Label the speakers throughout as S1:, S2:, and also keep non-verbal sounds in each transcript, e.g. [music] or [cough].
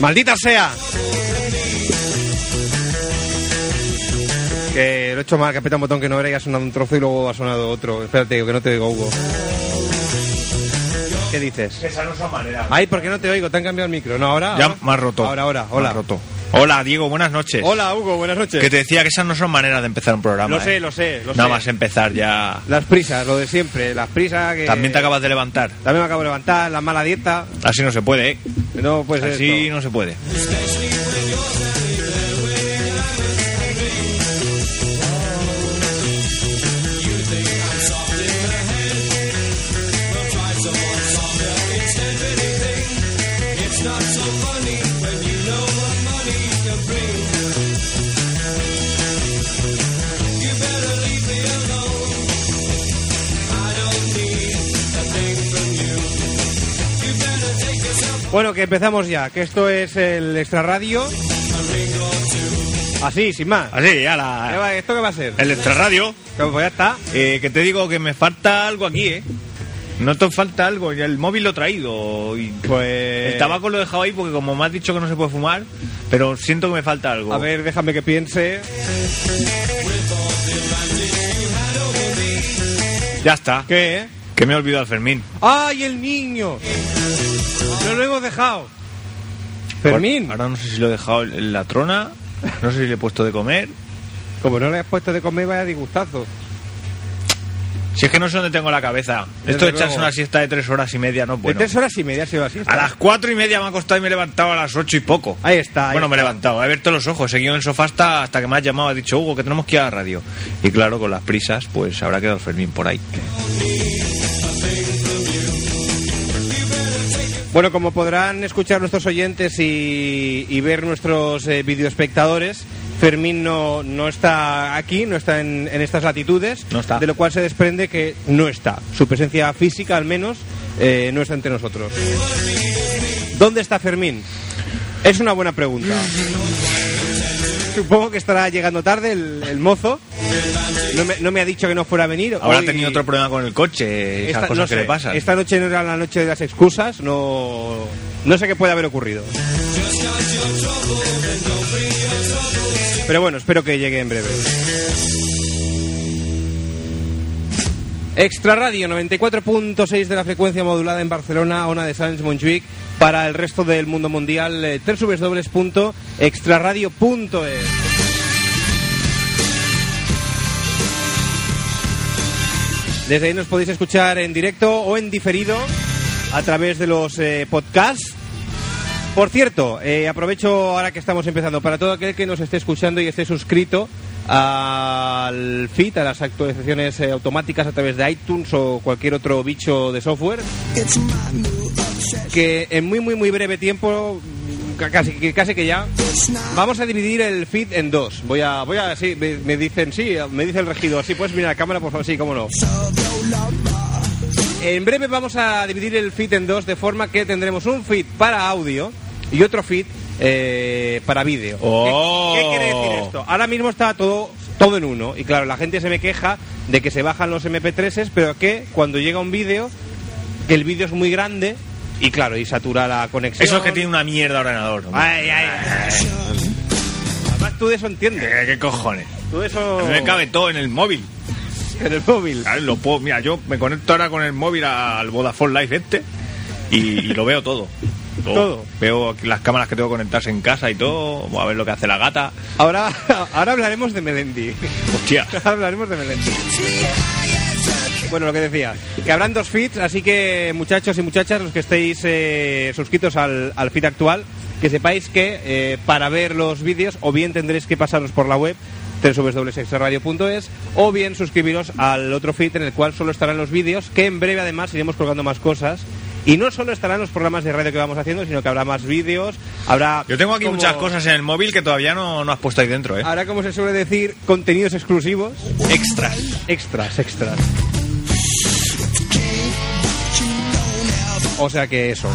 S1: Maldita sea. Que lo he hecho mal, que aprieta un botón que no era y ha sonado un trozo y luego ha sonado otro. Espérate, que no te oigo, Hugo. ¿Qué dices?
S2: Esa no son maneras.
S1: Ay, ¿por qué no te oigo? Te han cambiado el micro. No, ahora.
S2: Ya
S1: ahora?
S2: me has roto.
S1: Ahora, ahora,
S2: Me
S1: hola.
S2: has roto. Hola, Diego, buenas noches.
S1: Hola, Hugo, buenas noches.
S2: Que te decía que esas no son maneras de empezar un programa.
S1: Lo sé,
S2: eh.
S1: lo sé, lo
S2: Nada
S1: sé.
S2: más empezar ya.
S1: Las prisas, lo de siempre. Las prisas que.
S2: También te acabas de levantar.
S1: También me acabo de levantar, la mala dieta.
S2: Así no se puede, ¿eh?
S1: No, pues
S2: Así no se puede.
S1: Bueno, que empezamos ya, que esto es el extra radio. Así, sin más.
S2: Así, ya
S1: [laughs] Ya
S2: la.
S1: va, ¿Esto qué va a ser?
S2: El extrarradio.
S1: Pues ya está.
S2: Eh, que te digo que me falta algo aquí, ¿eh? No te falta algo, ya el móvil lo he traído. Y
S1: Pues.
S2: El tabaco lo he dejado ahí porque, como me has dicho que no se puede fumar, pero siento que me falta algo.
S1: A ver, déjame que piense.
S2: Ya está.
S1: ¿Qué?
S2: Que me he olvidado al Fermín.
S1: ¡Ay, el niño! No lo hemos dejado. Fermín,
S2: Ahora no sé si lo he dejado en la trona, no sé si le he puesto de comer.
S1: como no le has puesto de comer, vaya disgustazo.
S2: Si es que no sé dónde tengo la cabeza.
S1: Desde
S2: Esto de echarse
S1: luego. Este
S2: una siesta de tres horas y media no
S1: De
S2: puedo.
S1: tres horas y media se va así.
S2: A las cuatro y media me he acostado y me he levantado a las ocho y poco.
S1: Ahí está. ahí
S2: bueno, me he
S1: está.
S2: levantado, he abierto los ojos, he seguido en el sofá hasta, hasta que me has llamado, ha dicho Hugo que tenemos que ir a la radio. Y claro, con las prisas, pues habrá quedado Fermín por ahí.
S1: Bueno, como podrán escuchar nuestros oyentes y, y ver nuestros eh, videoespectadores, Fermín no, no está aquí, no está en, en estas latitudes,
S2: No está.
S1: de lo cual se desprende que no está. Su presencia física, al menos, eh, no está entre nosotros. ¿Dónde está Fermín? Es una buena pregunta. Supongo que estará llegando tarde el, el mozo. No me, no me ha dicho que no fuera a venir.
S2: Habrá
S1: Hoy-
S2: tenido otro problema con el coche, esas
S1: esta,
S2: cosas
S1: no
S2: que
S1: sé,
S2: le pasan.
S1: esta noche no era la noche de las excusas, no, no sé qué puede haber ocurrido. Pero bueno, espero que llegue en breve. Extra Radio 94.6 de la frecuencia modulada en Barcelona, Ona de Sanz Montjuic. Para el resto del mundo mundial, eh, www.extraradio.es. Desde ahí nos podéis escuchar en directo o en diferido a través de los eh, podcasts. Por cierto, eh, aprovecho ahora que estamos empezando, para todo aquel que nos esté escuchando y esté suscrito al feed, a las actualizaciones eh, automáticas a través de iTunes o cualquier otro bicho de software, que en muy, muy, muy breve tiempo, mm, ca- casi, que- casi que ya, vamos a dividir el feed en dos. Voy a, voy a, sí, me, me dicen, sí, me dice el regidor, sí, puedes mirar la cámara, por favor, sí, cómo no. En breve vamos a dividir el feed en dos de forma que tendremos un feed para audio y otro feed eh, para vídeo.
S2: Oh.
S1: ¿Qué, qué quiere decir esto? Ahora mismo está todo todo en uno y claro, la gente se me queja de que se bajan los MP3s, pero que cuando llega un vídeo que el vídeo es muy grande y claro, y satura la conexión.
S2: Eso es que tiene una mierda ordenador. hombre.
S1: Ay, ay, ay. Además tú de eso entiendes.
S2: Eh, ¿Qué cojones?
S1: Tú de eso
S2: A mí Me cabe todo en el móvil.
S1: en el móvil.
S2: Claro, lo puedo- mira, yo me conecto ahora con el móvil al Vodafone Live este y, y lo veo todo.
S1: Todo.
S2: Veo aquí las cámaras que tengo conectadas en casa y todo. Voy A ver lo que hace la gata.
S1: Ahora ahora hablaremos de Melendi.
S2: Hostia.
S1: [laughs] Hablaremos de Melendi. Bueno, lo que decía, que habrán dos feeds, así que muchachos y muchachas, los que estéis eh, suscritos al, al feed actual, que sepáis que eh, para ver los vídeos o bien tendréis que pasaros por la web www.extraradio.es o bien suscribiros al otro feed en el cual solo estarán los vídeos, que en breve además iremos colgando más cosas. Y no solo estarán los programas de radio que vamos haciendo, sino que habrá más vídeos, habrá...
S2: Yo tengo aquí
S1: como- Ah.
S2: muchas cosas en el móvil que todavía no, no has puesto ahí dentro, ¿eh?
S1: Habrá, como se suele decir, contenidos exclusivos.
S2: Extras.
S1: Extras, extras. O sea que eso.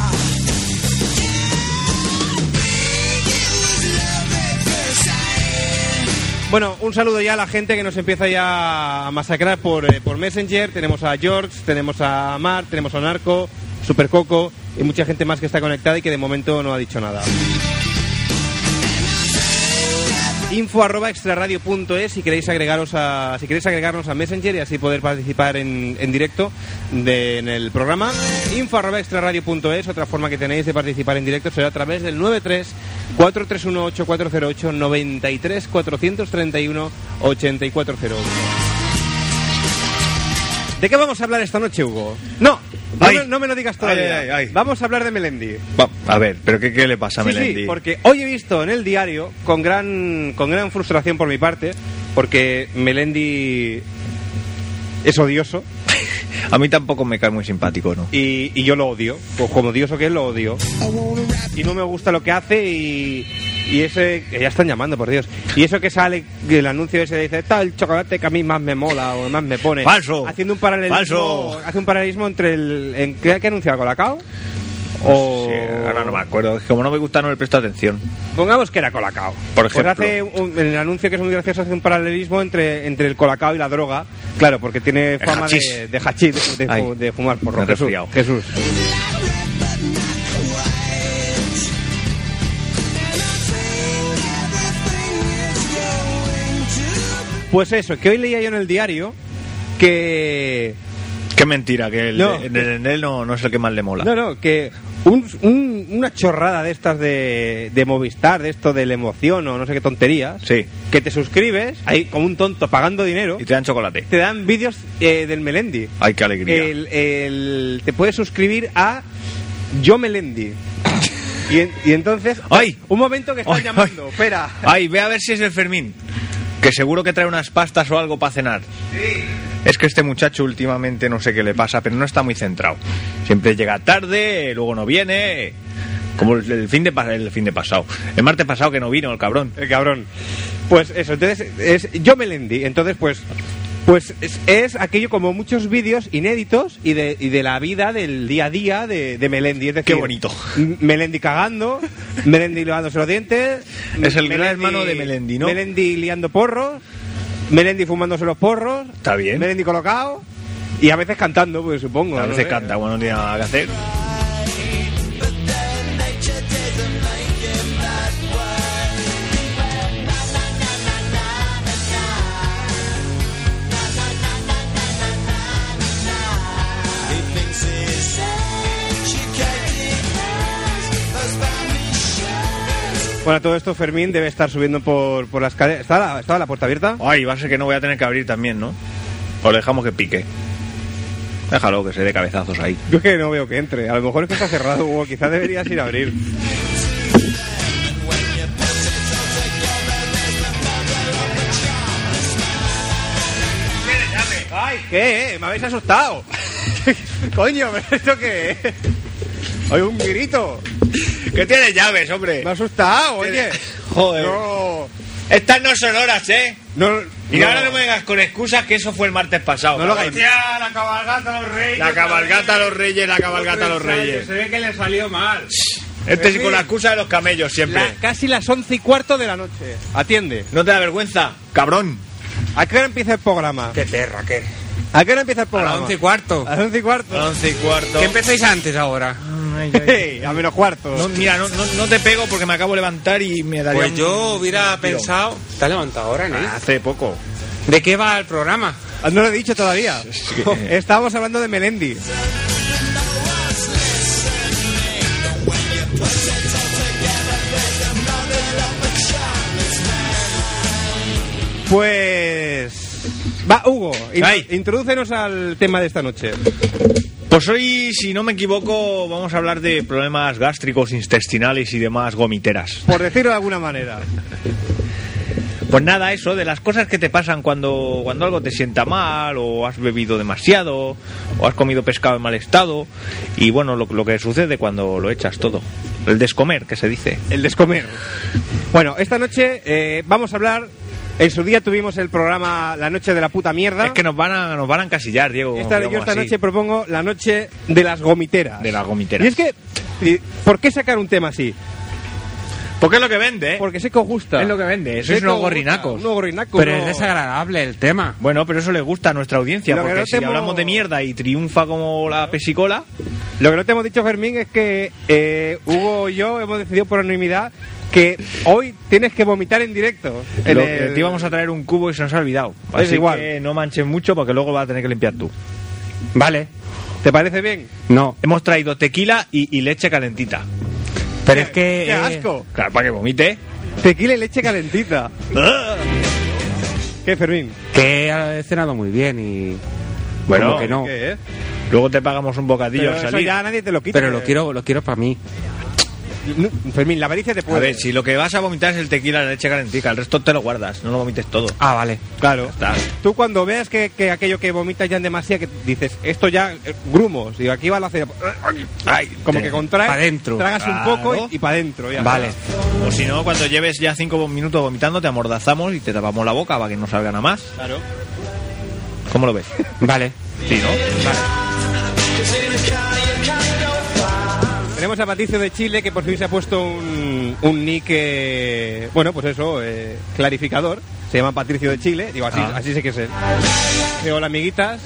S1: Bueno, un saludo ya a la gente que nos empieza ya a masacrar por, eh, por Messenger. Tenemos a George, tenemos a Mar, tenemos a Narco, Supercoco y mucha gente más que está conectada y que de momento no ha dicho nada. info arroba extraradio.es si queréis agregaros a si queréis agregarnos a Messenger y así poder participar en, en directo de- en el programa info arroba extraradio.es otra forma que tenéis de participar en directo será a través del 93 4318 408 93 431 8401 ¿De qué vamos a hablar esta noche, Hugo? No, no,
S2: Ay.
S1: me, no me lo digas todavía.
S2: Ay, ay, ay.
S1: Vamos a hablar de Melendi.
S2: Va, a ver, pero ¿qué, qué le pasa a
S1: Sí,
S2: Melendi?
S1: sí, porque hoy he visto en el diario, con gran, con gran frustración por mi parte, porque Melendi es odioso
S2: A mí tampoco me cae muy simpático, ¿no?
S1: y, y yo lo odio. Pues como odioso que es, lo odio. Y no me gusta lo que hace y, y ese... que ya están llamando, por Dios. Y eso que sale, que el anuncio ese dice, tal chocolate que a mí más me mola o más me pone.
S2: Falso.
S1: Haciendo un paralelismo,
S2: Falso.
S1: Hace un paralelismo entre el... En, ¿Qué qué anunciaba? ¿Colacao? O...
S2: Sí, ahora no me acuerdo. Es que como no me gusta, no le presto atención.
S1: Pongamos que era Colacao.
S2: Por ejemplo.
S1: Pues hace un- en el anuncio que es muy gracioso hace un paralelismo entre, entre el Colacao y la droga. Claro, porque tiene
S2: El
S1: fama
S2: hachís.
S1: de, de hachís, de, fu-
S2: Ay,
S1: de fumar porro.
S2: me he
S1: Jesús,
S2: resfriado.
S1: Jesús. Pues eso, que hoy leía yo en el diario que
S2: Qué mentira, que el,
S1: No.
S2: el- el- él no, no es el que más le mola.
S1: No, no, que un- un- una chorrada de estas de, de Movistar, de esto de la emoción o no sé qué tonterías,
S2: Sí.
S1: que te suscribes, ahí como un tonto pagando dinero,
S2: Y te dan chocolate.
S1: te dan vídeos eh, del Melendi.
S2: Ay, qué alegría.
S1: El- el- te puedes suscribir a Yo Melendi. Y, en- y entonces...
S2: ¡Ay!
S1: Un momento que están
S2: Ay,
S1: llamando,
S2: ay.
S1: espera.
S2: Ay, ve a ver si es el Fermín. Que seguro que trae unas pastas o algo para cenar. Es que este muchacho últimamente no sé qué le pasa, pero no está muy centrado. Siempre llega tarde, luego no viene. Como el, el fin de pa- el fin de pasado. El martes pasado que no vino el cabrón.
S1: El Eh, cabrón. Pues eso, entonces es yo Melendi. Entonces, pues pues es, es aquello como muchos vídeos inéditos y de, y de la vida del día a día de, de Melendi. Es decir,
S2: Qué bonito.
S1: M- Melendi cagando, Melendi lavándose los dientes.
S2: Es el gran hermano de Melendi, ¿no?
S1: Melendi liando porros, Melendi fumándose los porros.
S2: Está bien.
S1: Melendi colocado y a veces cantando, pues supongo.
S2: A
S1: no
S2: veces
S1: sé.
S2: canta cuando no tiene nada que hacer.
S1: Bueno, todo esto Fermín debe estar subiendo por, por las escalera. ¿Está la, ¿Estaba la puerta abierta?
S2: Ay, va a ser que no voy a tener que abrir también, ¿no? O le dejamos que pique. Déjalo que se dé cabezazos ahí.
S1: Yo es que no veo que entre. A lo mejor es que está cerrado, Hugo. Quizás deberías ir a abrir. ¡Ay, qué! eh? ¡Me habéis asustado! [laughs] ¡Coño, pero esto qué es! ¡Oye, un grito!
S2: ¡Que tiene llaves, hombre!
S1: ¡Me ha asustado, oye!
S2: Joder.
S1: ¡No!
S2: Estas no son horas, ¿eh?
S1: ¡No!
S2: Y ahora no me vengas con excusas que eso fue el martes pasado.
S1: No lo hagáis.
S2: la cabalgata a los reyes. La cabalgata a los reyes, la cabalgata a los reyes.
S1: ve que le salió mal.
S2: Este sí con la excusa de los camellos siempre.
S1: casi las once y cuarto de la noche. Atiende.
S2: No te da vergüenza, cabrón.
S1: ¿A qué hora empieza el programa?
S3: ¿Qué perra, qué?
S1: ¿A qué hora empieza el
S3: A
S1: programa?
S3: las once y cuarto.
S1: A las once y cuarto.
S2: Once y cuarto.
S3: ¿Qué empezáis antes ahora?
S1: [laughs] Hey, a menos cuarto.
S2: No, mira, no, no- no te pego porque me acabo de levantar y me daría.
S3: Pues
S2: un- ¿Eh?
S3: yo hubiera
S2: Tío.
S3: pensado... ¿Te has levantado ahora, ¿no?
S2: Hace poco.
S3: ¿De qué va el programa?
S1: Ah, No lo he dicho todavía. [laughs]
S2: que-
S1: Estábamos hablando de Melendi. Pues... Va, Hugo, in-
S2: Ay.
S1: introdúcenos al tema de esta noche.
S2: Pues hoy, si no me equivoco, vamos a hablar de problemas gástricos, intestinales y demás gomiteras.
S1: Por decirlo de alguna manera.
S2: Pues nada, eso, de las cosas que te pasan cuando, cuando algo te sienta mal, o has bebido demasiado, o has comido pescado en mal estado, y bueno, lo, lo que sucede cuando lo echas todo. El descomer, que se dice.
S1: El descomer. Bueno, esta noche eh, vamos a hablar... En su día tuvimos el programa La Noche de la Puta Mierda.
S2: Es que nos van a, nos van a encasillar, Diego.
S1: Ah. Esta,
S2: digamos
S1: yo esta
S2: así.
S1: noche propongo la noche de las gomiteras.
S2: De las gomiteras.
S1: Y es que, y- ¿por qué sacar un tema así?
S2: Porque es lo que vende, ¿eh?
S1: Porque sé que os gusta.
S2: Es lo que vende,
S1: Sé
S2: sois
S1: que
S2: unos
S1: os gusta,
S2: gorrinacos.
S1: unos gorrinacos,
S3: Pero
S1: uno-
S3: es desagradable el tema.
S2: Bueno, pero eso le gusta a nuestra audiencia,
S1: Lo que
S2: porque
S1: no
S2: si
S1: temo-
S2: hablamos de mierda y triunfa como la pesicola,
S1: Lo que no te hemos dicho, Fermín, es que eh, Hugo y yo hemos decidido por unanimidad que hoy tienes que vomitar en directo. En
S2: Lo-
S1: el-
S2: Te íbamos a traer un cubo y se nos ha olvidado. Así
S1: igual.
S2: que no manches mucho porque luego vas a tener que limpiar tú.
S3: Vale.
S1: ¿Te parece bien?
S3: No.
S2: Hemos traído tequila y, y leche calentita.
S3: Pero es que.
S1: ¡Qué
S3: eh,
S1: asco!
S2: Claro, para que vomite.
S1: Tequila y leche calentita. ¿Qué, Fermín?
S3: Que he cenado muy bien y.
S2: Bueno,
S3: Como que no.
S1: ¿Qué, eh?
S2: [laughs] Luego te pagamos un bocadillo
S1: Pero
S2: al
S1: eso
S2: salir.
S1: ya nadie te lo quita.
S3: Pero lo quiero, lo quiero para mí.
S1: No, Fermín, la avaricia te puede.
S2: A ver, si lo que vas a vomitar es el tequila y la leche calentita, el resto te lo guardas, no lo vomites todo.
S3: Ah, vale.
S1: Claro.
S2: Está.
S1: Tú cuando veas que, que aquello que vomitas ya en demasía, que dices, esto ya, eh, grumos, digo, aquí va la cera.
S2: Ay,
S1: Como
S2: te-
S1: que contraes,
S3: Pa' dentro.
S1: tragas un
S2: Claro.
S1: poco y, para adentro. ya.
S3: Vale.
S2: O si no, cuando lleves ya cinco minutos vomitando, te amordazamos y te tapamos la boca para que no salga nada más.
S1: Claro. [laughs]
S2: ¿Cómo lo ves?
S3: Vale.
S2: Sí, ¿no?
S1: Tenemos a Patricio de Chile que por fin se ha puesto un, un nick, eh, bueno, pues eso, eh, clarificador. Se llama Patricio de Chile. Digo, así,
S2: Ah.
S1: así sé que es él. Digo, hola, amiguitas.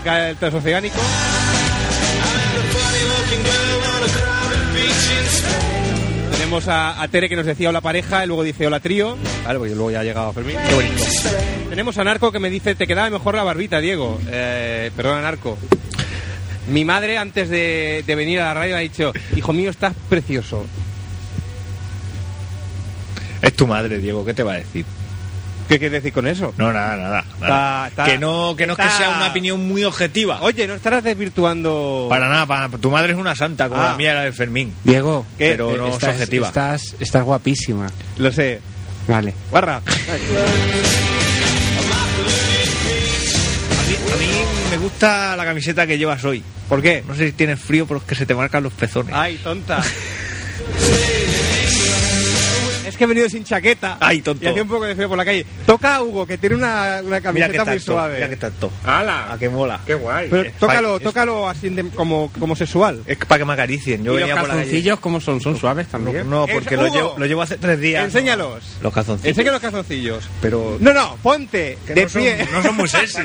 S1: Acá el transoceánico. Tenemos a, a Tere que nos decía hola pareja, y luego dice hola trío. Claro, porque luego ya ha llegado Fermín. Qué bonito. Tenemos a Narco que me dice, te quedaba mejor la barbita, Diego. Eh, perdona, Narco. Mi madre, antes de, de venir a la radio, ha dicho: Hijo mío, estás precioso.
S2: Es tu madre, Diego, ¿qué te va a decir?
S1: ¿Qué quieres decir con eso?
S2: No, nada, nada.
S1: Está-
S2: nada.
S1: está-
S2: que no, que no es que
S1: está-
S2: sea una opinión muy objetiva.
S1: Oye, ¿no estarás desvirtuando.?
S2: Para nada, para- tu madre es una santa, como
S1: Ah.
S2: la mía era de Fermín.
S3: Diego. eh,
S1: ¿Qué?
S2: Pero no es
S3: estás,
S2: objetiva.
S3: Estás, estás guapísima.
S1: Lo sé.
S3: Vale.
S1: Barra.
S2: A mí, a mí me gusta la camiseta que llevas hoy.
S1: ¿Por qué?
S2: No sé si tienes frío, pero es que se te marcan los pezones.
S1: Ay, tonta. [laughs] Es que he venido sin chaqueta.
S2: Ay, tonto.
S1: Y hacía un poco de frío por la calle. Toca a Hugo, que tiene una, una
S2: mira
S1: camiseta
S2: que
S1: muy
S2: tanto,
S1: suave.
S2: mira que tanto.
S3: ¡Hala!
S2: A que mola.
S3: ¡Qué guay!
S1: Pero tócalo,
S2: Es-
S1: tócalo así de- como, como sexual.
S2: Es para que me acaricien. Yo
S3: ¿Y los
S2: venía por la calle.
S3: calzoncillos cómo son? ¿Son suaves también?
S2: No,
S1: Es-
S2: porque lo
S1: Hugo,
S2: llevo, lo llevo hace tres días.
S1: Enséñalos.
S2: Los calzoncillos.
S1: Enseña los calzoncillos.
S2: Pero.
S1: No, no, ponte de pie.
S2: muy Pues sexy.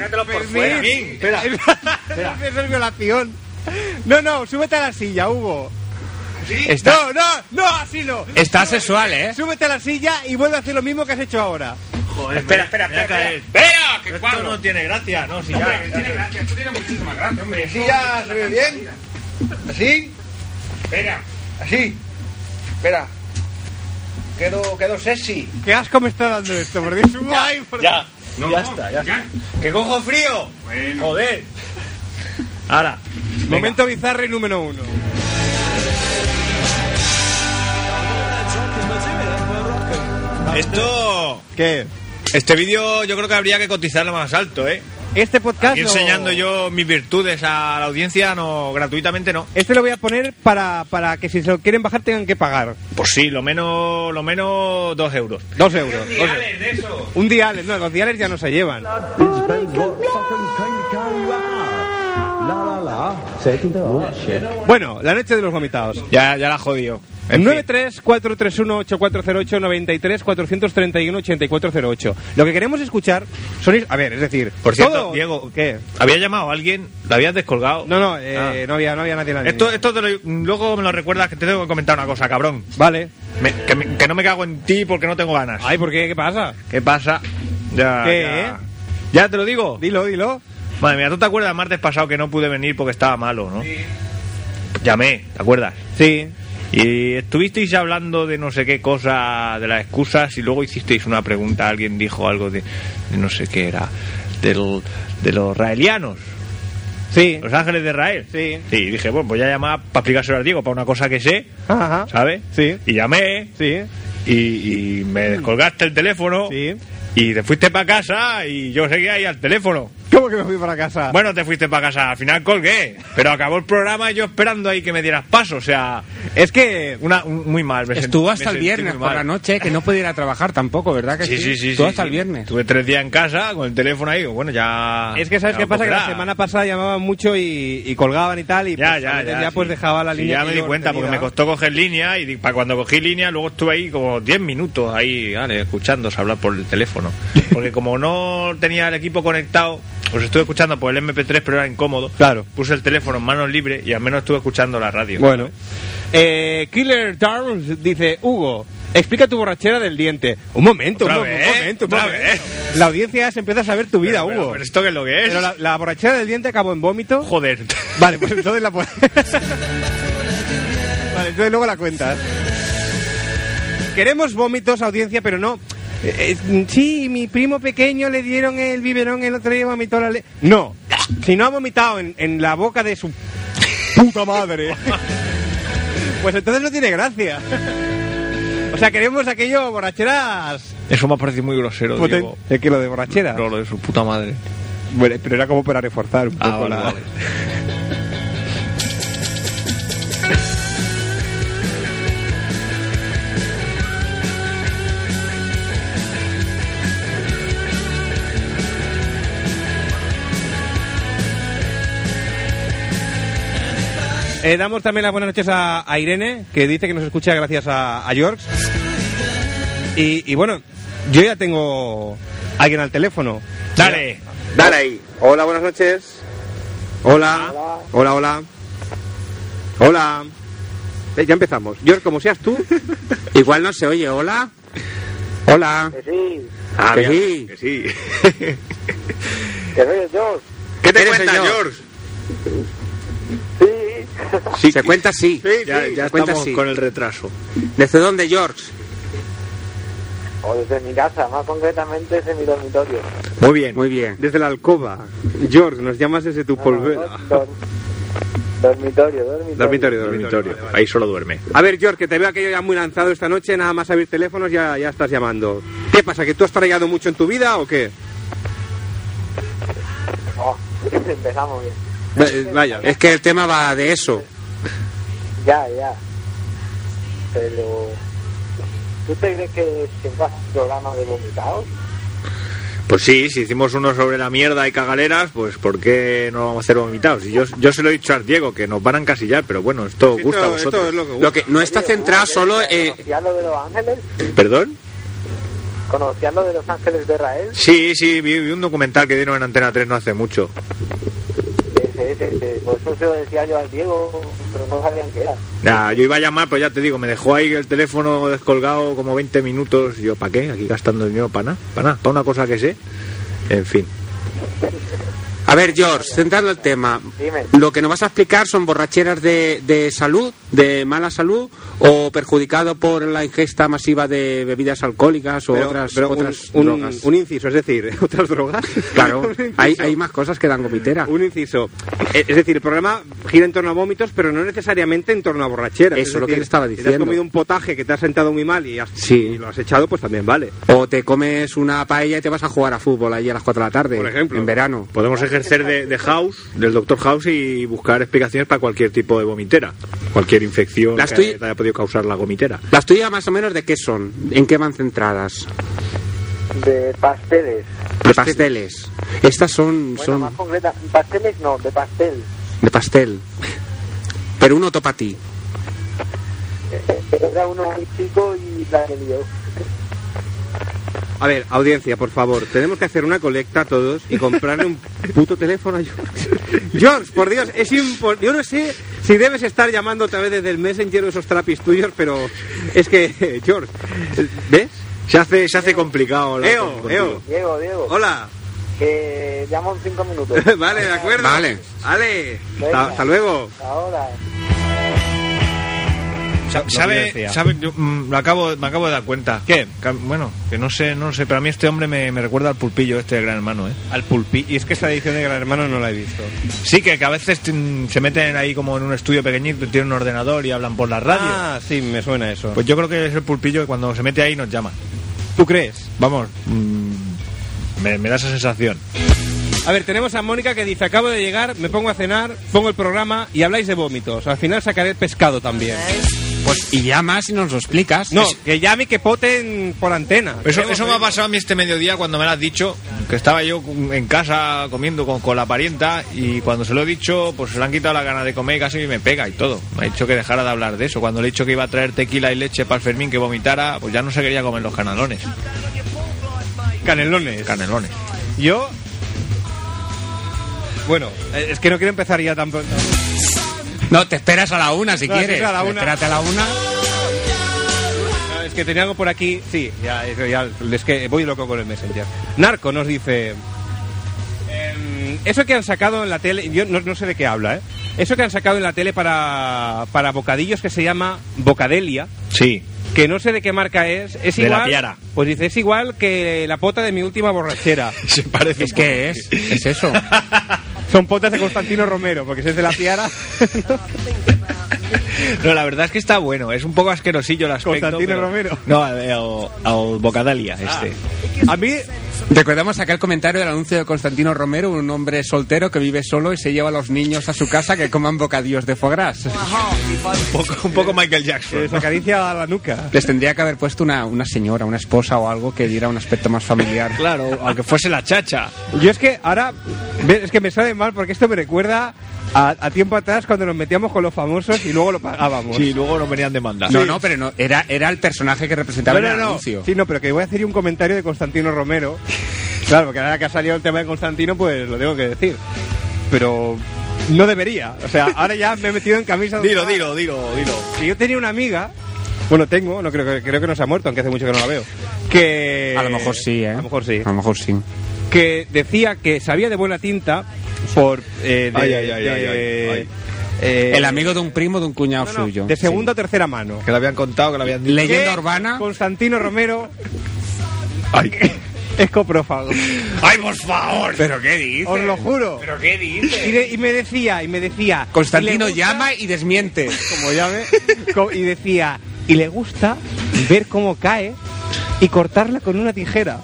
S1: Fermín, Es [laughs] el violación. No, no, súbete a la silla, Hugo.
S3: Está,
S1: No, no, no, así no.
S3: está sexual, ¿eh?
S1: Súbete a la silla y vuelve a hacer lo mismo que has hecho ahora.
S2: espera, espera, espera.
S3: ¡Espera! ¡Qué
S2: Esto no tiene gracia, no, si ya.
S3: tiene gracia, esto tiene muchísima gracia, hombre.
S1: ya se ve bien. Así,
S3: Espera.
S1: así.
S4: Espera. Quedo, quedo sexy.
S1: Qué asco me está dando esto, por Dios. Ay, por-
S2: Ya,
S3: No,
S2: ya está, ya.
S3: ya.
S2: ¡Que cojo frío!
S3: Bueno.
S2: Joder. Ahora.
S1: Momento bizarro y número uno.
S2: Esto.
S1: ¿Qué?
S2: Este vídeo yo creo que habría que cotizarlo más alto, ¿eh?
S1: Este podcast.
S2: Y
S1: lo-
S2: enseñando yo mis virtudes a la audiencia, no, gratuitamente no.
S1: Este lo voy a poner para, para que si se lo quieren bajar tengan que pagar.
S2: Pues sí, lo menos, lo menos dos euros.
S1: Dos euros. dos euros. Un diales, no, los diales ya no se llevan. Bueno, la noche de los vomitados.
S2: Ya, ya la jodió.
S1: 93-431-8408-93-431-8408. Lo que queremos escuchar son... is- A ver, es decir...
S2: Por cierto,
S1: todo-
S2: Diego,
S1: ¿Qué?
S2: Había llamado a alguien, lo habías descolgado. Ah.
S1: No, no, eh, no, había, no había nadie en la línea.
S2: Esto, esto te lo- luego me lo recuerdas que te tengo que comentar una cosa, cabrón.
S1: Vale.
S2: Me- que, me- que no me cago en ti porque no tengo ganas.
S1: Ay, ¿por qué? ¿Qué pasa?
S2: ¿Qué pasa? Ya,
S1: ¿Qué?
S2: ya. ¿Ya te lo digo.
S1: Dilo, dilo.
S2: Madre mía, ¿tú te acuerdas el martes pasado que no pude venir porque estaba malo, no? Llamé, ¿te acuerdas?
S1: Sí.
S2: Y estuvisteis hablando de no sé qué cosa, de las excusas, y luego hicisteis una pregunta, alguien dijo algo de, de no sé qué era, del- de los raelianos, [laughs]
S1: Sí.
S2: los ángeles de Israel.
S1: Sí.
S2: Y dije, bueno, pues ya llamar para explicárselo a Diego, para una cosa que sé,
S1: Ajá.
S2: ¿sabes?
S1: Sí.
S2: Y llamé,
S1: Sí.
S2: y, y me descolgaste el teléfono,
S1: Sí.
S2: y te fuiste para casa, y yo seguía ahí al teléfono.
S1: ¿Cómo que me fui para casa?
S2: Bueno, te fuiste para casa, al final colgué, pero acabó el programa y yo esperando ahí que me dieras paso, o sea...
S1: es que...
S2: Una, un- muy mal. me
S3: Estuvo
S2: sent- me
S3: hasta el
S2: sentí
S3: viernes
S2: muy
S3: por
S2: mal.
S3: la noche, que no podía ir a trabajar tampoco, ¿verdad que sí?
S2: Sí, sí, sí.
S3: Estuvo
S2: sí,
S3: hasta el
S2: sí.
S3: viernes.
S2: Tuve tres días en casa con el teléfono ahí. Bueno, ya.
S1: Es que sabes
S2: ya
S1: qué pasa que la
S2: volverá.
S1: semana pasada llamaban mucho y, y colgaban y
S2: [laughs]
S1: tal y pues,
S2: Ya,
S1: a
S2: ya,
S1: veces
S2: ya. sí.
S1: pues dejaba la
S2: Sí,
S1: línea.
S2: Ya
S1: que
S2: me di
S1: yo
S2: cuenta
S1: tenía.
S2: porque me costó coger línea y para cuando cogí línea luego estuve ahí como 10 minutos ahí, vale, escuchándose hablar por el teléfono. [laughs] Porque como no tenía el equipo conectado, os estuve escuchando por el MP3 pero era incómodo.
S1: Claro.
S2: Puse el teléfono en manos libres y al menos estuve escuchando la radio.
S1: Bueno. Eh, Killer Darms dice, Hugo, Explica tu borrachera del diente. Un momento,
S2: Otra
S1: un, mo-
S2: vez,
S1: un momento, un
S2: otra
S1: momento.
S2: vez.
S1: La audiencia se empieza a saber tu vida,
S2: Pero, pero,
S1: Hugo.
S2: pero ¿Esto qué es lo que es?
S1: Pero la, la borrachera del diente acabó en vómito.
S2: Joder.
S1: [laughs] Vale, pues entonces la po- Vale, entonces luego la cuentas. Queremos vómitos, audiencia, pero no. Eh, eh, sí, mi primo pequeño le dieron el biberón el otro día y vomitó la leche. No, si no ha vomitado en, en la boca de su puta madre, [laughs] pues entonces no tiene gracia. O sea, queremos aquello borracheras.
S2: Eso me ha parecido muy grosero,
S1: poten-
S2: Diego.
S1: Es que lo de borrachera.
S2: No, lo de su puta madre.
S1: Bueno, pero era como para reforzar un poco
S2: Ah, vale,
S1: la-
S2: vale.
S1: Eh, damos también las buenas noches a, a Irene, que dice que nos escucha gracias a, a George. Y, y bueno, yo ya tengo a alguien al teléfono.
S2: Dale.
S1: Dale ahí. Hola, buenas noches. Hola. Hola, hola. Hola. Eh, ya empezamos. George, como seas
S2: [laughs]
S1: tú, igual no se oye. Hola. Hola.
S4: Que sí,
S2: Ah,
S1: Que
S2: mira,
S1: sí.
S2: que sí. [laughs]
S4: que soy el George.
S2: ¿Qué te
S1: Eres
S2: cuentas,
S1: el George.
S2: George?
S4: Sí,
S2: Sí,
S5: Se cuenta así.
S2: sí, ya, ya
S5: se cuenta
S2: estamos
S5: así.
S2: con el retraso.
S5: ¿Desde dónde, George?
S4: o desde mi casa, más concretamente desde mi dormitorio.
S2: Muy bien.
S5: Muy bien.
S1: Desde la alcoba. George, nos llamas desde tu polvera.
S4: No, dor- dormitorio, dormitorio.
S1: Dormitorio, dormitorio.
S2: Dormitorio. Ahí solo duerme.
S5: A ver, George, que te veo aquello ya muy lanzado esta noche, nada más abrir teléfonos ya, ya estás llamando. ¿Qué pasa, que tú has tragado mucho en tu vida o qué?
S4: [laughs] Oh, [laughs] empezamos bien.
S5: Eh, Vaya. Es que el tema va de eso.
S4: Ya, ya. Pero... ¿Tú te crees que se va a hacer un programa de vomitados?
S2: Pues sí, si hicimos uno sobre la mierda y cagaleras, pues ¿por qué no vamos a hacer vomitados? Y yo, yo se lo he dicho a Diego, que nos van a encasillar, pero bueno, esto
S1: Esto-
S2: gusta a
S1: esto
S2: vosotros.
S1: es lo que gusta.
S5: Lo que no está
S4: Oye,
S5: centrado
S4: ¿tú
S5: solo eh,
S4: ¿Conocías lo de Los Ángeles?
S2: ¿Perdón?
S4: ¿Conocías lo de Los Ángeles de Israel?
S2: Sí, sí, vi, vi un documental que dieron en Antena 3 no hace mucho.
S4: Ese, ese, ese. Por eso se lo decía yo al Diego, pero no sabían qué era.
S2: Ya, yo iba a llamar, pero ya te digo, me dejó ahí el teléfono descolgado como 20 minutos. Y yo, ¿para qué? Aquí gastando dinero, para nada, para nada, para una cosa que sé. En fin.
S5: A ver, George, centrando el tema.
S4: Dime.
S5: Lo que nos vas a explicar son borracheras de, de salud, de mala salud, o perjudicado por la ingesta masiva de bebidas alcohólicas o
S1: Pero-
S5: otras,
S1: pero un-
S5: otras
S1: un,
S5: drogas.
S1: un inciso, es decir, [laughs] otras drogas.
S5: Claro,
S1: [laughs] Un inciso.
S5: hay, hay más cosas que dan gomitera.
S1: Un inciso. Eh, Es decir, el programa gira en torno a vómitos, pero no necesariamente en torno a borracheras.
S5: Eso,
S1: es
S5: lo que
S1: decir,
S5: te estaba
S1: si Te has
S5: diciendo.
S1: comido un potaje que te has sentado muy mal y, has-
S5: Sí.
S1: y lo has echado, pues también vale.
S5: O te comes una paella y te vas a jugar a fútbol ahí a las 4 de la tarde.
S1: Por ejemplo.
S5: En verano.
S2: Podemos ejercer de, de House, del Doctor House, y buscar explicaciones para cualquier tipo de vomitera, cualquier infección
S5: Las
S2: que
S5: tuy-
S2: haya podido causar la vomitera.
S5: Las tuyas más o menos de qué son, en qué van centradas.
S4: De pasteles.
S1: Pues
S5: De pasteles. Estas son,
S4: Bueno,
S5: son
S4: más concreta, pasteles no, de pastel.
S5: de pastel. Pero uno topa a ti.
S4: Era uno muy chico y la que lió.
S1: A ver, audiencia, por favor, tenemos que hacer una colecta todos y comprarle un puto teléfono a George. George, [laughs] por Dios, es impo- Yo no sé si debes estar llamando otra vez desde el Messenger o esos trapis tuyos, pero es que, [laughs] eh, George, eh, ¿ves?
S2: Se hace, se hace complicado. hablar
S1: Eo,
S2: con- contigo.
S1: Eo,
S4: Diego, Diego.
S1: hola. [laughs]
S4: Que llamo en cinco minutos.
S1: Vale, de acuerdo.
S5: Vale.
S1: Vale,
S4: Venga.
S1: hasta, hasta luego.
S4: Ahora.
S2: Sa-
S1: Lo que yo
S2: ¿Sabe?
S1: decía.
S2: sabe yo, mm, me, acabo, me acabo de dar cuenta.
S1: ¿Qué?
S2: Ca- Bueno, que no sé, no sé, pero a mí este hombre me, me recuerda al pulpillo este de Gran Hermano, ¿eh?
S1: Al pulpi. Y es que esta edición de Gran Hermano no la he visto.
S2: Sí, que, que a veces mm, se meten ahí como en un estudio pequeñito, tienen un ordenador y hablan por la radio.
S1: Ah, sí, me suena eso.
S2: Pues yo creo que es el pulpillo que cuando se mete ahí nos llama.
S1: ¿Tú crees?
S2: Vamos, mm, me, me da esa sensación.
S1: A ver, tenemos a Mónica que dice, acabo de llegar, me pongo a cenar, pongo el programa y habláis de vómitos. Al final sacaré el pescado también.
S5: Pues y llamas y nos lo explicas.
S1: No,
S5: Es-
S1: que llame y que poten por antena.
S2: Eso,
S1: Queremos
S2: eso me ha
S1: oírlo.
S2: pasado a mí este mediodía cuando me lo has dicho, que estaba yo en casa comiendo con, con la parienta y cuando se lo he dicho, pues se le han quitado la gana de comer y casi me pega y todo. Me ha dicho que dejara de hablar de eso. Cuando le he dicho que iba a traer tequila y leche para el Fermín que vomitara, pues ya no se quería comer los canelones.
S1: Canelones.
S2: Canelones.
S1: Yo... Bueno, eh, es que no quiero empezar ya tan pronto.
S5: no, te esperas a la una si
S1: No,
S5: quieres.
S1: sí, a la una.
S5: Espérate a la una.
S1: No, Ah, es es que tenía algo por aquí. Sí, ya, es- ya- es que voy loco con el Messenger. Narco nos dice. em, Eso que han sacado en la tele, yo no, no sé de qué habla, ¿eh? Eso que han sacado en la tele para, para bocadillos que se llama Bocadelia,
S2: Sí.
S1: que no sé de qué marca es, es
S2: De la
S1: igual.
S2: Piara.
S1: Pues dice, es igual que la pota de mi última borrachera.
S2: [laughs] Se parece.
S3: ¿Es qué es? ¿Qué
S1: [laughs]
S3: es eso?
S1: Son potas de Constantino Romero, porque si es de la Piara.
S2: No, la verdad es que está bueno. Es un poco asquerosillo el aspecto.
S1: Constantino
S2: pero-
S1: Romero.
S2: No, al, al- al Bocadalia este.
S1: A mí
S3: Recordamos aquel comentario del anuncio de Constantino Romero, un hombre soltero que vive solo y se lleva a los niños a su casa que coman bocadillos de foie gras.
S2: Un, poco, un poco Michael Jackson.
S1: eh, se acaricia a la nuca.
S3: Les tendría que haber puesto una, una señora, una esposa o algo que diera un aspecto más familiar.
S2: Claro, aunque fuese la chacha.
S1: Yo es que ahora, ve- es que me sale mal porque esto me recuerda a, a tiempo atrás cuando nos metíamos con los famosos y luego lo pagábamos.
S2: Sí, luego nos venían demandar.
S3: No, no, pero no, era, era el personaje que representaba
S1: No, no,
S3: el
S1: no.
S3: anuncio.
S1: Sí, no, pero que voy a hacer un comentario de Constantino Romero. Claro, porque ahora que ha salido el tema de Constantino, pues lo tengo que decir. Pero no debería. O sea, ahora ya me he metido en camisa de...
S2: Dilo, dilo, dilo, dilo.
S1: Que yo tenía una amiga, bueno, tengo, no creo que creo que no se ha muerto, aunque hace mucho que no la veo. Que
S3: A lo mejor sí, ¿eh?
S1: A lo mejor sí. Eh,
S3: A lo mejor sí.
S1: que decía que sabía de buena tinta por eh, de,
S2: Ay, ay, ay,
S1: de-
S2: ay, ay.
S1: eh,
S3: El amigo de un primo de un cuñado
S1: no, no,
S3: suyo.
S1: de segunda o tercera mano
S2: Que lo habían contado, que lo habían
S3: Sí.
S2: dicho.
S3: Leyenda
S1: Que
S3: urbana.
S1: Constantino Romero
S2: Ay,
S1: es coprófago
S2: Ay, por favor.
S3: ¿Pero qué dices?
S1: os lo juro
S3: qué dices?
S1: y, de- y me decía y me decía
S3: Constantino
S1: y le gusta-
S3: llama y desmiente.
S1: como llame co- y decía y le gusta ver cómo cae y cortarla con una tijera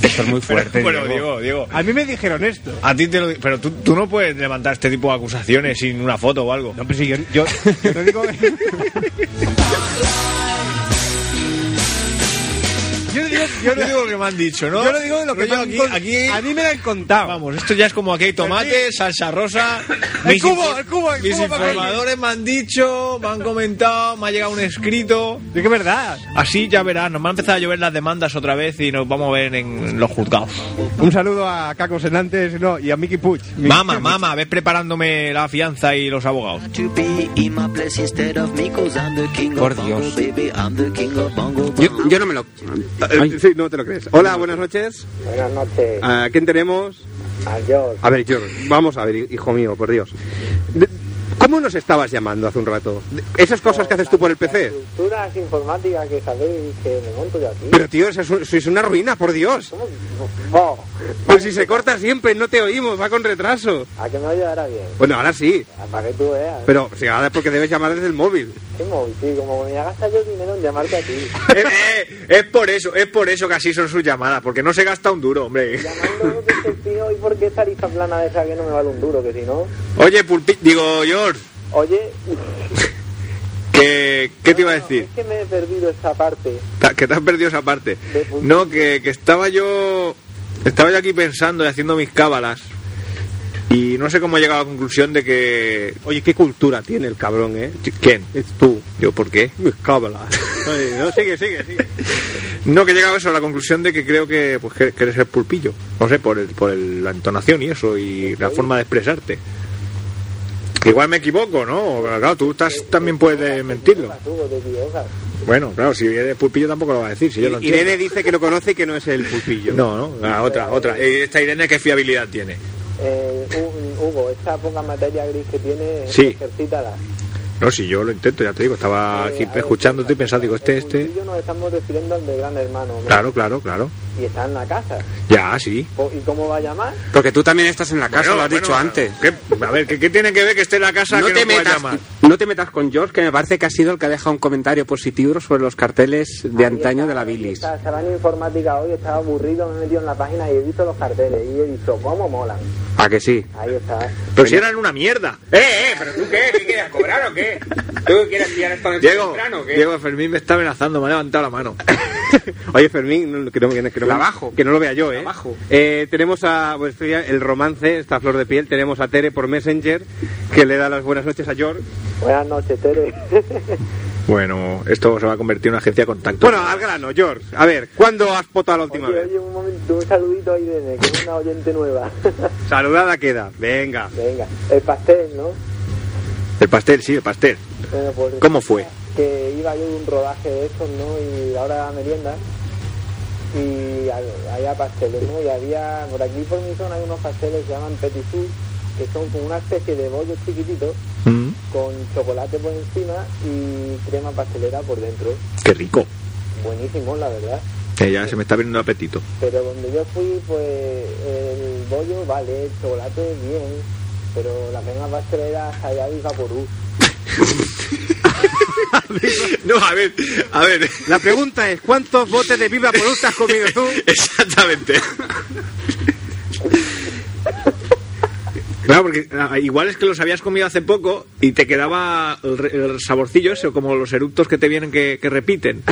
S3: Esto es muy fuerte.
S2: bueno,
S3: Diego.
S2: Diego, Diego.
S1: a mí me dijeron esto
S2: A ti te lo di- Pero tú, tú no puedes levantar este tipo de acusaciones sin una foto o algo.
S1: no pero si yo, yo- yo te
S3: [laughs]
S1: digo yo digo yo
S2: Yo digo lo que me han dicho, ¿no?
S1: Yo lo digo de lo que
S2: Rollo
S1: me han
S2: aquí,
S1: con-
S2: aquí-
S1: A mí me lo han contado.
S2: Vamos, esto ya es como aquí hay tomate, salsa rosa.
S1: El
S2: mis
S1: cubo,
S2: infor-
S1: el cubo, el
S2: Mis
S1: cubo para
S2: informadores me han dicho, me han comentado, me ha llegado un escrito.
S1: Es que es verdad.
S2: Así ya verás, nos van a empezar a llover las demandas otra vez y nos vamos a ver en los juzgados.
S1: Un saludo a Caco Senantes no, y a Miki Puig. Mi- [laughs]
S2: Mama, mama, ves preparándome la fianza y los abogados.
S6: to be in my place instead of me cause I'm the king
S3: Por
S6: of bongo
S3: Dios.
S6: baby I'm the king of bongo
S5: Yo, yo no me lo... Ay.
S1: Sí, no te lo crees. Hola, buenas noches.
S4: Buenas noches.
S1: ¿A quién tenemos?
S4: Adiós.
S1: A ver, yo, vamos a ver, hijo mío, por Dios. De- ¿Cómo nos estabas llamando hace un rato? De- Esas cosas que haces tú por el PC.
S4: Estructuras informáticas que sabéis que me monto yo aquí.
S1: Pero tío, eso es, un- eso es una ruina, por Dios.
S4: ¿Cómo? Vos,
S1: Pues si se corta siempre, no te oímos, va con retraso.
S4: a que me ayudará bien.
S1: Bueno, ahora sí,
S4: Para que tú veas.
S1: pero si ahora es porque debes llamar desde el móvil.
S4: Qué móvil, tío, como me gasta yo dinero en llamarte a
S2: [laughs]
S4: ti.
S2: Eh, eh, es por eso, es por eso que así son sus llamadas, porque no se gasta un duro, hombre.
S4: Llamando que soy tío y por qué esa lista plana de esa que no me vale un duro, que si no.
S2: Oye, Pulpi, digo, George,
S4: Oye,
S2: que, ¿qué te iba a
S4: no,
S2: decir?
S4: Es que me he perdido esta parte.
S2: Ta- Que te has perdido esa parte.
S4: De punto.
S2: No, que, que estaba yo. Estaba yo aquí pensando y haciendo mis cábalas. Y no sé cómo he llegado a la conclusión de que.
S1: Oye, qué cultura tiene el cabrón, ¿eh?
S2: ¿Quién?
S1: Es tú.
S2: Yo, ¿por qué?
S1: Mis
S2: [laughs]
S1: cábalas. Oye, No, sigue, sigue, sigue.
S2: No, que he llegado a eso, a la conclusión de que creo que, pues, que, que eres el pulpillo. No sé, por, el, por el- la entonación y eso, y la forma de expresarte. Igual me equivoco, ¿no? Claro, tú estás,
S1: Eh,
S2: también puedes mentirlo.
S4: Hugo, te equivocas.
S2: Bueno, claro, si eres pulpillo tampoco lo vas a decir, si yo lo entiendo.
S1: Irene dice que lo conoce y que no es el pulpillo.
S2: No, no, la otra, otra. Eh, Esta Irene, ¿qué fiabilidad tiene?
S4: Eh, Hu- Hugo, esta poca materia gris que tiene,
S2: Sí.
S4: ejercítala.
S2: No, si yo lo intento, ya te digo, estaba
S4: Eh,
S2: aquí
S4: a ver,
S2: Ah, escuchándote y
S4: el
S2: pensando, digo, este, este.
S4: puntillo nos estamos refiriendo al de Gran Hermano. hombre.
S2: Claro, claro, claro.
S4: Y está en la casa.
S2: Ya, sí.
S4: Co- ¿Y cómo va a llamar?
S3: Porque tú también estás en la casa,
S2: Bueno,
S3: lo has
S2: bueno,
S3: dicho antes.
S2: ¿qué? a ver, ¿qué, qué tiene que ver que esté en la casa
S3: No
S2: que
S3: te
S2: no pueda
S3: metas.
S2: llamar?
S5: No te metas con George, que me parece que ha sido el que ha dejado un comentario positivo sobre los carteles de antaño de la bilis.
S4: Estaba, estaba en informática hoy, estaba aburrido, me he metido en la página y he visto los carteles. Y he dicho, ¿cómo molan?
S5: ¿A que sí?
S4: Ahí está.
S2: Pero si eran una mierda.
S3: Eh, eh, pero tú qué, ¿qué quieres cobrar o qué? ¿Tú quieres pillar esto de
S2: Diego, Diego Fermín me está amenazando, me ha levantado la
S3: [laughs]
S2: mano.
S1: Oye, Fermín, no- que no, que no- que no-
S3: La bajo.
S1: que no lo vea yo, ¿eh?
S3: bajo.
S1: Eh, tenemos a. Pues, esto ya, el romance, esta flor de piel. Tenemos a Tere por Messenger, que le da las buenas noches a George.
S4: Buenas noches, Tere. [laughs]
S2: Bueno, esto se va a convertir en una agencia de contacto.
S1: Bueno, al grano, George. A ver, ¿cuándo has potado la última
S4: oye,
S1: vez?
S4: oye, un momento, un saludito a Irene, que es una oyente nueva.
S1: [laughs] Saludada queda. Venga.
S4: Venga, el pastel, ¿no?
S2: el pastel, sí, el pastel.
S4: Bueno, pues-
S2: ¿Cómo fue?
S4: que iba yo de un rodaje de esos, ¿no? Y ahora la merienda. Y al- había pasteles, ¿no? Y había, por aquí por mi zona hay unos pasteles que se llaman petit suisse, que son como una especie de bollos chiquititos
S7: Mm,
S4: con chocolate por encima y crema pastelera por dentro.
S7: qué rico.
S4: Buenísimo, la verdad.
S7: Eh, ya se me está abriendo el apetito.
S4: Pero donde yo fui, pues el bollo vale, el chocolate bien, pero la crema pastelera allá y vaporú.
S8: No, a ver, a
S2: [laughs]
S8: ver.
S3: La pregunta es, ¿cuántos botes de viva por has comido
S1: [laughs]
S3: tú?
S8: Exactamente. Claro, porque
S2: [laughs]
S8: ah, igual es que los habías comido hace poco y te quedaba Ah, el, re- el saborcillo ese, o como los eructos que te vienen que, que repiten.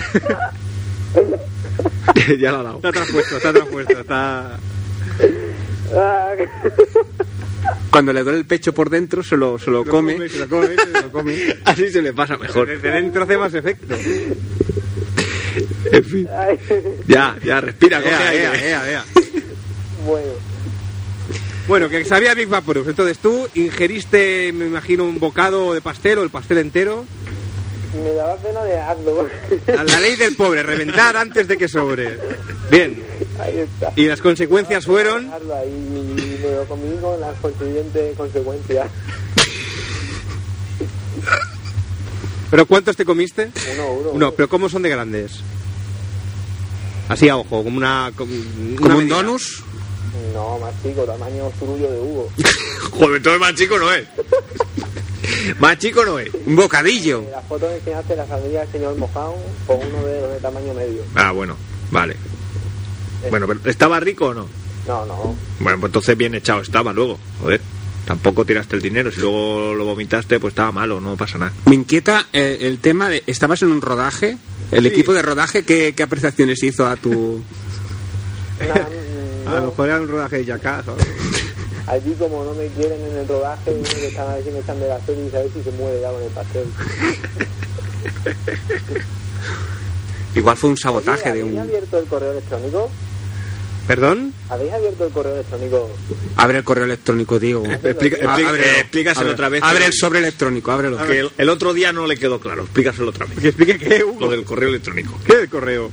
S8: ya lo ha dado.
S3: Está traspuesto, está traspuesto,
S8: [laughs]
S3: está... Cuando le duele el pecho por dentro, se lo, se lo come.
S8: come, se
S3: lo come, se lo come.
S8: Así se le pasa mejor.
S3: Desde dentro hace más efecto.
S8: En fin. Ya, ya, respira, coge
S3: Ea, ea,
S8: aire.
S3: ea, ea.
S4: Bueno,
S3: Bueno, que sabía Big Vaporub. Entonces tú ingeriste, me imagino, un bocado de pastel o el pastel entero.
S4: y me daba pena dejarlo.
S3: A la ley del pobre, reventar antes de que sobre. Bien.
S4: Ahí está.
S3: Y las consecuencias fueron...
S4: Dejarlo ahí y me lo comí con las consiguientes consecuencias.
S3: ¿Pero cuántos te comiste?
S4: Uno, uno.
S3: No, pero ¿cómo son de grandes? Así a ojo, como una... Como,
S8: ¿Como un
S3: donus?
S4: No, más chico, tamaño zurullo de Hugo.
S8: Joder, todo más chico
S3: [laughs]
S8: no es. Más chico no es.
S3: Un bocadillo.
S4: Las fotos que enseñaste las saldría el señor Mojao con uno de los de tamaño medio.
S8: Ah, bueno, vale. Bueno, pero ¿estaba rico o no?
S4: No, no.
S8: Bueno, pues entonces bien echado estaba luego. Joder, tampoco tiraste el dinero. Si luego lo vomitaste, pues estaba malo, no pasa nada.
S3: Me inquieta eh, el tema de... ¿Estabas en un rodaje? ¿El equipo de rodaje qué, qué apreciaciones hizo a tu...?
S4: Nada, mm, no.
S3: era un rodaje de Jackass.
S4: [laughs] Allí como no me quieren en el rodaje, me están a ver si me echan de la serie y a ver si se muere ya con el
S3: [laughs]
S4: pastel.
S3: Igual fue un sabotaje de
S4: ¿Habéis
S3: un...
S4: abierto el correo electrónico?
S3: ¿Perdón?
S4: ¿Habéis abierto el correo electrónico?
S3: Abre el correo electrónico, Diego.
S8: Explica-
S3: Ah,
S8: explica-
S3: ábrelo,
S8: eh, explícaselo
S3: ábrelo.
S8: otra vez.
S3: Abre el sobre electrónico, ábrelo.
S8: Que el, el otro día no le quedó claro. Explícaselo otra vez.
S3: Que explique qué,
S8: Lo del correo electrónico.
S3: ¿Qué del correo?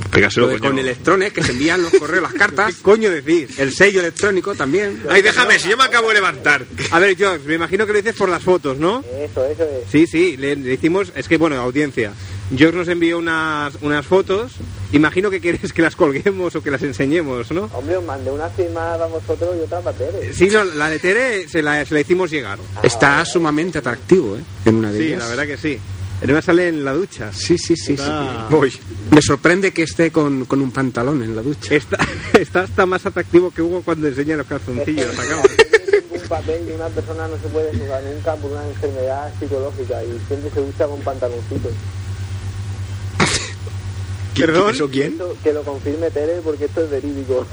S8: Explícaselo,
S3: con
S8: coño.
S3: electrones que se envían los correos, las cartas.
S1: coño decís?
S3: El sello electrónico también.
S8: Ay, déjame, si yo me acabo de levantar.
S1: A ver, George, me imagino que lo dices por las fotos, ¿no?
S4: Eso, eso es.
S1: Sí, sí, le, le hicimos... Es que, bueno, audiencia. George nos envió unas, unas fotos. Imagino que quieres que las colguemos o que las enseñemos, ¿no?
S4: Hombre, os mandé una firmada a vosotros y otra para Tere.
S1: Sí, no, la de Tere se la, se la hicimos llegar.
S3: Está sumamente atractivo, ¿eh? En una de
S1: Sí,
S3: ellas.
S1: la verdad que sí. Además sale en la ducha.
S3: Sí, sí, sí. sí.
S1: Está-
S3: Voy. Me sorprende que esté con, con un pantalón en la ducha.
S1: Está, [laughs] está hasta más atractivo que Hugo cuando enseña los
S4: [laughs]
S1: calzoncillos. sacamos.
S4: Un papel de una persona no se puede jugar nunca por una enfermedad psicológica y siempre se usa con pantaloncitos.
S3: ¿Eh?
S8: ¿Quién-
S1: Perdón.
S8: ¿Eso quién?
S4: Esto, que lo confirme Tere porque esto es verídico.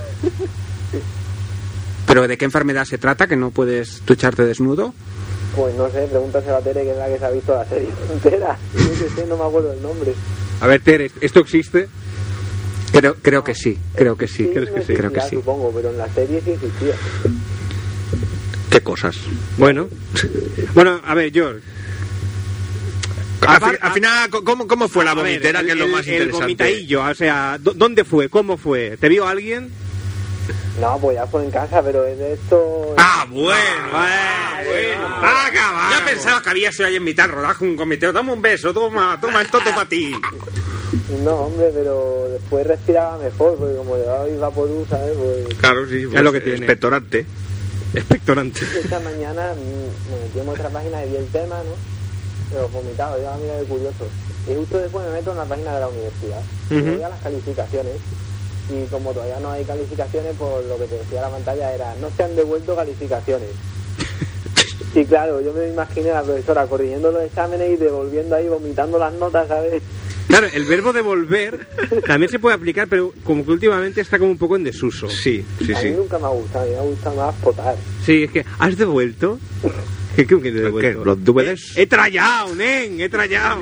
S3: Pero ¿de qué enfermedad se trata? Que no puedes ducharte desnudo.
S4: Pues no sé, pregúntase a Tere que es la que se ha visto la serie [laughs] entera. Yo que sé, no me acuerdo el nombre.
S1: A ver, Tere, ¿esto existe?
S3: Creo, creo que sí, creo que sí.
S1: ¿crees que sí?
S3: Creo que
S4: Ya,
S3: sí.
S4: Supongo, pero en la serie sí existía.
S8: ¿Qué cosas?
S1: Bueno. Bueno, a ver, George.
S8: Al,
S1: Apar-
S8: fi- al final, ¿cómo, cómo fue la
S1: A ver,
S8: vomitera?
S1: el-
S8: que es lo
S1: el-
S8: más
S1: El
S8: interesante.
S1: vomitadillo, o sea, ¿dó- ¿dónde fue? ¿Cómo fue? ¿Te vio alguien?
S4: No, pues ya fue en casa, pero es de esto...
S8: Ah, bueno.
S1: Ah,
S8: eh. Ah, bueno.
S3: Ya pensaba que había sido ahí en mitad rodaje un comité. Dame un beso, toma, toma el toto para ti.
S4: No, hombre, pero después respiraba mejor, porque como llevaba Vaporú, ¿sabes? Pues
S8: Claro, sí.
S1: lo que tiene.
S8: Espectorante.
S1: Espectorante.
S4: esta mañana mm, me metí en vuestra página y vi el tema, ¿no? Pero vomitado, yo a mirar de curioso. Y justo después me meto en la página de la universidad. Y
S1: Ujú.
S4: voy a las calificaciones. Y como todavía no hay calificaciones, pues lo que te decía la pantalla era, no se han devuelto
S8: [laughs]
S4: calificaciones. Y claro, yo me imaginé a la profesora corrigiendo los exámenes y devolviendo ahí, vomitando las notas, ¿sabes?
S1: Claro, el verbo devolver también se puede aplicar, pero como que últimamente está como un poco en desuso.
S8: Sí, sí,
S4: a mí
S8: sí.
S4: nunca me ha gustado, a mí me gusta más potar.
S1: Sí, es que, ¿has devuelto? ¿Qué creo que te he devuelto? Eh,
S8: qué? ¿Los DVDs?
S1: He, he trallado, nen, he trallado.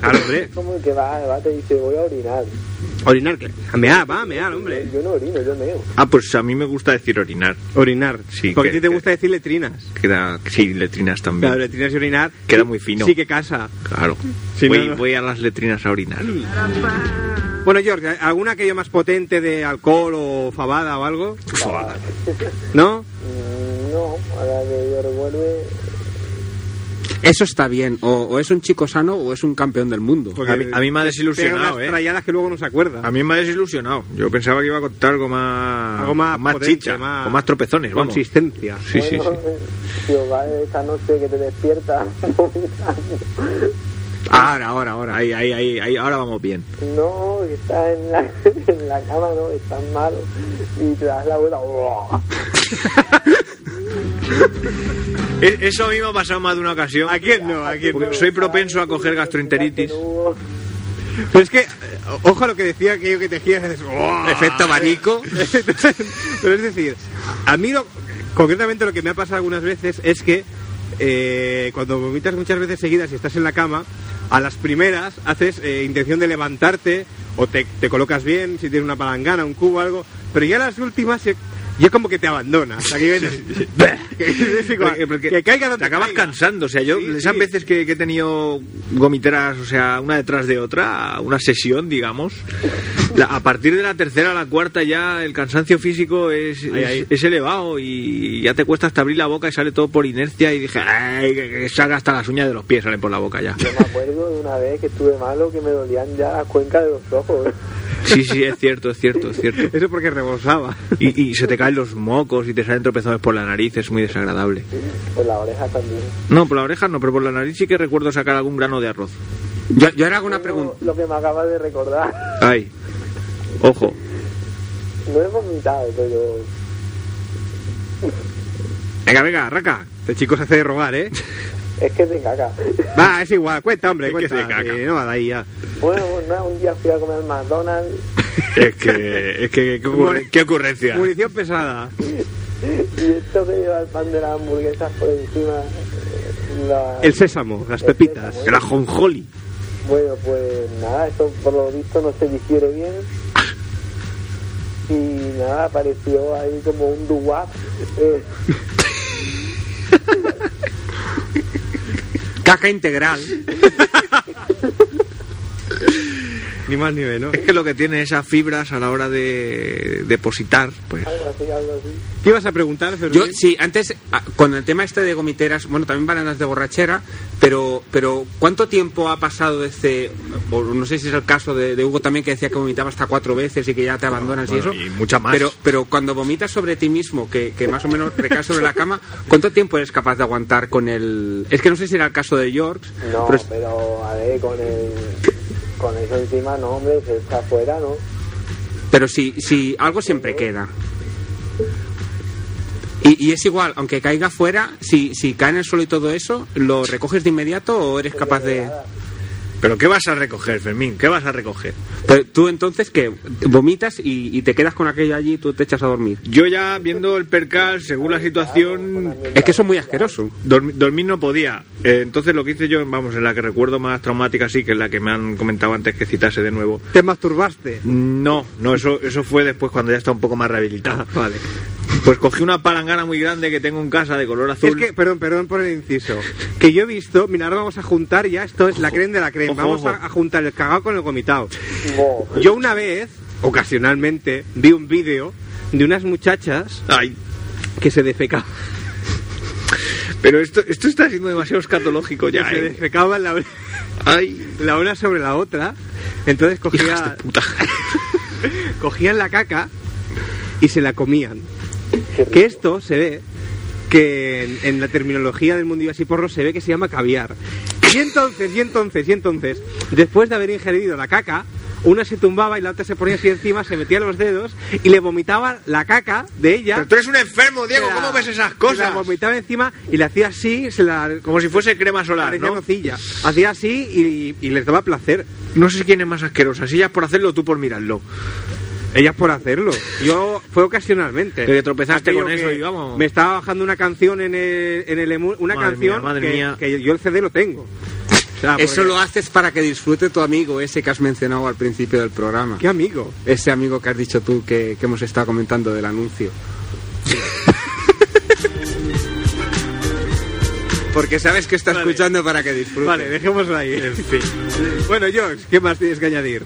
S1: Claro, hombre.
S4: Como el que va, va, te dice, voy a orinar. Eh,
S1: Orinar, ¿qué? A mear, va, a mear, hombre.
S4: Yo no orino, yo meo.
S2: Ah, pues a mí me gusta decir orinar.
S1: Orinar.
S2: Sí,
S1: Porque a
S2: que-
S1: ti te
S2: que-
S1: gusta decir letrinas.
S2: Queda, sí, letrinas también.
S1: Claro, letrinas y orinar.
S2: Queda muy fino.
S1: Sí que casa.
S2: Claro.
S1: Sí,
S2: voy,
S1: no, no.
S2: voy a las letrinas a orinar.
S1: Bueno, George, ¿alguna aquello más potente de alcohol o fabada o algo?
S2: Fua.
S1: ¿No?
S4: Mm, No, ahora que yo recuerde,
S3: Eso está bien. O, o es un chico sano o es un campeón del mundo.
S2: A mí- a mí me ha desilusionado,
S1: Pega
S2: ¿eh?
S1: unas trayadas que luego no se acuerda.
S2: A mí me ha desilusionado. Yo pensaba que iba a contar algo más.
S1: Algo más potente,
S2: chicha.
S1: más-
S2: Con más tropezones, vamos.
S1: Consistencia.
S2: Sí, sí, sí.
S4: bueno, tío, vale, esta noche que te [laughs] despiertas,
S2: Ahora, ahora, ahora. Ahí, ahí, ahí, ahí. Ahora vamos bien.
S4: no, que estás en la, [laughs] en la cama, no, estás malo, y te das la vuelta, ¡buah!
S2: E- Eso a mí me ha pasado más de una ocasión.
S1: ¿A quién no? ¿A quién no?
S2: Porque Soy propenso a coger gastroenteritis.
S4: Hubo-
S1: Pero es que, eh, ojo a lo que decía aquello que te quieres.
S8: Ah,
S3: Efecto abanico.
S8: eh,
S1: Pero es decir, a mí lo- concretamente lo que me ha pasado algunas veces es que eh, cuando vomitas muchas veces seguidas y estás en la cama, a las primeras haces eh, intención de levantarte o te, te colocas bien, si tienes una palangana, un cubo, algo, pero ya las últimas se- ya como que te abandonas. O sea,
S2: [laughs]
S1: que dices, que es igual,
S2: Porque-
S8: eh,
S2: porque
S1: que caiga donde
S2: te acabas
S1: caiga.
S2: cansando, o sea, yo
S1: Sí,
S2: esas
S1: sí.
S2: veces que, que he tenido gomiteras, o sea, una detrás de otra, una sesión, digamos, la- a partir de la tercera a la cuarta ya el cansancio físico es, es, es elevado y ya te cuesta hasta abrir la boca y sale todo por inercia y dije, ay, que, que salga hasta las uñas de los pies, salen por la boca ya.
S4: Yo me acuerdo de una vez que estuve malo que me dolían ya las cuencas de los ojos. [laughs]
S2: Sí, sí, es cierto, es cierto, es cierto.
S1: Eso porque rebosaba.
S2: Y, y se te caen los mocos y te salen tropezones por la nariz, es muy desagradable.
S4: Por las orejas también.
S2: No, por la oreja no, pero por la nariz sí que recuerdo sacar algún grano de arroz.
S3: Yo, yo ahora hago una
S4: Yo,
S3: pregunta.
S4: Lo que me acabas de recordar. [laughs]
S2: Ay, ojo.
S4: No he vomitado, pero
S2: Venga, venga, arranca.
S1: Este chico se hace de rogar,
S2: [laughs]
S1: ¿eh?
S4: es que te caca.
S1: Va, es igual, cuenta, hombre,
S2: Es que
S1: cuenta.
S2: se caca.
S1: que no, va de ahí ya.
S4: [laughs] Bueno, pues nada, un día fui a comer McDonald's
S2: Es que, es que, qué, ocurre- qué ocurrencia.
S1: Munición pesada.
S4: y esto que lleva el pan de las hamburguesas por encima. eh, la-
S1: El sésamo, las pepitas.
S2: El ajonjoli.
S4: Bueno, pues nada, eso por lo visto no se digiere bien. Y nada, apareció ahí como un duwap. eh,
S3: Caca integral.
S1: Ni más ni menos.
S2: Es que lo que tiene esas fibras a la hora de depositar, pues.
S4: algo así, algo así.
S1: ¿Qué ibas a preguntar,
S3: Yo,
S1: Fermín?
S3: sí, antes, ah, con el tema este de gomiteras, bueno, también van las de borrachera, pero, pero ¿cuánto tiempo ha pasado desde, o no sé si es el caso de, de Hugo también, que decía que vomitaba hasta cuatro veces y que ya te abandonas
S2: bueno,
S3: y eso?
S2: y muchas más.
S3: Pero, pero cuando vomitas sobre ti mismo, que, que más o menos recae sobre la cama, ¿cuánto tiempo eres capaz de aguantar con el...? Es que no sé si era el caso de Yorks,
S4: No,
S3: pero es-
S4: pero a ver, con el, con eso encima, no, hombre, se está afuera, ¿no?
S3: Pero si, si algo siempre queda. Y, y es igual, aunque caiga fuera, si, si cae en el suelo y todo eso, ¿lo recoges de inmediato o eres capaz de...?
S2: Pero ¿qué vas a recoger, Fermín? ¿Qué vas a recoger?
S3: Pero tú entonces que vomitas y, y te quedas con aquello allí y tú te echas a dormir.
S2: Yo ya viendo el percal, según la situación,
S3: Es que eso es muy asqueroso.
S2: dormi- dormir no podía. Eh, entonces lo que hice yo, vamos, en la que recuerdo más traumática, sí, que es la que me han comentado antes que citase de nuevo.
S1: Te masturbaste.
S2: No, no, eso, eso fue después cuando ya está un poco más rehabilitada. [laughs] Vale. Pues cogí una palangana muy grande que tengo en casa de color azul.
S1: Es que, perdón, perdón por el inciso. Que yo he visto, mira, ahora vamos a juntar ya, esto es la crema de la crema.
S2: ojo,
S1: Vamos
S2: ojo.
S1: a, a juntar el cagao con el gomitao.
S4: Bo,
S1: Yo una vez, ocasionalmente, vi un vídeo de unas muchachas
S2: Ay,
S1: que se defecaban,
S2: pero esto, esto está siendo demasiado escatológico
S1: que
S2: ya,
S1: se
S2: ¿eh?
S1: defecaban la,
S2: Ay,
S1: [laughs] la una sobre la otra. Entonces
S2: hijas
S1: cogía,
S2: de puta.
S1: [laughs] cogían la caca y se la comían.
S4: qué rico.
S1: Que esto se ve que en, en la terminología del mundillo así porro se ve que se llama caviar. Y entonces, y entonces, y entonces, después de haber ingerido la caca, una se tumbaba y la otra se ponía así encima, se metía los dedos y le vomitaba la caca de ella.
S2: Pero tú eres un enfermo, Diego,
S1: Se la-
S2: ¿cómo ves esas
S1: se La
S2: cosas?
S1: vomitaba encima y le hacía así, se la
S2: Como si fuese crema solar,
S1: parecía
S2: ¿no?
S1: nocilla. Hacía así y, y les daba placer.
S2: No sé quién es más asquerosa, si ellas por hacerlo o tú por mirarlo.
S1: Ellas por hacerlo. Yo fue ocasionalmente.
S2: Que te tropezaste
S1: Aquello
S2: con eso
S1: que
S2: y vamos.
S1: Me estaba bajando una canción en el, en el emu- una
S2: Madre
S1: canción
S2: mía, madre
S1: que,
S2: mía.
S1: que yo el CD lo tengo.
S9: sea, porque-
S5: Eso lo haces para que disfrute tu amigo ese que has mencionado al principio del programa.
S9: ¡Qué amigo!
S5: Ese amigo que has dicho tú que, que hemos estado comentando del
S9: [laughs]
S5: anuncio. Porque sabes que está
S9: Vale.
S5: escuchando para que disfrute.
S9: Vale, dejémoslo ahí. En fin. Bueno, Jox, ¿qué más tienes que añadir?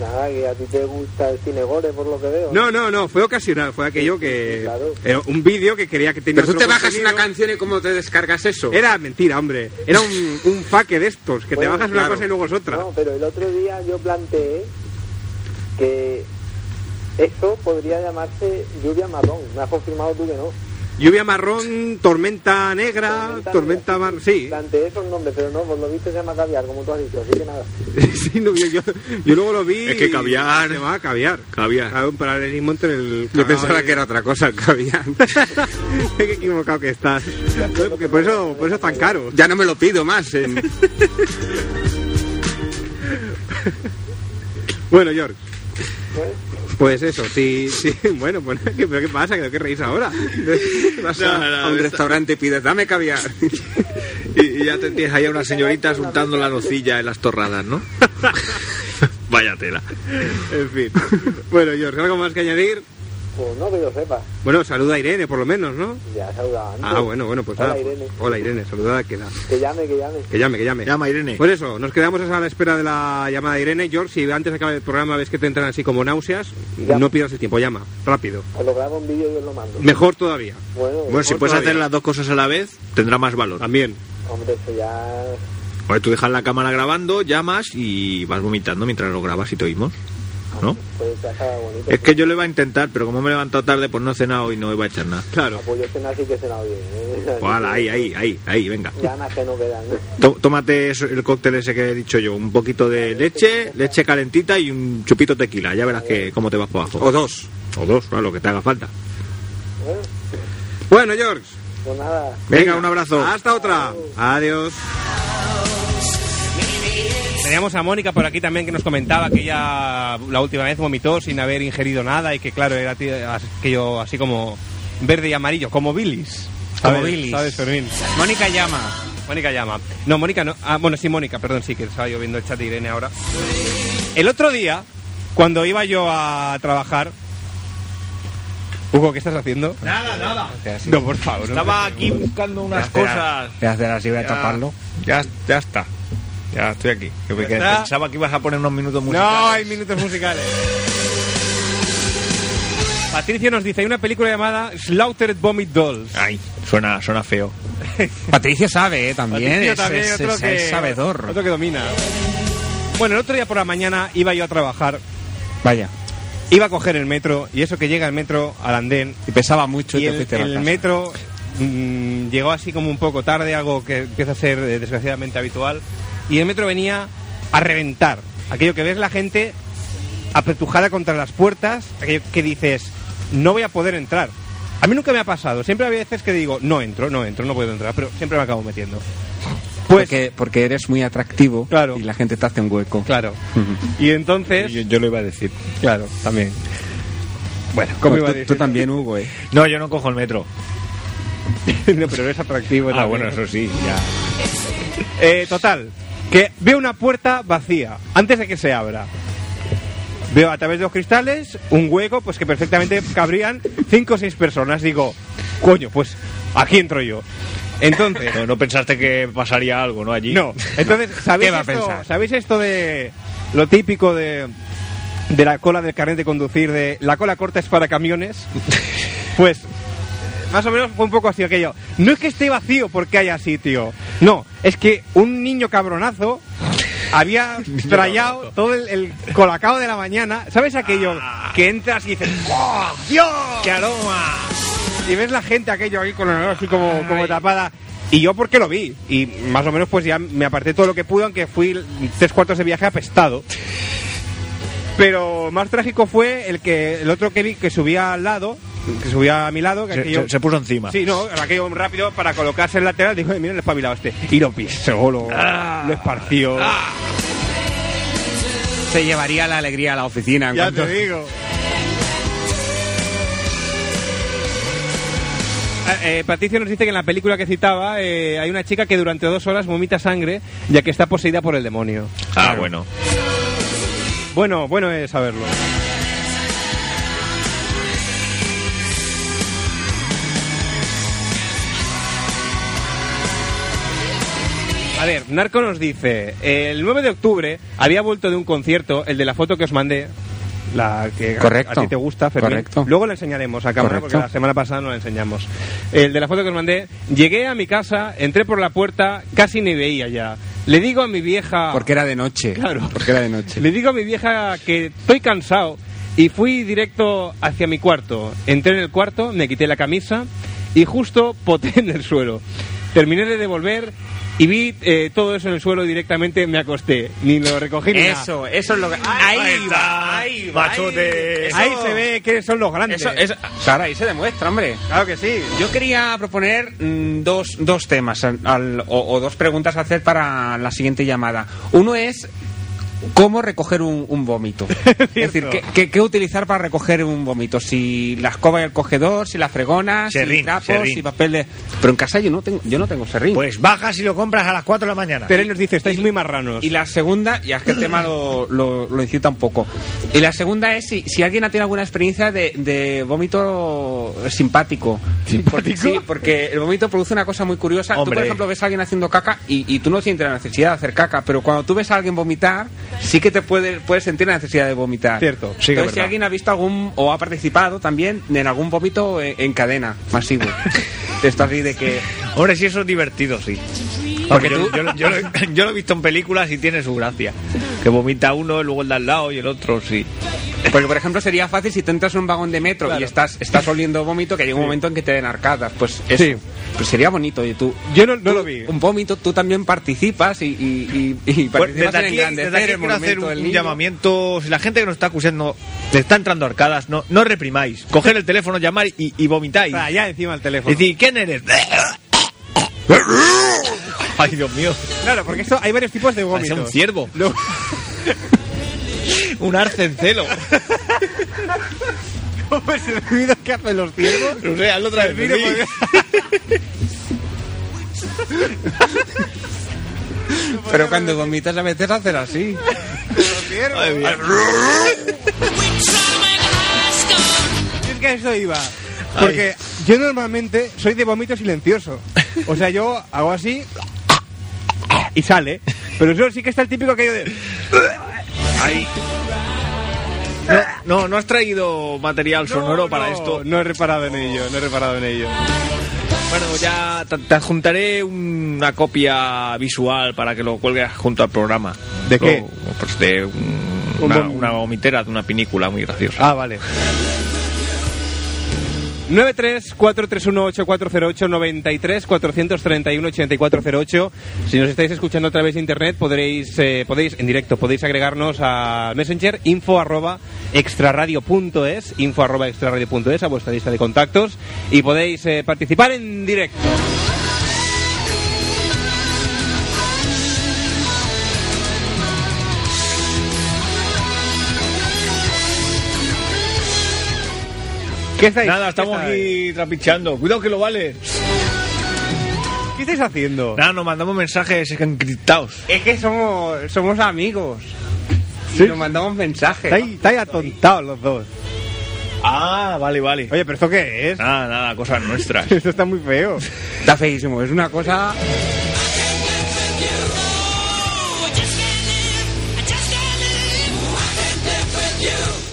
S4: Nada, que a ti te gusta el cine gore por lo que veo.
S9: No, no, no, fue ocasional, fue aquello que...
S4: Claro.
S9: era un vídeo que quería que tenía
S5: Pero tú te
S9: otro
S5: bajas
S9: contenido. Eh,
S5: una canción y cómo te descargas eso.
S9: Era mentira, hombre. Era un, un faque de estos, que
S4: Bueno,
S9: te bajas una
S5: claro.
S9: cosa y luego es otra.
S4: No, pero el otro día yo planteé que eso podría llamarse lluvia marrón. Me has confirmado tú que no.
S9: Lluvia marrón, tormenta negra, tormenta, mar... Sí, [laughs]
S4: Planteé esos nombres, pero no, por lo visto se llama caviar, como tú has dicho, así que nada.
S9: Sí, no, yo, yo, yo luego lo vi...
S8: Es que caviar-
S9: Se va a caviar.
S8: Caviar.
S9: Hay un paralelismo entre el...
S5: Yo pensaba que era otra
S9: [laughs]
S5: cosa el caviar.
S9: Qué equivocado que estás. Porque por eso, por eso es tan caro.
S5: Ya no me lo pido más. eh.
S9: Bueno, George. Pues eso, sí, sí. Bueno, pues [laughs] ¿qué, pero ¿qué pasa? ¿Qué reís
S8: [laughs]
S9: ahora?
S5: Vas a,
S8: No, no,
S5: a un
S8: está-
S5: restaurante y pides, dame
S8: [laughs]
S5: caviar.
S8: Y, y ya te tienes ahí a unas señoritas untando la nocilla en las torradas, ¿no? Vaya tela.
S9: En fin. Bueno, George, ¿algo más que añadir?
S4: Pues no que yo sepa.
S9: Bueno, saluda a Irene, por lo menos, ¿no?
S4: Ya saludaba antes.
S9: Ah, bueno, bueno, pues
S4: Hola,
S9: nada. pues-
S4: Irene.
S9: hola, Irene, saludada, que, la-
S4: Que llame, que llame.
S9: que llame, que llame.
S8: Llama, Irene.
S9: Por eso, nos quedamos a la espera de la llamada de Irene. George, si antes de acabar el programa ves que te entran así como náuseas,
S4: Llama.
S9: no pierdas el tiempo, llama, rápido.
S4: Os lo grabo un vídeo y os lo mando.
S9: Mejor todavía,
S4: Bueno,
S8: Bueno, si
S9: Mejor
S8: puedes
S9: todavía.
S8: hacer las dos cosas a la vez, tendrá más valor.
S9: también.
S4: hombre, eso ya...
S8: Oye, tú dejas la cámara grabando, llamas y vas vomitando mientras lo grabas y te oímos. ¿No?
S4: Pues ya estaba bonito.
S8: Es que yo lo iba a intentar, pero como me he levantado tarde, pues no he cenado y no iba a echar nada.
S9: Claro.
S4: Apoyo cenar Pues sí que he cenado bien. ¿eh?
S8: Ojalá, ahí, ahí, ahí, ahí, venga.
S4: [laughs] Ganas que no quedan. ¿eh?
S8: Tó- Tómate eso- el cóctel ese que he dicho yo, un poquito de leche, leche calentita y un chupito tequila, ya verás que cómo te vas por abajo.
S5: O dos.
S8: O dos, claro, lo que te haga falta.
S9: Bueno, George.
S4: Pues nada,
S8: Venga, un abrazo.
S9: Hasta otra. Adiós.
S1: Teníamos a Mónica por aquí también que nos comentaba que ella la última vez vomitó sin haber ingerido nada y que claro, era ti- aquello así como verde y amarillo, como bilis.
S3: Como
S1: ¿Sabes?
S3: bilis.
S1: ¿Sabes, Fermín?
S3: Mónica llama.
S1: Mónica llama. No, Mónica no. Ah, bueno, sí, Mónica, perdón, sí, que estaba yo viendo el chat de Irene ahora. El otro día, cuando iba yo a trabajar... Hugo, ¿qué estás haciendo?
S8: Nada, nada.
S1: No, por favor. no.
S8: Estaba aquí buscando unas cosas.
S3: Te hacer así, voy a
S8: Ya.
S3: taparlo.
S2: Ya, ya está. Ya estoy aquí.
S8: Que me- que
S1: ¿Verdad?
S8: pensaba que ibas a poner unos minutos
S1: No,
S8: musicales.
S1: hay minutos musicales. Patricio nos dice, hay una película llamada Slaughtered Vomit Dolls.
S3: Ah,
S8: Ay, suena, suena feo.
S3: Patricio sabe, ¿eh? también.
S1: Patricio
S3: es,
S1: también,
S3: es-
S1: otro
S3: es-
S1: que-
S3: es sabedor.
S1: Otro que domina. Bueno, el otro día por la mañana iba yo a trabajar,
S3: Vaya.
S1: iba a coger el metro, y eso que llega el metro al andén,
S3: Y pesaba mucho y,
S1: y
S3: te
S1: el,
S3: fuiste a la
S1: el
S3: casa.
S1: metro mm, llegó así como un poco tarde, algo que empieza a ser eh, desgraciadamente habitual, y el metro venía a reventar. Aquello que ves la gente apretujada contra las puertas, aquello que dices, no voy a poder entrar. A mí nunca me ha pasado, siempre había veces que digo, no entro, no entro, no puedo entrar, pero siempre me acabo metiendo. Pues,
S3: porque, porque eres muy atractivo
S1: Claro.
S3: y la gente te hace un hueco. [laughs]
S1: claro.
S3: Mm.
S1: Y entonces,
S2: Yo, yo lo iba a decir.
S1: claro, también. Bueno, como
S3: Como
S1: iba
S3: tú, tú
S1: diciendo.
S3: también, Hugo, ¿eh?
S2: No, yo no cojo el metro.
S1: [laughs] No, pero es atractivo.
S2: ah,
S1: también.
S2: bueno, eso sí, ya.
S1: Eh, total, que veo una puerta vacía antes de que se abra. Veo a través de los cristales un hueco, pues que perfectamente cabrían cinco o seis personas. Digo, coño, pues aquí entro yo. Entonces,
S2: No, no pensaste que pasaría algo, ¿no? Allí.
S1: no. Entonces, ¿sabéis,
S2: [laughs] ¿Qué va a
S1: esto,
S2: pensar?
S1: ¿sabéis esto de lo típico de, de la cola del carnet de conducir? De la cola corta es para
S2: [laughs]
S1: camiones. Pues, más o menos fue un poco así aquello. No es que esté vacío porque haya sitio. No, es que un niño cabronazo
S2: [laughs]
S1: había trayado todo el, el colacao de la mañana. ¿Sabes aquello
S2: Ah.
S1: que entras y dices, ¡Oh, Dios! ¡Qué aroma! Y ves la gente aquello ahí con el olor así como, como tapada. Y yo porque lo vi. Y más o menos pues ya me aparté todo lo que pude, aunque fui tres cuartos de viaje apestado. Pero más trágico fue el que el otro que vi que subía al lado, que subía a mi lado, que
S2: Se,
S1: aquello-
S2: se- se puso encima.
S1: Sí, no, aquello rápido para colocarse en lateral, dijo, "Eh, mira, el espabilado este. Y lo pisó, lo,
S2: Ah.
S1: lo esparció.
S3: Se llevaría la alegría a la oficina. en cuanto-
S1: digo. Ah, eh, Patricio nos dice que en la película que citaba eh, hay una chica que durante dos horas vomita sangre ya que está poseída por el demonio.
S2: Ah, bueno.
S1: Bueno, bueno es saberlo. A ver, Narco nos dice, eh, el 9 de octubre había vuelto de un concierto, el de la foto que os mandé, la que a-
S10: Correcto.
S1: a ti te gusta, Fermín.
S10: Correcto.
S1: Luego la enseñaremos a cámara, porque
S10: Correcto.
S1: la semana pasada no la enseñamos. El de la foto que os mandé, llegué a mi casa, entré por la puerta, casi ni veía ya. Le digo a mi vieja...
S10: Porque era de noche.
S1: Claro.
S10: Porque era de noche.
S1: Le digo a mi vieja que estoy cansado y fui directo hacia mi cuarto. Entré en el cuarto, me quité la camisa y justo poté en el suelo. Terminé de devolver y vi eh, todo eso en el suelo y directamente me acosté. Ni lo recogí ni nada.
S3: Eso, eso es lo que. Ahí va, ahí va.
S2: machote.
S3: Eso-
S1: Ahí se ve que son los grandes.
S3: Eso, eso, claro, ahí se demuestra, hombre.
S1: Claro que sí.
S3: Yo quería proponer mm, dos, dos temas al- al- o, o dos preguntas a hacer para la siguiente llamada. Uno es cómo recoger un,
S2: [laughs]
S3: un vómito. es decir, ¿qué, qué, qué utilizar para recoger un vómito? Si la escoba y el cogedor, si las fregonas, si
S2: Serrín,
S3: trapos,
S2: serrín.
S3: si papel de... Pero en casa yo no tengo, yo no tengo serrín.
S2: Pues bajas y lo compras a las 4 de la mañana.
S1: Pero él nos dice, estáis muy marranos.
S3: Y la segunda, ya es que el tema lo, lo, lo incita un poco. Y la segunda es si, si alguien ha tenido alguna experiencia de, de vómito simpático. ¿Simpático? Sí, porque el vómito produce una cosa muy curiosa. Tú,
S2: Hombre.
S3: por ejemplo, ves a alguien haciendo caca y, y tú no sientes la necesidad de hacer caca, pero cuando tú ves a alguien vomitar, sí que te puedes, puedes sentir la necesidad de vomitar.
S1: Cierto,
S2: sí que
S3: Entonces,
S2: es
S3: si
S2: verdad.
S3: alguien ha visto algún o ha participado también en algún vómito en, en cadena
S2: [laughs]
S3: masivo. Esto así de que...
S2: Hombre, sí, eso es divertido, sí. Porque yo, yo lo- yo lo, yo lo he [laughs] visto en películas y tiene su gracia. Que vomita uno, luego el de al lado y el otro, sí.
S3: Porque, por ejemplo, sería fácil si tú entras en un vagón de metro y estás, estás oliendo vómito, que llega un momento en que te den arcadas. Pues eso.
S1: Sí.
S3: Pues sería bonito. Y tú,
S1: Yo no, no
S3: tú,
S1: lo vi.
S2: pues,
S3: Un vómito, tú también participas y, y, y- y
S2: Bueno,
S3: participas
S2: Pues, desde
S3: en
S2: aquí,
S3: engrandecer
S2: desde aquí
S3: el
S2: quiero hacer
S3: monumento
S2: un,
S3: del
S2: un
S3: niño.
S2: llamamiento. Si la gente que nos está acusando le está entrando arcadas, no, no reprimáis. Coger el teléfono, llamar y, y vomitáis.
S1: Está allá encima el
S2: Es
S1: teléfono.
S2: decir, ¿quién eres? Ay, Dios mío.
S1: claro, porque esto hay varios tipos de
S2: Parece
S1: vómitos.
S2: un ciervo. [laughs] un arcencelo.
S1: [laughs] ¿Cómo es Pues el ruido que hacen los ciervos?
S2: No sé, hazlo otra vez.
S1: Mira,
S2: Fermín.
S3: Pero cuando vomitas a veces hacer así.
S2: Madre mía.
S1: Es que a eso iba. Porque yo normalmente soy de vómito silencioso. O sea, yo hago así y sale. Pero eso sí que está el típico que yo de...
S2: No, no has traído material sonoro
S1: No,
S2: para
S1: no,
S2: esto.
S1: No he reparado en ello, no he reparado en ello.
S2: Bueno, ya te, te adjuntaré una copia visual para que lo cuelgues junto al programa.
S1: ¿De qué?
S2: Lo- pues de un-
S1: Un
S2: una,
S1: bom-
S2: una vomitera, de una pinícula muy graciosa.
S1: Ah, vale. 93-431-8408-93-431-8408. Si nos estáis escuchando a través de internet, podréis, eh, podéis, en directo, podéis agregarnos al Messenger info arroba extraradio.es, info arroba extraradio.es a vuestra lista de contactos y podéis eh, participar en directo. ¿Qué estáis,
S2: Nada,
S1: qué
S2: estamos
S1: estáis-
S2: aquí trapicheando. Cuidado que lo vale.
S1: ¿Qué estáis haciendo?
S2: Nada, nos mandamos mensajes encriptados.
S1: Es que somos, somos amigos.
S3: Y nos mandamos mensajes.
S1: Estáis, estáis atontados los dos.
S2: Ah, vale, vale.
S1: Oye, ¿pero esto qué es? [laughs]
S2: Nada, nada, cosas nuestras.
S1: Esto está muy feo.
S3: Está feísimo. Es una cosa...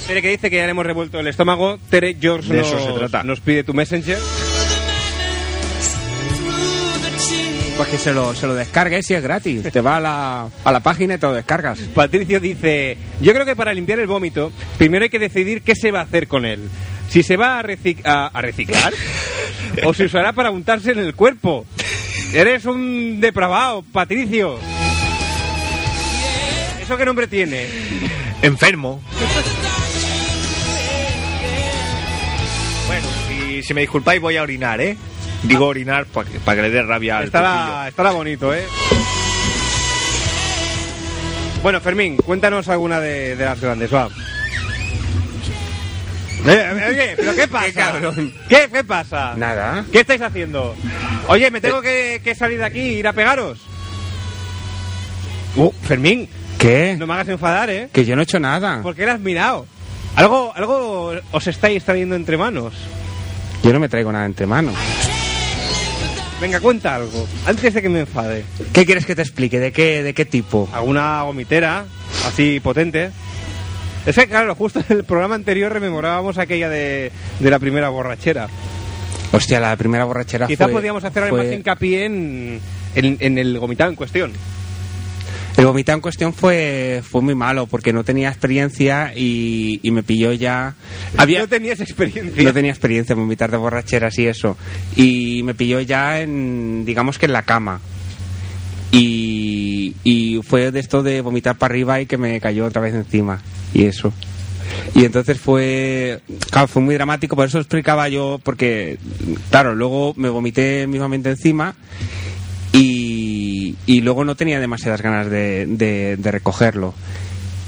S1: Tere que dice que ya le hemos revuelto el estómago. Tere, George
S2: De
S1: nos,
S2: eso se trata.
S1: nos pide tu messenger.
S3: Pues que se lo, se lo descargues y es gratis. Te va a la, a la página y te lo descargas.
S1: Patricio dice, yo creo que para limpiar el vómito, primero hay que decidir qué se va a hacer con él. Si se va a, recic- a- a reciclar o se usará para untarse en el cuerpo. Eres un depravado, Patricio. ¿Eso qué nombre tiene?
S2: Enfermo. bueno, si, si me disculpáis, voy a orinar, ¿eh? Digo orinar para que, pa' que le dé rabia al pepillo.
S1: Estará, estará bonito, ¿eh? Bueno, Fermín, cuéntanos alguna de, de las grandes, va. Eh, Oye, ¿pero qué pasa?
S5: Qué cabrón.
S1: ¿Qué, qué pasa?
S5: Nada.
S1: ¿Qué estáis haciendo? Oye, me tengo que, que salir de aquí e ir a pegaros. Uh, Fermín,
S3: ¿Qué?
S1: no me hagas enfadar, ¿eh?
S3: Que yo no he hecho nada.
S1: ¿Por qué la has mirado? Algo, algo os estáis trayendo entre manos.
S3: Yo no me traigo nada entre manos.
S1: Venga, cuenta algo, antes de que me enfade.
S3: ¿Qué quieres que te explique? ¿De qué, de qué tipo?
S1: alguna gomitera así potente. Es que, claro, justo en el programa anterior rememorábamos aquella de, de la primera borrachera.
S3: Hostia, la primera borrachera
S1: Quizá
S3: Ah, fue-
S1: podíamos hacer
S3: fue-
S1: más hincapié en, en- en el gomitado en cuestión.
S3: El vomitar en cuestión fue, fue muy malo porque no tenía experiencia y, y me pilló ya. Había,
S1: No tenías experiencia.
S3: no tenía experiencia en vomitar de borracheras y eso. Y me pilló ya en, digamos que en la cama. Y, y fue de esto de vomitar para arriba y que me cayó otra vez encima. Y eso. Y entonces fue, claro, fue muy dramático, por eso explicaba yo, porque, claro, luego me vomité mismamente encima y, y luego no tenía demasiadas ganas de, de- de recogerlo.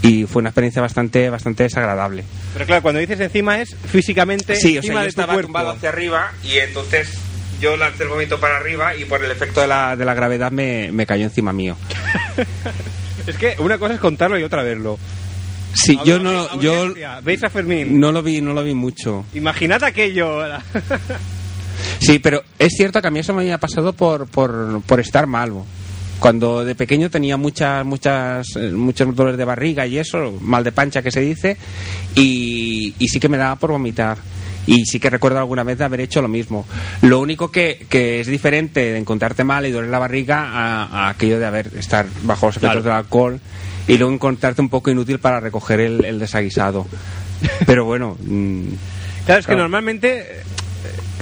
S3: Y fue una experiencia bastante, bastante desagradable.
S1: Pero claro, cuando dices encima es físicamente
S3: Sí, o sea,
S1: encima
S3: yo
S1: de tu
S3: estaba
S1: cuerpo.
S3: tumbado hacia arriba y entonces yo lancé el vómito para arriba y por el efecto de la, de la gravedad me, me cayó encima mío.
S1: Es que una cosa es contarlo y otra verlo.
S3: Sí, yo
S1: Audiencia,
S3: no, yo
S1: audiencia, ¿Veis a Fermín?
S3: no lo vi, no lo vi mucho.
S1: Imaginad aquello. ahora.
S3: Sí, pero es cierto que a mí eso me había pasado por, por, por estar malo. Cuando de pequeño tenía muchas, muchas, eh, muchos dolores de barriga y eso, mal de pancha que se dice, y, y sí que me daba por vomitar. Y sí que recuerdo alguna vez de haber hecho lo mismo. Lo único que, que es diferente de encontrarte mal y doler la barriga a, a aquello de haber estar bajo los efectos del alcohol y luego encontrarte un poco inútil para recoger el, el desaguisado. Pero bueno, mm,
S1: Claro, es que
S3: Claro.
S1: normalmente, eh,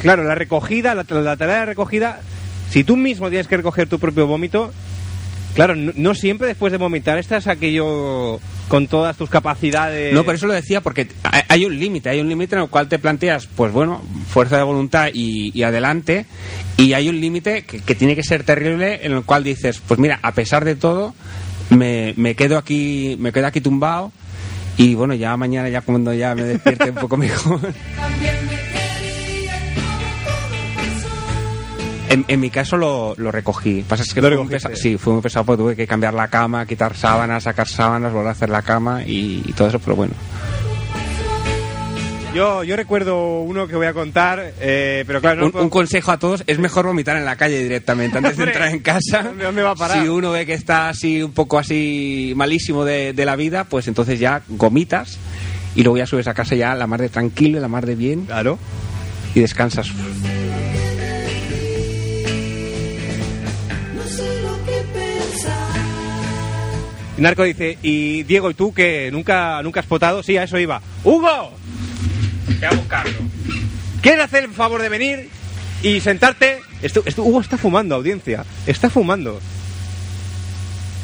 S1: claro, la recogida, la, la tarea de recogida, si tú mismo tienes que recoger tu propio vómito, claro, no, no siempre después de vomitar estás aquello con todas tus capacidades.
S3: No, por eso lo decía, porque hay- hay un límite, hay un límite en el cual te planteas, pues bueno, fuerza de voluntad y, y adelante, y hay un límite que, que tiene que ser terrible en el cual dices, pues mira, a pesar de todo, me, me quedo aquí, me quedo aquí tumbado, y bueno, ya mañana, ya cuando ya me despierte un poco [laughs] mejor. En, en mi caso lo, lo recogí. Pasa es que
S1: Lo
S3: fue muy
S1: recogiste.
S3: pesa- sí, fue muy pesado porque tuve que cambiar la cama, quitar sábanas, sacar sábanas, volver a hacer la cama y, y todo eso, pero bueno.
S1: Yo, yo recuerdo uno que voy a contar, eh, pero claro, no
S3: un,
S1: puedo-
S3: un consejo a todos, es mejor vomitar en la calle directamente antes de
S1: Hombre,
S3: entrar en casa.
S1: ¿dónde- dónde va a parar?
S3: Si uno ve que está así un poco así malísimo de, de la vida, pues entonces ya gomitas y luego ya subes a casa ya la mar de tranquilo, la mar de bien
S1: claro.
S3: y descansas.
S1: Narco dice, y Diego, ¿y tú que nunca, nunca has potado? Sí, a eso iba. ¡Hugo! Te a buscarlo. ¿Quieres hacer el favor de venir y sentarte? Esto, esto- Hugo está fumando, audiencia. Está fumando.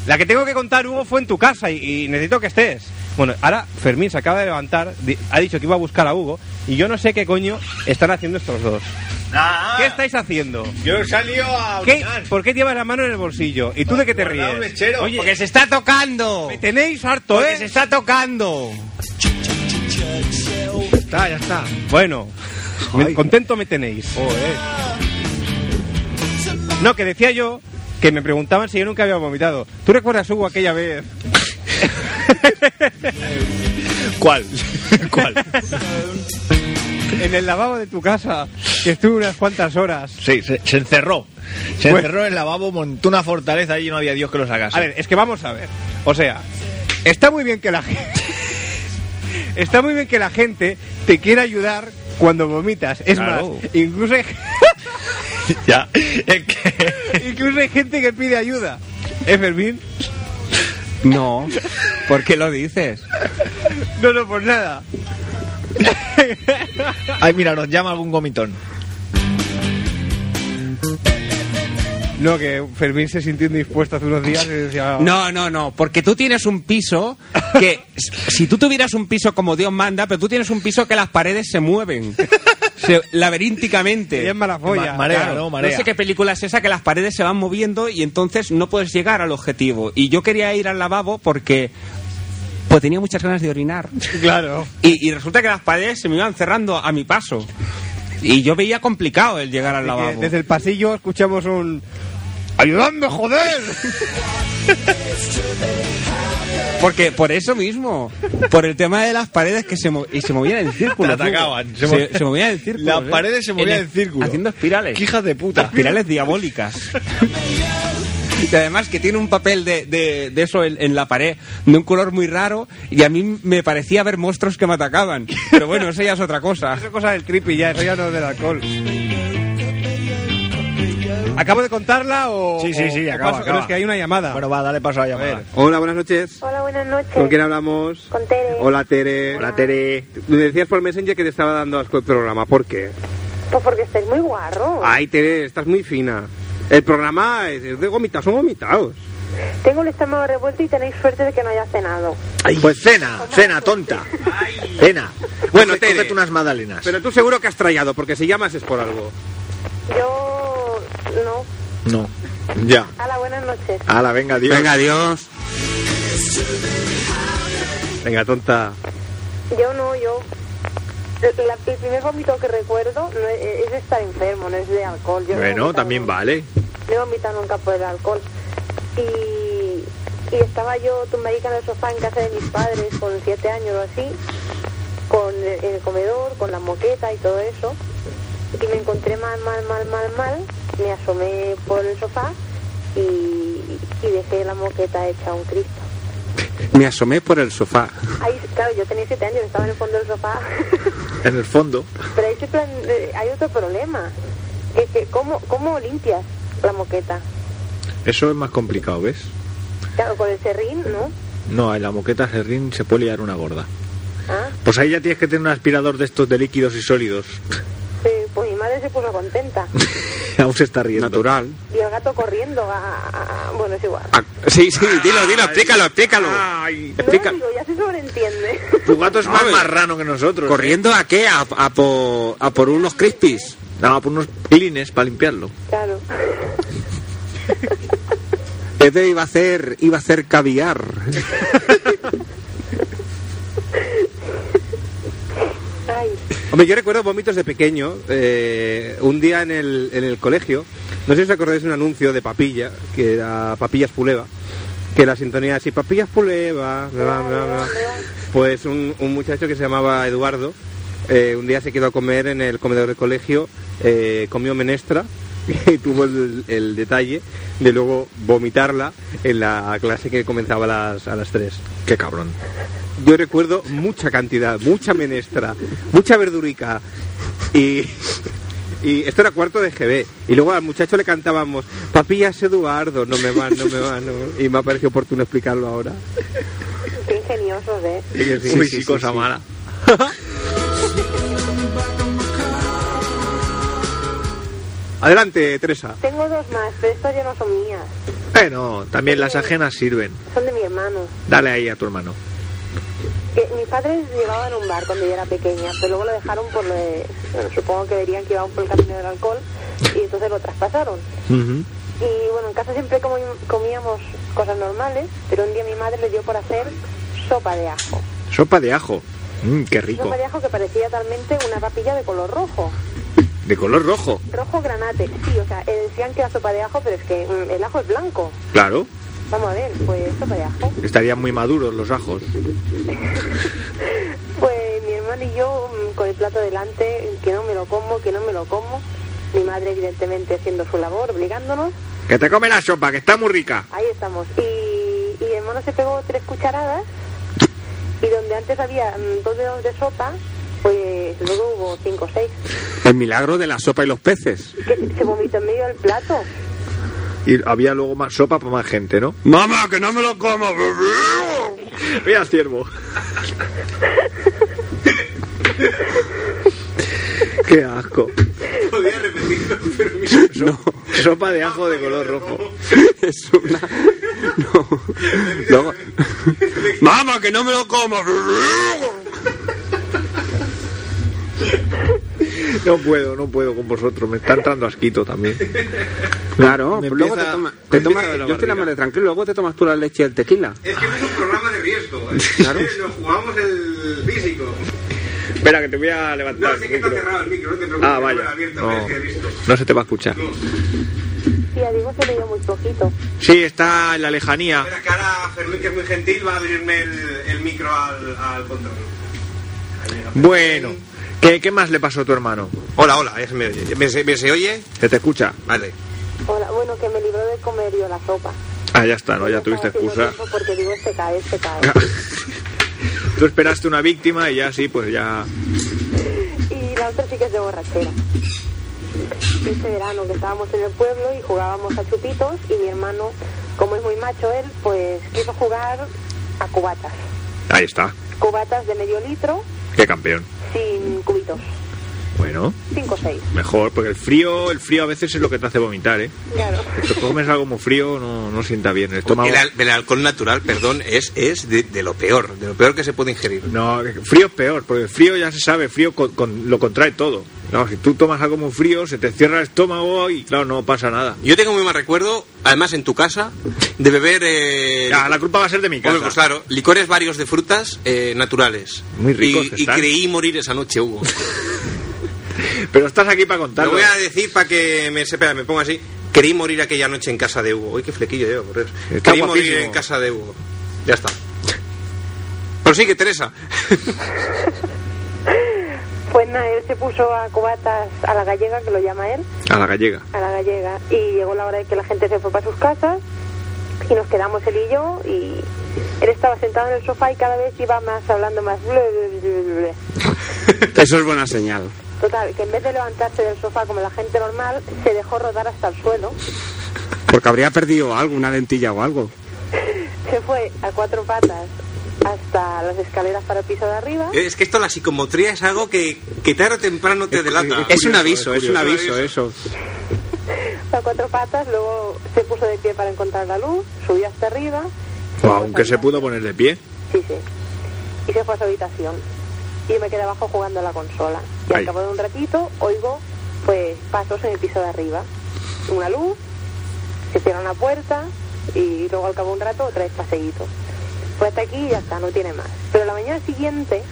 S1: La que tengo que contar, Hugo, fue en tu casa y, y necesito que estés. Bueno, ahora Fermín se acaba de levantar, di- ha dicho que iba a buscar a Hugo y yo no sé qué coño están haciendo estos dos.
S3: Ah.
S1: ¿Qué estáis haciendo?
S2: Ah, Yo salió a
S1: ¿Qué- ¿Por qué llevas la mano en el bolsillo? ¿Y tú de qué te
S2: guardar un
S1: ríes?
S2: lechero,
S1: Oye,
S3: se está tocando!
S1: me tenéis harto, ¿eh?
S3: está tocando!
S2: Está, ya está.
S1: Bueno, me- contento me tenéis. No, que decía yo que me preguntaban si yo nunca había vomitado. ¿Tú recuerdas, Hugo, aquella vez?
S2: ¿Cuál? [laughs] ¿Cuál?
S1: En el lavabo de tu casa, que estuve unas cuantas horas.
S2: Sí, se, se encerró. Se
S1: Bueno.
S2: encerró en el lavabo, montó una fortaleza y no había Dios que lo sacase.
S1: A ver, es que vamos a ver. O sea, está muy bien que la [laughs] gente. Está muy bien que la gente te quiera ayudar cuando vomitas. Es
S2: Claro.
S1: más, incluso hay,
S2: [laughs]
S1: [laughs]
S2: ya. Es que.
S1: incluso hay gente que pide ayuda. ¿Eh, Fermín?
S3: No, ¿por qué lo dices?
S1: No, no, por nada.
S2: Ay, mira, nos llama algún gomitón.
S1: No, que Fermín se sintió indispuesto hace unos días y decía...
S2: [laughs]
S3: No, no, no, porque tú tienes un piso que, si tú tuvieras un piso como Dios manda, pero tú tienes un piso que las paredes se mueven
S1: [laughs]
S3: se- laberínticamente.
S1: Ella es mala folla.
S2: Ma- marea,
S1: Claro.
S2: ¿no? Marea.
S3: No sé qué película es esa que las paredes se van moviendo y entonces no puedes llegar al objetivo. Y yo quería ir al lavabo porque pues tenía muchas ganas de orinar.
S11: Claro.
S3: Y, y resulta que las paredes se me iban cerrando a mi paso. Y yo veía complicado el llegar al
S11: Así que
S3: lavabo.
S11: desde el pasillo escuchamos un... ¡Ayudadme, joder!
S3: Porque por eso mismo, por el tema de las paredes que se, mo- y se movían en
S2: [laughs]
S3: círculo.
S2: Te atacaban.
S3: Se,
S2: Se
S3: se,
S2: mo-
S3: movían en
S2: [laughs]
S3: círculo.
S2: Las paredes se movían en
S3: es-
S2: círculo.
S3: Haciendo espirales.
S2: ¡Qué hijas de puta!
S3: Espirales diabólicas. Y además que tiene un papel de, de- de eso en, en la pared, de un color muy raro, y a mí me parecía ver monstruos que me atacaban. Pero bueno, eso ya es otra cosa.
S11: Eso es cosa del creepy ya, eso ya no es del alcohol. ¿Acabo de contarla o...?
S2: Sí, sí, sí,
S11: o- o
S2: acaba,
S11: paso?
S2: acaba.
S11: No, es que hay una llamada.
S2: Bueno, va, dale paso a la llamada.
S1: Hola, buenas noches.
S12: Hola, buenas noches.
S1: ¿Con quién hablamos?
S12: Con Tere.
S1: Hola, Tere.
S8: Hola, Tere.
S1: Me decías por Messenger que te estaba dando asco el programa. ¿Por qué?
S12: Pues porque estáis muy guarro.
S1: Ay, Tere, estás muy fina. El programa es, es de gomitas, son gomitados.
S12: Tengo el estómago revuelto y tenéis suerte de que no haya cenado.
S8: Pues cena, cena, tonta. Cena.
S1: Bueno,
S8: Coge-
S1: Tere.
S8: cógete unas magdalenas.
S1: Pero tú seguro que has trallado, porque si llamas es por algo.
S12: Yo no.
S8: No. Ya.
S12: Hola, buenas noches.
S8: Hala, venga, adiós.
S3: Venga, adiós.
S1: Venga, tonta.
S12: Yo no, yo. La- el primer vómito que recuerdo no es, es de estar enfermo, no es de alcohol. Yo no he
S8: Bueno,
S12: vomitado
S8: también
S12: nunca.
S8: vale.
S12: No he vomitado nunca por el alcohol. Y, y estaba yo tumbadica en el sofá en casa de mis padres con siete años o así, con el, en el comedor, con la moqueta y todo eso. Y me encontré mal, mal, mal, mal, mal. Me asomé por el sofá y, y dejé la moqueta hecha un cristo.
S13: Me asomé por el sofá.
S12: Ahí, claro, yo tenía siete años, estaba en el fondo del sofá. [laughs]
S8: En el fondo.
S12: Pero ahí se plan- eh, hay otro problema. Que, que ¿cómo, ¿Cómo limpias la moqueta?
S8: Eso es más complicado, ¿ves?
S12: Claro, con el serrín, ¿no?
S8: No, en la moqueta serrín se puede liar una gorda.
S12: Ah,
S8: Pues ahí ya tienes que tener un aspirador de estos de líquidos
S2: [laughs]
S8: y sólidos.
S12: sí, pues mi madre se puso
S13: [laughs]
S12: contenta.
S8: Aún se está riendo.
S13: Natural.
S12: Y el gato corriendo a... a- a- bueno, es igual.
S13: Ah, sí, sí, dilo, dilo, explícalo, explícalo.
S8: Ay,
S12: No,
S13: Explícalo.
S12: digo, ya
S13: [laughs]
S12: se sobreentiende.
S8: tu gato es más
S13: No, eh.
S8: marrano que nosotros.
S13: ¿Corriendo a qué? ¿A, a po- a por unos crispies?
S8: No, por unos clines para limpiarlo.
S12: claro.
S13: [laughs] Pepe iba a hacer, iba a hacer caviar.
S12: Ay,
S1: Hombre, yo recuerdo vómitos de pequeño, eh, un día en el, en el colegio, no sé si os acordáis de un anuncio de papilla, que era papillas puleva, que la sintonía así, papillas puleva, bla, bla, bla. Pues un, un muchacho que se llamaba Eduardo, eh, un día se quedó a comer en el comedor del colegio, eh, comió menestra [laughs] y tuvo el, el detalle de luego vomitarla en la clase que comenzaba a las, a las 3.
S8: Qué cabrón.
S1: Yo recuerdo mucha cantidad, mucha menestra, mucha verdurica. Y, y esto era cuarto de GB. Y luego al muchacho le cantábamos, papillas Eduardo, no me van, no me van. no me van". Y me ha parecido oportuno explicarlo ahora.
S12: qué ingeniosos, ¿eh?
S1: Y que sí,
S8: Uy,
S1: sí,
S8: sí,
S1: sí,
S8: cosa
S1: sí.
S8: mala.
S1: Adelante, Teresa.
S12: Tengo dos más, pero estas ya no son mías.
S8: Bueno, también las ajenas sirven.
S12: Son de mi hermano.
S8: Dale ahí a tu hermano.
S12: Que mis padres llevaban a un bar cuando yo era pequeña, pero luego lo dejaron por lo de... Bueno, supongo que verían que iban por el camino del alcohol y entonces lo traspasaron. Y bueno, en casa siempre comi- comíamos cosas normales, pero un día mi madre le dio por hacer sopa de ajo.
S8: Sopa de ajo. Mm, qué rico.
S12: Sopa de ajo que parecía talmente una papilla de color rojo.
S8: De color rojo.
S12: Rojo granate, sí, o sea, eh, decían que era sopa de ajo, pero es que mm, el ajo es blanco.
S8: Claro.
S12: Vamos a ver, pues sopa de ajo.
S8: Estarían muy maduros los ajos.
S12: Pues mi hermano y yo mm, con el plato delante, que no me lo como, que no me lo como. Mi madre evidentemente haciendo su labor, obligándonos.
S8: Que te come la sopa, que está muy rica.
S12: Ahí estamos. Y, y mi hermano se pegó tres cucharadas y donde antes había mm, dos dedos de sopa, pues luego hubo cinco o seis.
S13: El milagro de la sopa y los peces.
S12: Que se vomitó en medio del plato.
S8: Y había luego más sopa para más gente, ¿no?
S13: ¡Mamá, que no me lo como!
S8: Mira, ciervo. Qué asco. Sopa de ajo de color rojo.
S13: Es una... No. Luego... ¡Mamá, que no me lo como!
S8: No puedo, no puedo con vosotros. Me está entrando asquito también.
S13: Claro,
S8: Me
S13: luego te
S8: empieza-
S13: tomas...
S8: me
S13: Te tomas
S8: empieza a doler la
S13: yo estoy la
S8: barriga.
S13: madre tranquilo, luego te tomas tú la leche y el tequila.
S1: Es que es un programa de riesgo. ¿eh? Nos jugamos el físico.
S2: Espera, que te voy a levantar.
S1: No, sí que
S2: el
S1: está
S2: micro.
S1: cerrado el micro, no te preocupes.
S2: Ah, vaya.
S1: lo he abierto,
S8: Oh.
S2: No,
S1: es que he visto.
S2: no se te va a escuchar.
S12: Sí, a Diego se le dio muy poquito.
S2: Sí, está en la lejanía.
S1: Espera que ahora Fermín, que es muy gentil, va a abrirme el, el micro al, al control.
S2: Bueno, ¿qué, qué más le pasó a tu hermano?
S1: Hola, hola, ya se me, oye. ¿Me se- me se oye?
S2: ¿Se te escucha?
S1: Vale.
S12: Hola, bueno, que me libró de comer yo la sopa.
S2: Ah, ya está, ¿no? Ya
S12: Estaba
S2: tuviste
S12: haciendo
S2: excusa. [laughs]
S12: tiempo Porque digo, se cae, se cae.
S2: Tú esperaste una víctima y ya sí, pues ya.
S12: y la otra sí que es de borrachera. Este verano que estábamos en el pueblo y jugábamos a chupitos y mi hermano, como es muy macho él, pues quiso jugar a cubatas.
S2: Ahí está.
S12: Cubatas de medio litro
S2: Qué campeón.
S12: sin cubitos.
S2: Bueno,
S12: Cinco o seis.
S2: mejor, porque el frío, el frío a veces es lo que te hace vomitar, ¿eh?
S12: Claro.
S2: Si comes algo muy frío, no, no sienta bien el estómago.
S8: El, al- el alcohol natural, perdón, es, es de, de lo peor, de lo peor que se puede ingerir.
S2: No, frío es peor, porque el frío ya se sabe, frío con- con- lo contrae todo. No, si tú tomas algo muy frío, se te cierra el estómago y claro, no pasa nada.
S8: Yo tengo muy mal recuerdo, además en tu casa, de beber eh,
S2: Ah, la culpa va a ser de mi casa.
S8: Hombre, pues claro, licores varios de frutas eh, naturales.
S2: Muy ricos que
S8: Y, y
S2: están.
S8: creí morir esa noche, Hugo.
S2: [laughs] Pero estás aquí para
S8: Te
S2: contarlo.
S8: voy a decir para que me sepa, me ponga así. Creí morir aquella noche en casa de Hugo. Uy, qué flequillo llevo, por eso.
S2: Está
S8: Creí
S2: guapísimo.
S8: morir en casa de Hugo. Ya está. Prosigue, Teresa.
S12: Pues nada, él se puso a cubatas a la gallega, que lo llama él,
S2: A la gallega.
S12: a la gallega. Y llegó la hora de que la gente se fue para sus casas y nos quedamos él y yo y él estaba sentado en el sofá y cada vez iba más hablando más. ble, ble, ble, ble, ble.
S3: Eso es buena señal.
S12: Total, que en vez de levantarse del sofá como la gente normal, se dejó rodar hasta el suelo,
S3: Porque habría perdido algo, una dentilla o algo.
S12: se fue a cuatro patas hasta las escaleras para el piso de arriba.
S1: ¿Eh?
S8: Es que esto, la psicomotría, es algo que, que tarde o temprano te delata.
S3: Es un aviso, es un aviso eso.
S12: a cuatro patas, luego se puso de pie para encontrar la luz, subió hasta arriba.
S2: O aunque se pudo poner de pie.
S12: Sí, sí. Y se fue a su habitación. Y yo me quedé abajo jugando a la consola. Y
S2: Ay.
S12: al cabo de un ratito oigo pues pasos en el piso de arriba. Una luz, se cierra una puerta y luego al cabo de un rato otra vez paseíto. Pues hasta aquí y ya está, no tiene más. Pero la mañana siguiente,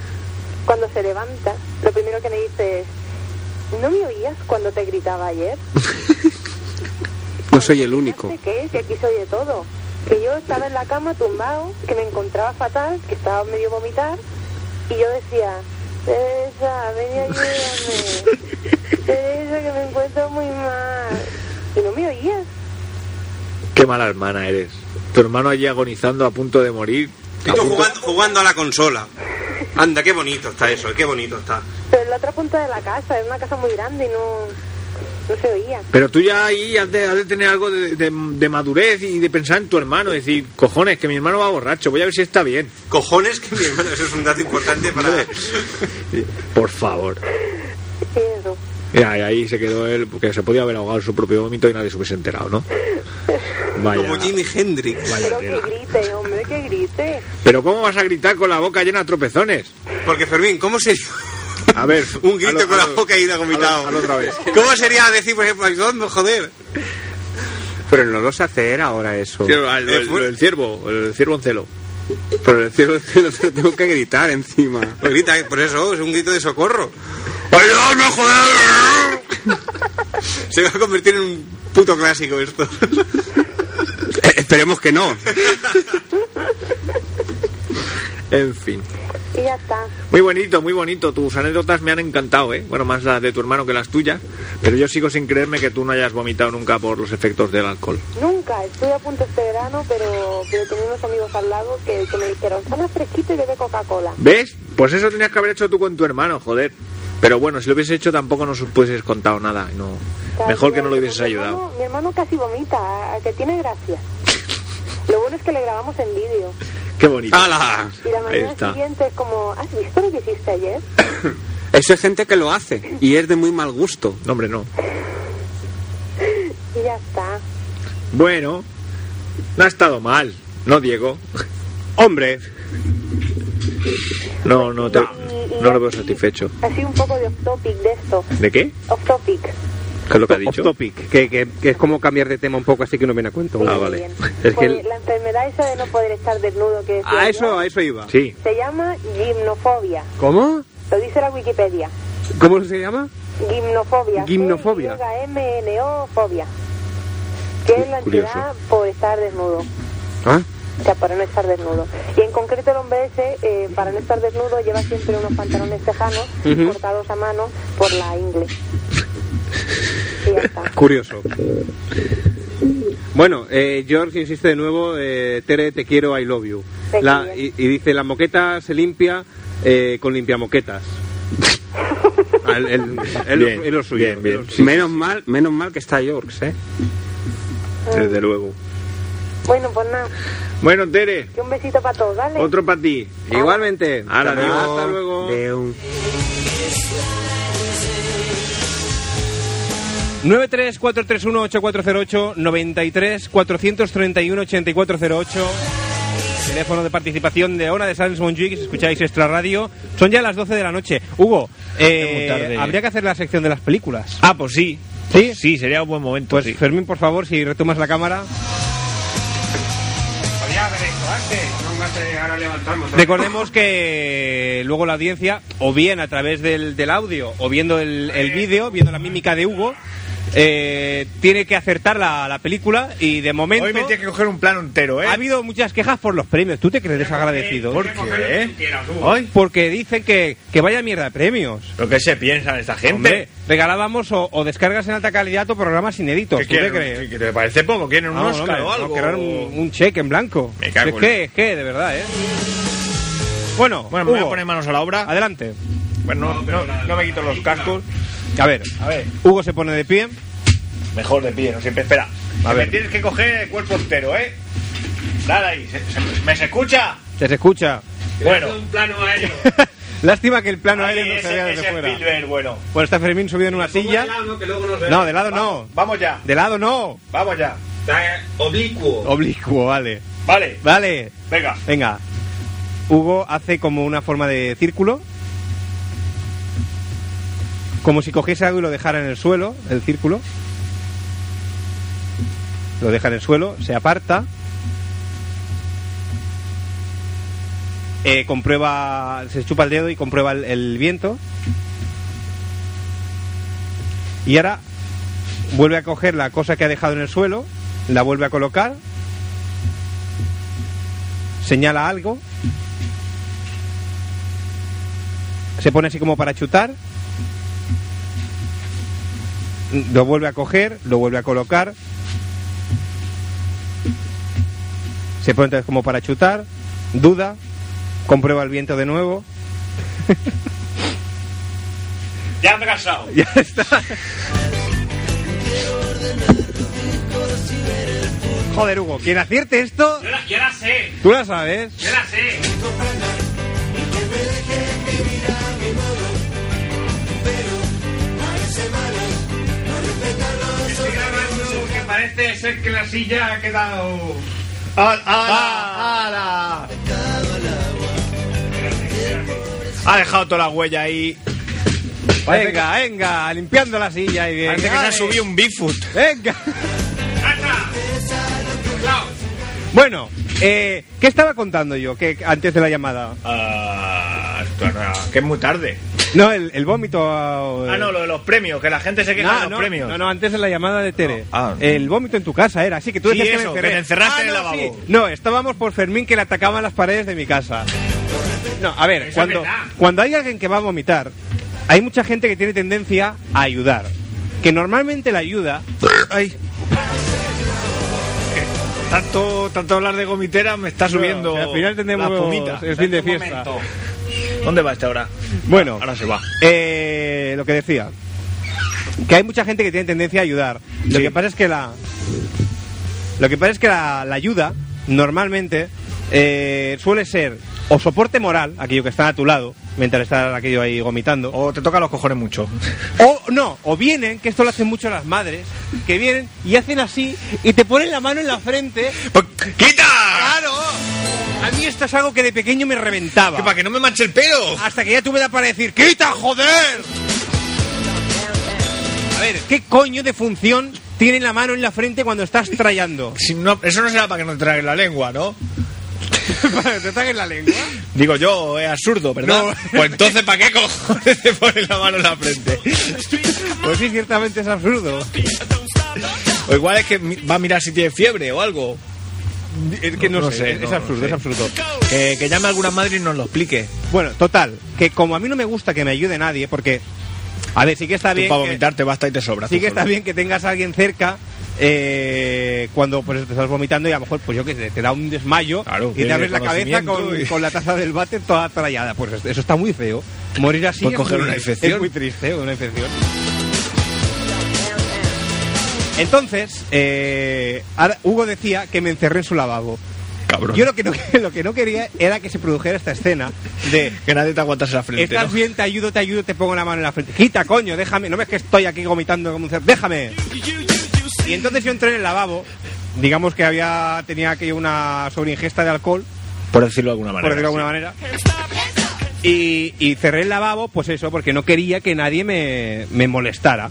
S12: cuando se levanta, lo primero que me dice es, ¿no me oías cuando te gritaba ayer?
S3: No soy el único.
S12: No sé qué es, y aquí soy de todo. Que yo estaba en la cama tumbado, que me encontraba fatal, que estaba medio vomitar, y yo decía, Teresa, ven y
S3: [laughs]
S12: ayúdame. Teresa, que me encuentro muy mal. Y no me oías.
S2: Qué mala hermana eres. Tu hermano allí agonizando a punto de morir.
S8: Y tú jugando, jugando a la consola. Anda, qué bonito está eso, qué bonito está.
S12: Pero en la otra punta de la casa, era una casa muy grande y no, no se oía.
S2: Pero tú ya ahí has de, has de tener algo de, de- de madurez y de pensar en tu hermano. Decir, cojones, que mi hermano va borracho, voy a ver si está bien.
S8: Cojones que mi hermano, eso es un dato importante para...
S2: Por favor.
S12: Y eso.
S2: Y ahí, ahí se quedó él, porque se podía haber ahogado en su propio vómito y nadie se hubiese enterado, ¿no? Vaya.
S8: Como Jimi Hendrix.
S2: vaya
S12: Pero que
S2: tela.
S12: grite, hombre, que grite.
S2: Pero ¿cómo vas a gritar con la boca llena de tropezones?
S8: Porque Fermín, ¿cómo sería [laughs]
S2: A ver,
S8: un grito
S2: hazlo-
S8: con la
S2: hazlo-
S8: boca ida
S2: hazlo-
S8: vomitado?
S2: hazlo otra vez.
S8: ¿Cómo sería decir, por ejemplo, "Ay, joder?
S3: Pero no lo sé hacer ahora eso.
S2: Sí, lo- lo-
S8: Eh, fue-
S2: lo del ciervo, el ciervo celo.
S3: Pero el cielo
S2: [laughs]
S3: te tengo que gritar encima.
S8: Pues grita, eh, por eso, es un grito de socorro.
S2: ¡Ayúdame, joder!
S8: Se va a convertir en un puto clásico esto.
S3: Eh, esperemos que no.
S2: En fin.
S12: Y ya está.
S2: Muy bonito, muy bonito. Tus anécdotas me han encantado, ¿eh? Bueno, más las de tu hermano que las tuyas. Pero yo sigo sin creerme que tú no hayas vomitado nunca por los efectos del alcohol.
S12: Nunca, estuve a punto este verano, pero, pero tenía unos amigos al lado que, que me dijeron, toma fresquito y bebe Coca-Cola.
S2: ¿Ves? Pues eso tenías que haber hecho tú con tu hermano, joder. Pero bueno, si lo hubieses hecho tampoco nos hubieses contado nada. No.
S12: Claro,
S2: Mejor que
S12: mira,
S2: no lo hubieses
S12: mi hermano-
S2: ayudado.
S12: Mi hermano casi vomita, a- a que tiene
S2: [laughs]
S12: gracia. Lo bueno es que le grabamos en vídeo.
S2: Qué bonito.
S3: ¡Hala!
S12: Y la
S2: Ahí
S12: mañana
S2: está.
S12: siguiente es como, ¿has visto lo que hiciste ayer?
S3: Eso es gente que lo hace y es de muy mal gusto.
S2: No, hombre, no.
S12: Y ya está.
S2: Bueno, no ha estado mal, ¿no, Diego?
S1: Hombre,
S2: No, no, te-
S12: Y- y
S2: no lo veo
S12: así-
S2: satisfecho.
S12: Así un poco de off topic de esto.
S2: ¿De qué?
S12: Off topic.
S14: ¿Qué es lo que ha dicho?
S9: topic, que, que- que es como cambiar de tema un poco, así que no viene a cuento.
S14: Ah,
S2: [laughs]
S14: vale.
S9: Es que
S12: Por
S9: el-
S12: Pues La enfermedad esa de no poder estar desnudo que decía
S2: Ah,
S9: a
S12: yo,
S9: eso, a eso iba.
S2: Sí.
S12: se llama gimnofobia.
S9: ¿Cómo?
S12: Lo dice la Wikipedia.
S9: ¿Cómo se llama?
S12: Gimnofobia.
S9: Gimnofobia.
S12: m n o fobia. Que es la
S9: Curioso.
S12: ansiedad por estar desnudo.
S9: ¿Ah?
S12: O sea, para no estar desnudo. Y en concreto el hombre ese, eh, para no estar desnudo, lleva siempre unos pantalones tejanos
S9: Ujú.
S12: cortados a mano por la ingle. Y ya está.
S9: Curioso. Bueno, eh, George insiste de nuevo, eh, Tere, te quiero, I love you.
S12: Te
S9: La-
S12: quiero.
S9: y, y dice, la moqueta se limpia eh, con
S12: [laughs]
S9: limpiamoquetas. Ah, el- el- el-
S2: Bien,
S9: el- lo suyo,
S2: bien, bien.
S9: el-
S5: Menos mal, menos mal que está Yorks, ¿eh?
S2: Desde luego.
S12: Bueno, pues nada,
S2: Bueno, Tere,
S12: que un besito para todos, ¿vale?
S2: otro para ti.
S9: Igualmente.
S2: Ahora
S9: Hasta
S2: luego.
S9: Hasta luego.
S5: De un-
S1: 93431-8408, 93-431-8408. Teléfono de participación de Ona de Sans Montjuic, si escucháis Extra Radio. Son ya las 12 de la noche. Hugo, eh,
S2: muy tarde.
S1: habría que hacer la sección de las películas.
S2: Ah, pues sí.
S1: ¿Sí?
S2: Sí, sería un buen momento.
S1: Pues
S2: sí.
S1: Fermín, por favor, si retomas la cámara. Recordemos que luego la audiencia, o bien a través del, del audio, o viendo el, el vídeo, viendo la mímica de Hugo, eh, tiene que acertar la, la película y de momento
S2: Hoy me tienes que coger un plano entero, ¿eh?
S1: ha habido muchas quejas por los premios. ¿Tú te crees desagradecido?
S2: ¿Por qué? Hoy.
S1: Porque dicen que, que vaya mierda de premios.
S2: ¿Lo que se piensa de esta gente?
S1: Hombre, regalábamos o, o descargas en alta calidad o programas inéditos.
S2: ¿Qué
S1: ¿Tú te
S2: quieren?
S1: crees?
S2: ¿Qué- qué ¿Te parece poco? ¿Quieren un
S1: No, no,
S2: Oscar
S1: Ah, hombre,
S2: o
S1: no,
S2: algo?
S1: que era un, un cheque en blanco.
S2: Me cago
S1: es
S2: en
S1: que, es que, de verdad, ¿eh? Bueno,
S2: Bueno, me voy a
S1: Hugo,
S2: poner manos a la obra.
S1: adelante.
S2: Bueno, no, no- no me quito los cascos.
S1: A ver,
S2: A ver,
S1: Hugo se pone de pie.
S2: mejor de pie, no siempre. Espera.
S1: A
S2: A
S1: ver.
S2: ver. tienes que coger el cuerpo entero, ¿eh? Dale ahí. ¿se- se- ¿Me se escucha?
S1: Se escucha. [laughs]
S2: Bueno.
S1: Lástima que el plano
S2: Ahí,
S1: aéreo no se
S2: ese-
S1: vea
S2: ese
S1: desde fuera.
S2: Spielberg, bueno.
S1: Bueno, está Fermín subido en una silla. No, de lado no.
S2: Vamos ya.
S1: De lado no.
S2: Vamos ya.
S14: Oblicuo.
S1: Oblicuo, vale.
S2: Vale.
S1: Vale,
S2: Venga.
S1: venga. Hugo hace como una forma de círculo. Como si cogiese algo y lo dejara en el suelo, el círculo. Lo deja en el suelo, se aparta. Eh, comprueba, se chupa el dedo y comprueba el, el viento. Y ahora vuelve a coger la cosa que ha dejado en el suelo, la vuelve a colocar, señala algo, se pone así como para chutar, lo vuelve a coger, lo vuelve a colocar, se pone otra vez como para chutar, duda, comprueba el viento de nuevo.
S2: Ya me he cansado.
S1: [laughs] [laughs] Ya está. Joder, Hugo, quien acierte esto,
S2: Yo la, yo la sé.
S1: tú la sabes.
S2: Yo la sé. Estoy grabando que parece ser que la silla ha quedado.
S1: Ah,
S2: Ah. ¡Hala! ¡Hala! Ha dejado toda la huella ahí.
S1: Venga, venga, limpiando la silla y bien.
S2: Parece que se ha
S1: Dale.
S2: subido un Bigfoot.
S1: Venga. Bueno, eh, ¿qué estaba contando yo que antes de la llamada?
S2: Ah, esto no, que es muy tarde.
S1: No, el, el vómito. eh,
S2: Ah, no, lo de los premios, que la gente se queja
S1: no,
S2: de los
S1: no,
S2: premios.
S1: no, no, antes de la llamada de Tere.
S2: Ah.
S1: El vómito en tu casa era, así que tú
S2: Sí,
S1: decías
S2: eso,
S1: que, me
S2: que te encerraste
S1: Ah,
S2: en el
S1: no,
S2: lavabo.
S1: sí. No, estábamos por Fermín que le atacaban las paredes de mi casa. No, a ver,
S2: es
S1: cuando,
S2: verdad.
S1: cuando hay alguien que va a vomitar, hay mucha gente que tiene tendencia a ayudar. Que normalmente la ayuda
S2: Ay. Tanto, tanto hablar de gomitera me está subiendo
S1: o sea, al final tenemos
S2: la pumita.
S1: el fin de
S2: Espera un
S1: fiesta.
S2: momento. ¿Dónde va esta hora?
S1: Bueno.
S2: ahora se va.
S1: Eh, lo que decía. Que hay mucha gente que tiene tendencia a ayudar. Lo
S2: Sí.
S1: que pasa es que la. Lo que pasa es que la, la ayuda, normalmente, eh, suele ser o soporte moral, aquello que está a tu lado, mientras está aquello ahí vomitando.
S2: O te toca los cojones mucho.
S1: O no, o vienen, que esto lo hacen mucho las madres, que vienen y hacen así y te ponen la mano en la frente.
S2: Pues, ¡Quita!
S1: ¡Claro! A mí esto es algo que de pequeño me reventaba.
S2: Que para que no me manche el pelo.
S1: Hasta que ya tuve edad para decir, ¡quita, joder! A ver, ¿qué coño de función tiene la mano en la frente cuando estás
S2: [laughs]
S1: trayando?
S2: Si no- eso no será para que no te tragues la lengua, ¿no?
S1: ¿Para que te traguen la lengua?
S2: Digo yo, es absurdo, ¿verdad?
S1: No.
S2: Pues entonces, ¿para qué cojones te pones la mano en la frente?
S1: Pues sí, ciertamente es absurdo.
S2: O igual es que mi- va a mirar si tiene fiebre o algo.
S1: Es que no,
S2: No
S1: sé,
S2: sé,
S1: es,
S2: no,
S1: es
S2: no
S1: absurdo,
S2: sé.
S1: es absurdo.
S2: Que, que llame a alguna madre y nos lo explique.
S1: Bueno, total, que como a mí no me gusta que me ayude nadie, porque... A ver, sí que está
S2: Tú
S1: bien...
S2: para
S1: que-
S2: vomitar te basta y te sobra.
S1: sí
S2: tú
S1: que
S2: solo.
S1: está bien que tengas a alguien cerca eh, cuando pues, te estás vomitando y a lo mejor pues yo que sé, te da un desmayo
S2: Claro,
S1: y te
S2: tiene
S1: abres la cabeza con,
S2: conocimiento y-
S1: con la taza del váter toda atrayada pues es- eso está muy feo morir así
S2: Puede
S1: es
S2: coger
S1: muy-
S2: una infección.
S1: es muy triste una infección entonces eh, ahora Hugo decía que me encerré en su lavabo
S2: Cabrón.
S1: yo lo que no [laughs] lo que no quería era que se produjera esta escena
S2: [laughs]
S1: de
S2: Que nadie te aguantase la frente.
S1: Estás
S2: ¿no?
S1: bien, te ayudo, te ayudo, te pongo la mano en la frente. Quita, coño, déjame. No ves que estoy aquí vomitando como un cerdo. Déjame. Y entonces yo entré en el lavabo. Digamos que había tenía aquí una sobreingesta de alcohol,
S2: Por decirlo de alguna manera.
S1: por decirlo de alguna manera. Y, y cerré el lavabo, pues eso, porque no quería que nadie me, me molestara.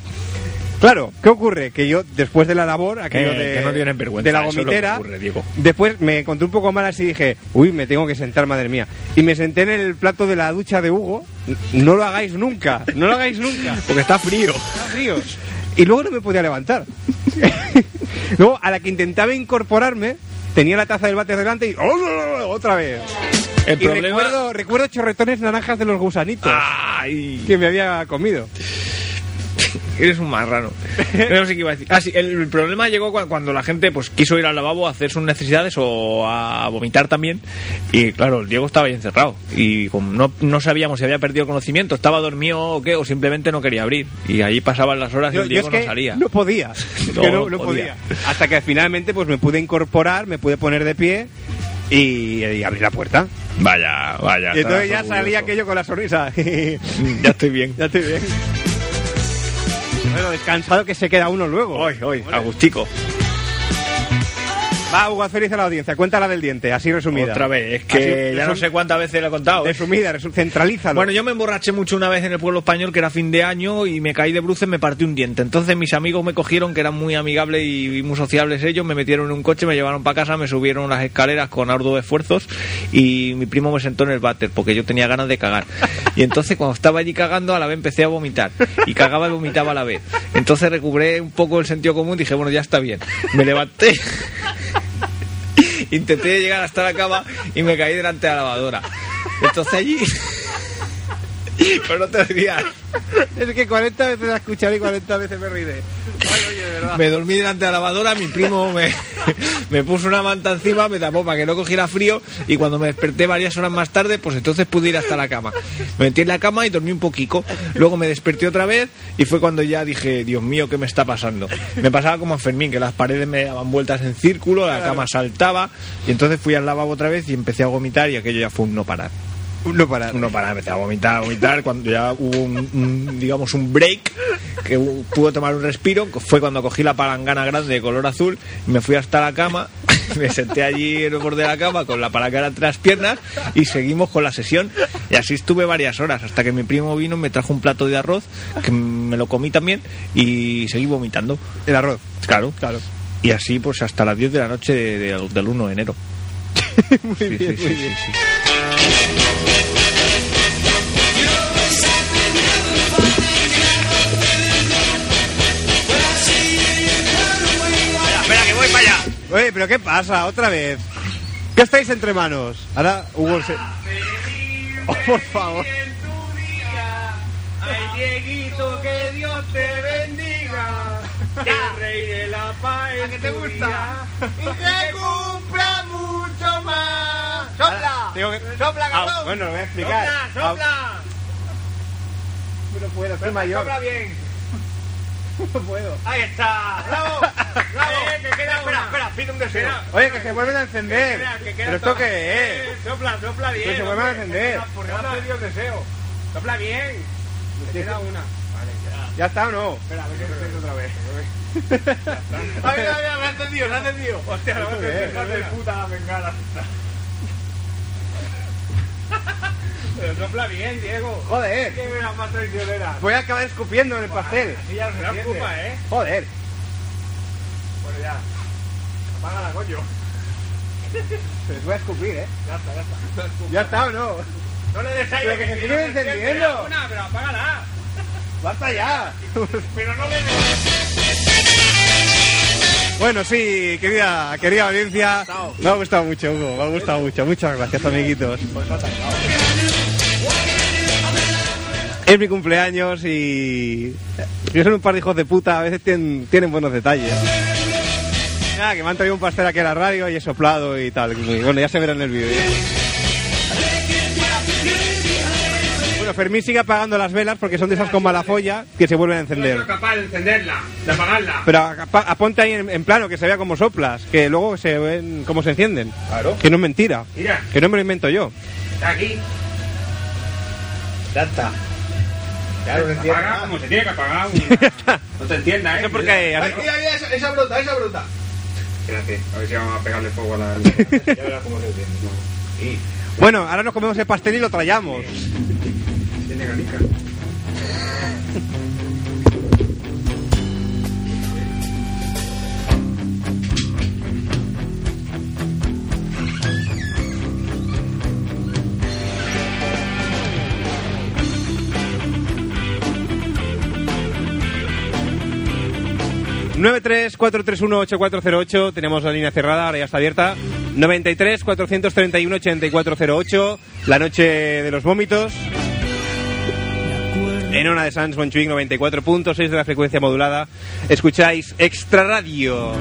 S1: Claro, ¿qué ocurre? Que yo, después de la labor, aquello
S2: Eh,
S1: de,
S2: que no tienen vergüenza,
S1: de la
S2: eso es lo que
S1: vomitera,
S2: ocurre, Diego.
S1: después me conté un poco mal así y dije, uy, me tengo que sentar, madre mía. Y me senté en el plato de la ducha de Hugo. N- No lo hagáis nunca, no lo hagáis nunca.
S2: [laughs] Porque está frío.
S1: Está frío. Y luego no me podía levantar. [laughs] luego, a la que intentaba incorporarme, tenía la taza del váter delante y ¡oh, otra vez.
S2: El
S1: y
S2: problema- Ah.
S1: recuerdo, recuerdo chorretones naranjas de los gusanitos
S2: Ay,
S1: que me había comido.
S2: eres
S1: [laughs]
S2: un marrano. No sé qué iba a decir. Ah, sí, el problema llegó cua- cuando la gente pues quiso ir al lavabo a hacer sus necesidades o a vomitar también. Y claro, el Diego estaba ahí encerrado. Y como no, no sabíamos si había perdido el conocimiento, estaba dormido o qué, o simplemente no quería abrir. Y ahí pasaban las horas y
S1: Yo,
S2: el
S1: yo es
S2: Diego
S1: que
S2: no salía.
S1: no
S2: [laughs]
S1: podía. Es que
S2: No,
S1: no,
S2: no
S1: no podía. Hasta que finalmente pues me pude incorporar, me pude poner de pie y, y abrí la puerta.
S2: Vaya, vaya.
S1: Y entonces ya
S2: estarás
S1: salía
S2: orgulloso.
S1: aquello con la sonrisa. [laughs] ya
S2: Mm, [laughs] Ya estoy bien.
S1: estoy bien. Bueno, descansado que se queda uno luego.
S2: Hoy, hoy, Agustico.
S1: Va, Hugo Azoriz a la audiencia. Cuéntala del diente, así resumida.
S2: Otra vez, es
S1: Así,
S2: que ya
S1: resum-
S2: no sé cuántas veces lo he contado. ¿eh?
S1: Resumida, resu- centralízalo.
S2: Bueno, yo me emborraché mucho una vez en el pueblo español, que era fin de año, y me caí de bruces, me partí un diente. Entonces mis amigos me cogieron, que eran muy amigables y, y muy sociables ellos, me metieron en un coche, me llevaron para casa, me subieron las escaleras con arduos esfuerzos, y mi primo me sentó en el váter, porque yo tenía ganas de cagar. Y entonces cuando estaba allí cagando, a la vez empecé a vomitar. Y cagaba y vomitaba a la vez. Entonces recubré un poco el sentido común, dije, bueno, ya está bien. Me levanté. [laughs] Intenté llegar hasta la cama y me caí delante de la lavadora. Entonces allí. Pero no te rías.
S1: Es que 40 veces la escucharé y 40 veces me reiré. Ay, oye, de verdad.
S2: Me dormí delante de la lavadora, mi primo me, [laughs] me puso una manta encima, me tapó para que no cogiera frío y cuando me desperté varias horas más tarde, pues entonces pude ir hasta la cama. Me metí en la cama y dormí un poquito. Luego me desperté otra vez y fue cuando ya dije, Dios mío, ¿qué me está pasando? Me pasaba como a Fermín, que las paredes me daban vueltas en círculo, la cama saltaba y entonces fui al lavabo otra vez y empecé a vomitar y aquello ya fue un no parar.
S1: No para.
S2: No para, empecé a vomitar, a vomitar. Cuando ya hubo un, un, digamos, un break, que hu- pude tomar un respiro, fue cuando cogí la palangana grande de color azul, me fui hasta la cama, [laughs] me senté allí en el borde de la cama con la palangana entre las piernas y seguimos con la sesión. Y así estuve varias horas, hasta que mi primo vino, me trajo un plato de arroz, que me lo comí también, y seguí vomitando.
S1: El arroz.
S2: Claro, claro. Y así, pues hasta las 10 de la noche de- de- del 1 de enero. [laughs] muy bien, muy bien.
S1: Oye, pero ¿qué pasa? Otra vez. ¿Qué estáis entre manos? Ahora Hugo se... Oh, por favor. [laughs] Diego Ah, que... ¡Sopla, cabrón! bueno, lo voy a explicar. ¡Sopla, sopla! No puedo, soy mayor. ¡Sopla bien! [laughs] No puedo. Eh, ¡Ahí [laughs] está! ¡Bravo! ¡Bravo! espera, espera, pide un deseo. Oye, que se vuelven a encender. ¿Pero esto qué es? Eh, ¡Sopla, sopla bien! Que se vuelven a encender. Porque no ha pedido deseo. ¡Sopla bien! Me queda una. Vale, ya. ¿Ya está o no? Espera, a ver que enciende otra vez. [laughs] ¡Ay, ay, ay! ¡Me ha encendido, me ha encendido! ¡Hostia, lo voy a encender! ¡Hija de puta, venga! [laughs] Pero sopla bien, Diego. Joder. Voy a acabar escupiendo en el pastel. Así ya no ocupa, ¿eh? Joder. Bueno, ya. Apágala, coño. Se les voy a escupir, ¿eh? Ya está, ya está. ¿Ya está o no? No le des aire. que se sigue encendiendo.
S8: Una, pero apágala.
S1: Basta ya.
S8: Pero no le des.
S1: Bueno, sí, querida, querida audiencia. Me ha gustado mucho, Hugo. Me ha gustado mucho. Muchas gracias, amiguitos. Es mi cumpleaños y. Yo soy un par de hijos de puta. A veces tienen, tienen buenos detalles. Nada, que me han traído un pastel aquí a la radio y he soplado y tal. Y bueno, ya se verá en el vídeo. Bueno, Fermín sigue apagando las velas porque son de esas con mala folla que se vuelven a encender.
S8: capaz de encenderla, de apagarla.
S1: Pero a- pa- aponte ahí en, en plano, que se vea cómo soplas, que luego se ven cómo se encienden.
S8: Claro.
S1: Que no es mentira.
S8: Mira.
S1: Que no me lo invento yo.
S8: Está aquí.
S15: Ya está.
S8: Claro, Apaga como se tiene que apagar. una- No te entiendas, ¿eh? Eso
S1: porque...
S16: Mira, mira, esa, esa brota, esa brota.
S8: Espérate, a ver si vamos a pegarle fuego a la... ya verás cómo se entiende. Sí,
S1: Bueno, ahora nos comemos el pastel y lo trayamos.
S8: tiene ganica.
S1: ocho tenemos la línea cerrada, ahora ya está abierta. 93-431-8408, la noche de los vómitos. En una de Sans Monchuic 94.6 de la frecuencia modulada, escucháis Extra Radio.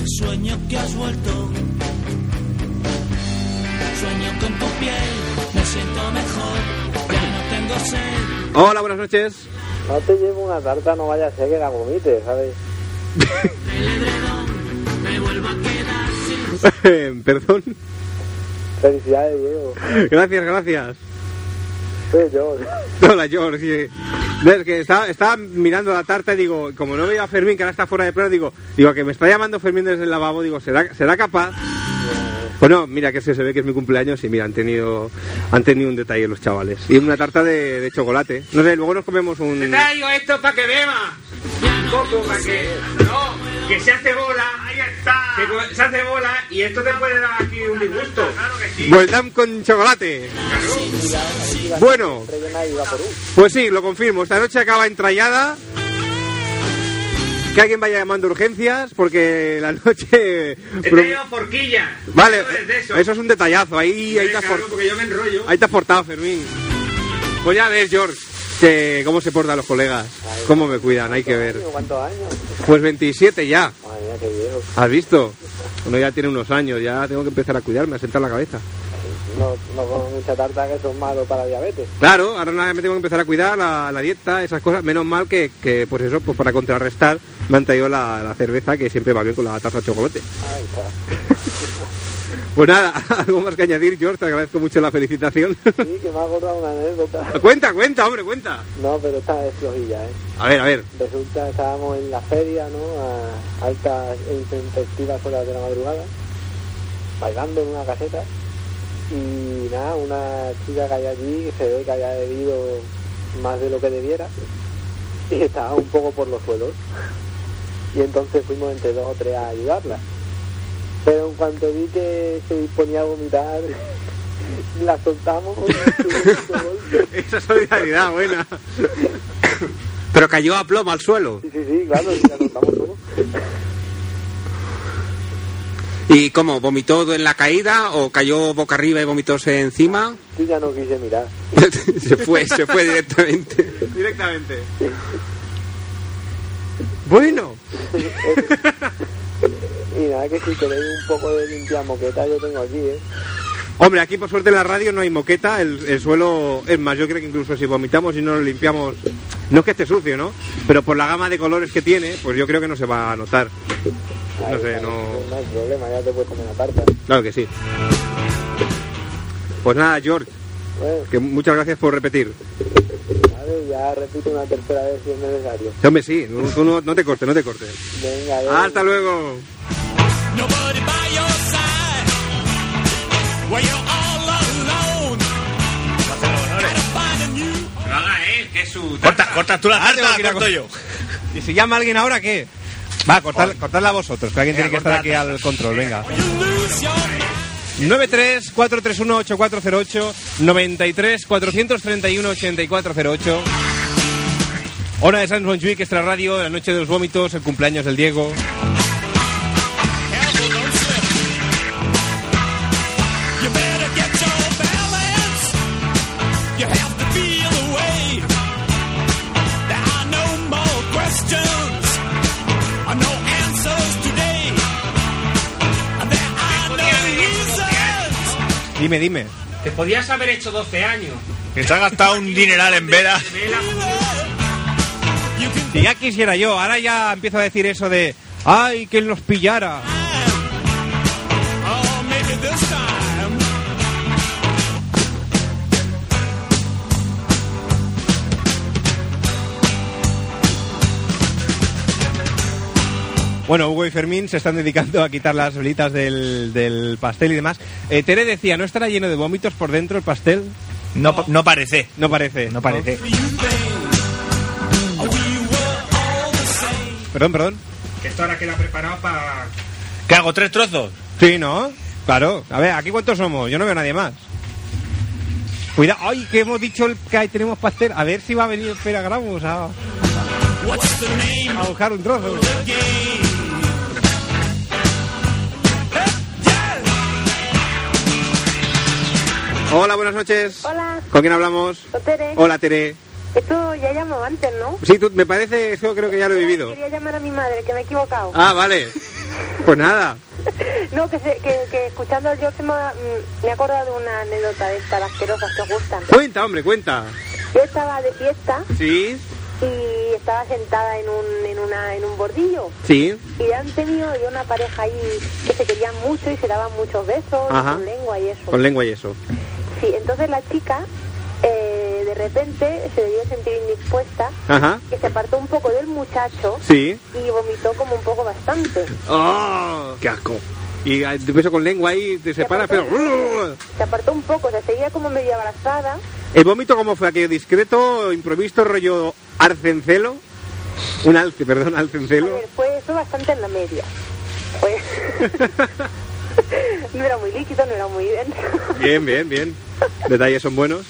S17: El sueño que has vuelto. Sueño con tu piel, me siento mejor, ya no tengo sed.
S1: Hola, buenas noches.
S4: No te llevo una tarta, no vaya a ser que la vomite, ¿sabes?
S1: Perdón.
S4: Felicidades, Diego.
S1: Gracias, gracias.
S4: Soy yo.
S1: [laughs] Hola, George. sí. No, es que estaba, estaba mirando la tarta y digo, como no veía a Fermín, que ahora está fuera de plano, digo, digo, que me está llamando Fermín desde el lavabo, digo, ¿será, será capaz? Bueno, mira que se, se ve que es mi cumpleaños y mira, han tenido, han tenido un detalle los chavales. Y una tarta de, de chocolate. No sé, luego nos comemos un...
S8: Traigo esto para que beba. Un poco para que. No, que se hace bola. Ahí está. Se, co- se hace bola y esto te puede dar aquí un disgusto.
S1: Boldam con chocolate. Bueno, pues sí, lo confirmo. Esta noche acaba entrañada. Que alguien vaya llamando urgencias porque la noche...
S8: He traído forquilla.
S1: Vale,
S8: Eso es de eso.
S1: eso es un detallazo. Ahí, ahí, te has
S8: Claro,
S1: for-
S8: porque yo me enrollo.
S1: ahí te has portado, Fermín. Pues ya ves, George, que cómo se portan los colegas. Cómo me cuidan, hay que ver.
S4: ¿Cuántos años?
S1: Pues 27 ya.
S4: Madre mía, qué viejo.
S1: ¿Has visto? Uno ya
S8: [laughs]
S1: tiene unos años, ya tengo que empezar a cuidarme, a sentar la cabeza.
S4: No, no como mucha tarta que son malos para diabetes.
S1: Claro, ahora nada, me tengo que empezar a cuidar la, la dieta, esas cosas. Menos mal que, que, pues eso, pues para contrarrestar, me han traído la, la cerveza que siempre va bien con la taza de chocolate.
S4: Ahí está.
S1: Pues nada, [laughs] algo más que añadir, George, te agradezco mucho la felicitación. [laughs]
S4: Sí, que me ha acordado una anécdota.
S1: cuenta, cuenta, hombre, cuenta.
S4: No, pero esta es flojilla, ¿eh?
S1: A ver, a ver.
S4: Resulta, estábamos en la feria, ¿no? A altas e intempestivas horas de la madrugada, bailando en una caseta. Y nada, una chica que hay allí, se ve que haya bebido más de lo que debiera. Y estaba un poco por los suelos. Y entonces fuimos entre dos o tres a ayudarla. Pero en cuanto vi que se disponía a vomitar, [laughs] la soltamos.
S1: Esa solidaridad buena. Pero cayó a plomo al suelo.
S4: Sí, sí, sí, claro, sí, la soltamos.
S3: ¿Y cómo? ¿Vomitó en la caída o cayó boca arriba y vomitóse encima? [laughs]
S4: Yo ya no quise mirar.
S3: se fue, se fue directamente.
S1: Directamente. Bueno.
S4: Y nada, que si queréis un poco de limpia moqueta, yo tengo aquí, ¿eh?
S1: Hombre, aquí por suerte en la radio no hay moqueta, el, el suelo es más, yo creo que incluso si vomitamos y no lo limpiamos, no es que esté sucio, ¿no? Pero por la gama de colores que tiene, pues yo creo que no se va a notar. No sé, no...
S4: No hay problema, ya te puedes comer la tarta.
S1: Claro que sí. Pues nada, George,
S4: Bueno,
S1: que muchas gracias por repetir.
S4: vale, ya repito una tercera vez si es necesario.
S1: Hombre, sí, no- tú no, no te cortes, no te cortes.
S4: Venga,
S1: Hasta luego.
S17: nobody by your side. Well, you're all alone. Gotta find a new
S18: Que lo haga él, que es su.
S2: Corta, corta tú la tarta, corto yo.
S1: ¿Y si llama alguien ahora qué? Va, cortad, cortadla vosotros, que alguien tiene que estar aquí al control, venga. 93-431-8408, 93-431-8408. Hora de Sans Montjuic, Extra Radio, la noche de los vómitos, el cumpleaños del Diego.
S17: You better get your balance. You have to feel the way. There are no more questions. No answers today. There are no reasons.
S1: Dime, dime.
S18: Te podías haber hecho 12 años.
S2: Que se ha gastado un dineral en veras.
S1: Si ya quisiera yo, ahora ya empiezo a decir eso de. ¡Ay, que él nos pillara!
S17: Oh, maybe this time.
S1: Bueno, Hugo y Fermín se están dedicando a quitar las velitas del, del pastel y demás. Eh, Tere decía, ¿no estará lleno de vómitos por dentro el pastel?
S2: No, pa- no parece.
S1: No parece.
S2: No parece.
S17: oh,
S1: Perdón, perdón.
S18: Que esto ahora queda preparado para.
S2: ¿Qué hago? ¿Tres trozos?
S1: Sí, ¿no? Claro. A ver, ¿aquí cuántos somos? Yo no veo a nadie más. Cuidado. ¡Ay, que hemos dicho el- que ahí tenemos pastel! A ver si va a venir Pera Gramos a, a
S17: What's the name of
S1: buscar un trozo.
S17: the game?
S9: Hola, buenas noches.
S12: Hola,
S9: ¿Con quién hablamos?
S12: soy Tere.
S9: Hola, Tere.
S12: Esto ya llamó antes, ¿no?
S9: Sí, tú, me parece, eso creo que ya lo he vivido.
S12: Quería llamar a mi madre, que me he equivocado.
S9: Ah, vale. Pues nada.
S12: No, que, se- que, que escuchando el George me, ha- mm, me he acordado de una anécdota de estas asquerosas que os gustan.
S9: Cuenta, hombre, cuenta.
S12: Yo estaba de fiesta
S9: Sí,
S12: y estaba sentada en un, en una, en un bordillo.
S9: sí.
S12: Y delante mío había una pareja ahí que se querían mucho y se daban muchos besos
S9: Ajá.
S12: con lengua y eso.
S9: Con lengua y eso.
S12: Sí, entonces la chica eh, de repente se debió sentir indispuesta
S9: Ajá.
S12: que se apartó un poco del muchacho
S9: Sí.
S12: y vomitó como un poco bastante.
S9: ¡Oh! ¡Qué asco! Y ah, te beso con lengua ahí, te separa, pero...
S12: Se apartó un poco, se seguía como medio abrazada.
S9: ¿El vómito cómo fue? ¿Aquello discreto, improvisto, rollo arcencelo? Un alce, perdón,
S12: A
S9: arcencelo.
S12: ver, fue eso bastante en la media. Fue- [laughs] no era muy líquido, no era muy denso.
S9: Bien, bien, bien. Detalles son buenos.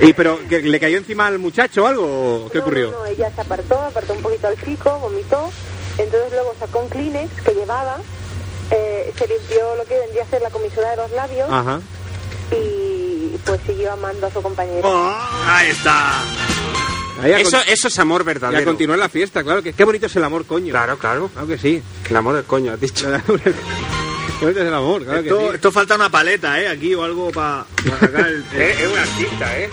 S9: ¿Y pero que le cayó encima al muchacho o algo? o [laughs] ¿Qué
S12: No,
S9: ocurrió?
S12: No, no, ella se apartó, apartó un poquito al chico, vomitó. Entonces luego sacó un Kleenex que llevaba, eh, se limpió lo que vendría a ser la comisura de los labios
S9: Ajá.
S12: y pues siguió amando a su compañero.
S9: Oh, ¡Ah! Ahí está.
S18: Eso, eso es amor
S9: Y a
S18: verdadero.
S9: continuar la fiesta, claro. Que, qué bonito es el amor, coño.
S18: Claro, claro.
S9: Claro que sí.
S18: El amor del coño, has dicho.
S9: Qué bonito es el amor, claro
S8: Esto,
S9: que sí.
S8: esto falta una paleta, ¿eh? Aquí o algo para sacar el...
S18: un artista, ¿eh?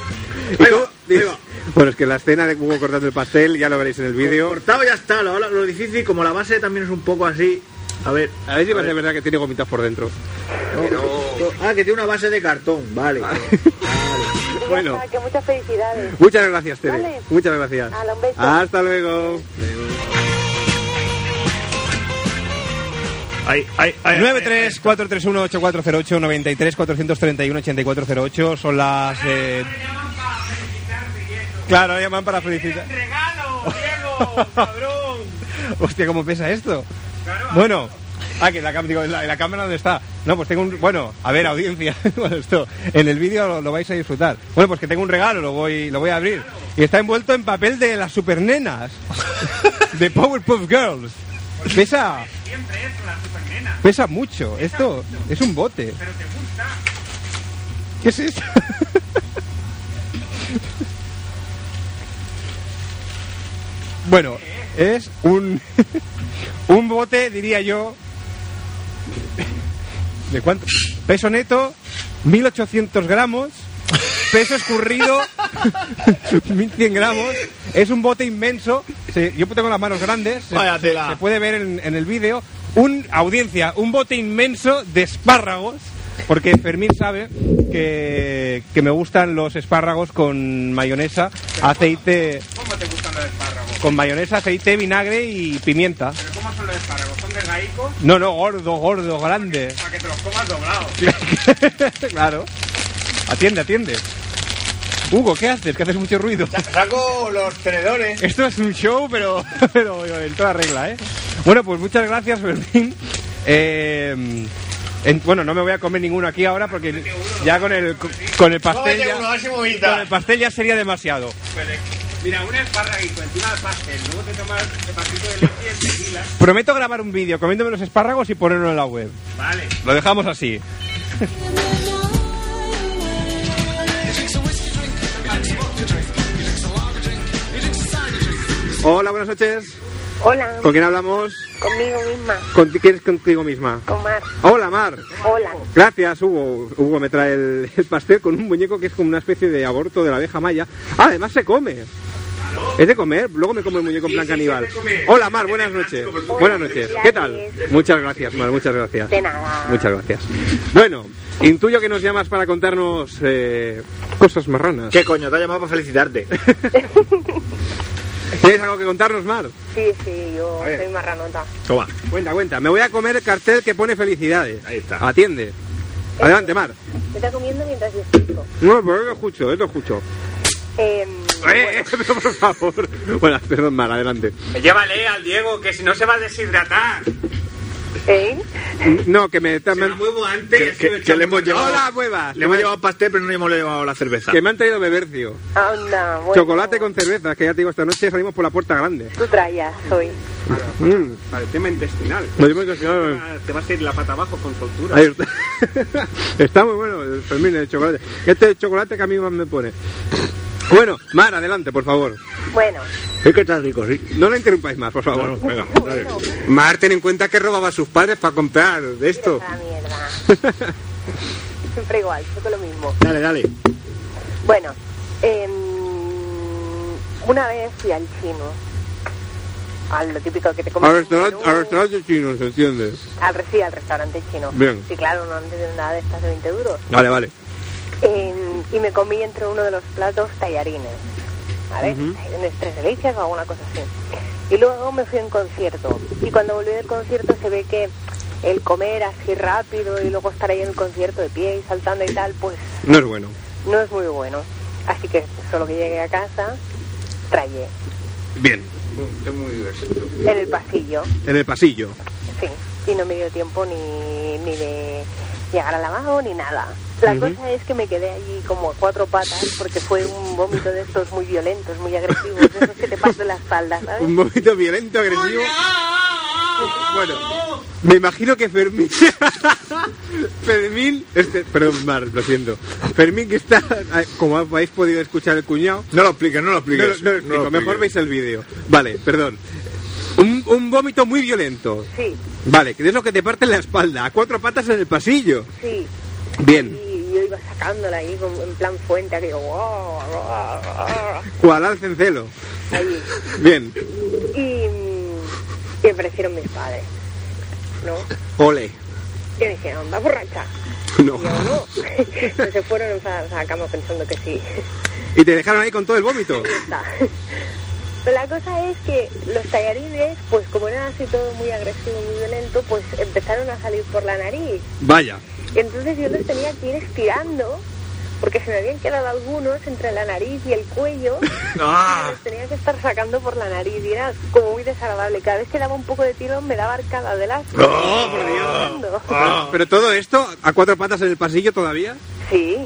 S9: ¿Y tú? Bueno, es que la escena de Hugo cortando el pastel, ya lo veréis en el vídeo.
S8: Cortado ya está, lo, lo difícil, como la base también es un poco así... A ver,
S9: A ver si va a
S8: ver.
S9: ser verdad que tiene gomitas por dentro.
S8: Ah, que tiene una base de cartón, vale.
S12: Y ya
S9: bueno.
S12: está, que muchas felicidades.
S9: [laughs] Muchas gracias, Tere.
S12: Vale.
S9: Muchas gracias. Ah.
S12: Hala, un beso.
S9: Hasta luego.
S8: Ay, ay, ay,
S1: 93-431-8408-93-431-8408 son las... eh, Claro, llaman para felicitar.
S18: ¡Regalo, Diego! ¡Cabrón!
S1: [laughs] Hostia, ¿cómo pesa esto? Bueno, ah, que la, cam- digo, la, la cámara dónde está. No, pues tengo un... Bueno, a ver, audiencia, [laughs] bueno, esto, en el vídeo lo, lo vais a disfrutar. Bueno, pues que tengo un regalo, lo voy, lo voy a abrir. Y está envuelto en papel de las supernenas, de Powerpuff Girls. Pesa,
S18: Siempre es la supernena,
S1: pesa mucho, esto es un bote.
S18: pero te gusta.
S1: ¿Qué es esto? bueno, es un [laughs] un bote, diría yo. ¿De cuánto? Peso neto, 1800 gramos. Peso escurrido, [laughs] 1100 gramos. Es un bote inmenso. se- yo tengo las manos grandes. Se,
S8: Vaya
S1: se-
S8: tela.
S1: se puede ver en, en el vídeo. Un, audiencia, un bote inmenso de espárragos. Porque Fermín sabe que, que me gustan los espárragos con mayonesa, aceite.
S18: ¿Cómo te gustan los espárragos?
S19: Con mayonesa, aceite, vinagre y pimienta.
S2: ¿Cómo son los espárragos? ¿Son de gaico?
S19: No, no, gordo, gordo, grande.
S2: Para que te los comas
S19: [laughs]
S2: doblados.
S19: claro. Atiende, atiende. Hugo, ¿qué haces? Que haces mucho ruido.
S2: Saco los tenedores.
S19: Esto es un show, pero, [laughs] pero en toda regla, ¿eh? Bueno, pues muchas gracias, Fermín. Eh, en- bueno, no me voy a comer ninguno aquí ahora porque ya con el, con el pastel
S2: Cómete uno, a ver si
S19: ya,
S2: vomita.
S19: con el pastel ya sería demasiado.
S2: Mira, un espárraguito encima del pastel, luego te tomas el vasito de leche y el tequila.
S19: Prometo grabar un vídeo comiéndome los espárragos y ponerlo en la web.
S2: Vale.
S19: Lo dejamos así.
S1: Hola, buenas noches.
S12: Hola,
S1: ¿Con quién hablamos?
S12: conmigo misma,
S1: ¿Con ti- ¿Quién es contigo misma?
S12: con Mar.
S1: Hola, Mar.
S12: Hola.
S1: Gracias, Hugo. Hugo me trae el, el pastel con un muñeco que es como una especie de aborto de la abeja maya. Ah, además se come. Es de comer, luego me como el muñeco en plan caníbal. Hola Mar, buenas noches. Buenas noches, ¿qué tal? Muchas gracias Mar, muchas gracias.
S12: De nada.
S1: Muchas gracias. Bueno, intuyo que nos llamas para contarnos eh, cosas marranas.
S8: ¿Qué coño? Te ha llamado para felicitarte.
S1: ¿Tienes algo que contarnos, Mar?
S12: Sí, sí, yo soy marranota.
S1: Toma. Cuenta, cuenta. Me voy a comer el cartel que pone felicidades. Ahí está. Atiende. Adelante, Mar.
S12: Me está comiendo mientras yo escucho.
S1: No, pero lo escucho, eh, lo escucho.
S12: Em,
S1: Eh, [laughs] eh, pero por favor. Bueno, perdón, Mar, adelante.
S2: Llévale al Diego, que si no se va a deshidratar.
S12: ¿eh?
S1: No, que me...
S2: Me muevo antes.
S8: Que, que le hemos llevado.
S1: Hola, huevas.
S8: Le hemos llevado pastel, pero no le hemos llevado la cerveza.
S1: Que me han traído bebercio.
S12: Anda, bueno.
S1: Chocolate con cerveza, que ya te digo, esta noche salimos por la puerta grande.
S12: Tú traías hoy.
S1: Mm.
S2: Para el tema intestinal.
S1: Lo mismo que si no-
S2: Te vas a ir la pata abajo con soltura.
S1: Ahí está. Está [laughs] muy bueno el Fermín, el chocolate. Este es el chocolate que a mí más me pone. Bueno, Mar, adelante, por favor.
S12: Bueno,
S1: Es que está rico, sí. No le interrumpáis más, por favor.
S19: Mar, ten en cuenta que robaba a sus padres para comprar de esto.
S12: a la mierda. [laughs] Siempre igual, siempre lo mismo.
S8: Dale, dale.
S12: Bueno, em, una vez fui al chino. A lo típico que te comes.
S1: Al
S12: un
S1: restaurante,
S12: menú.
S1: al restaurante chino, ¿se entiende?
S12: Al re- sí, al restaurante chino.
S1: Bien.
S12: Sí, claro, no han tenido nada de estas de 20 duros.
S1: Vale, vale.
S12: En- y me comí entre uno de los platos tallarines. ¿Vale?
S1: Ujú.
S12: Tallarines tres delicias o alguna cosa así. Y luego me fui a un concierto. Y cuando volví del concierto se ve que el comer así rápido y luego estar ahí en el concierto de pie y saltando y tal, pues
S1: No es bueno.
S12: no es muy bueno. Así que solo que llegué a casa, trayé
S1: Bien.
S12: en el pasillo.
S1: En el pasillo.
S12: Sí, y no me dio tiempo ni, ni de llegar al lavabo ni nada. La
S1: Ujú.
S12: cosa es que me quedé allí como a cuatro patas porque fue un vómito de estos muy violentos, muy agresivos, de esos que te pasan la espalda, ¿sabes?
S1: Un momento violento, agresivo. Bueno, me imagino que Fermín. [laughs] Fermín. Este, perdón, Mar, lo siento. Fermín que está. Como habéis podido escuchar el cuñado.
S8: No lo expliques, no lo
S1: No,
S8: expliques.
S1: no lo explico,
S8: lo
S1: mejor
S8: expliques.
S1: veis el vídeo. Vale, perdón. Un, un vómito muy violento.
S12: Sí,
S1: Vale, que es lo que te parte en la espalda, a cuatro patas en el pasillo.
S12: sí.
S1: Bien,
S12: Y yo iba sacándola ahí como en plan fuente, que digo, wow, wow, wow,
S1: cual al cencelo.
S12: ahí.
S1: Bien,
S12: Y, mm, y aparecieron mis padres, ¿no?
S1: ole.
S12: Y me dijeron, va borracha.
S1: [laughs] No.
S12: Y yo, no. [laughs] Entonces se fueron enfadados a la cama pensando que sí.
S1: Y te dejaron ahí con todo el vómito.
S12: está. Pero la cosa es que los tallarines, pues como era así todo muy agresivo, muy violento, pues empezaron a salir por la nariz.
S1: Vaya.
S12: Y entonces yo los tenía que ir estirando, porque se me habían quedado algunos entre la nariz y el cuello. y Los tenía que estar sacando por la nariz y era como muy desagradable. Cada vez que daba un poco de tirón me daba arcada del asco.
S1: ¡Oh, por
S12: Dios!
S1: Pero todo esto, a cuatro patas en el pasillo todavía.
S12: Sí,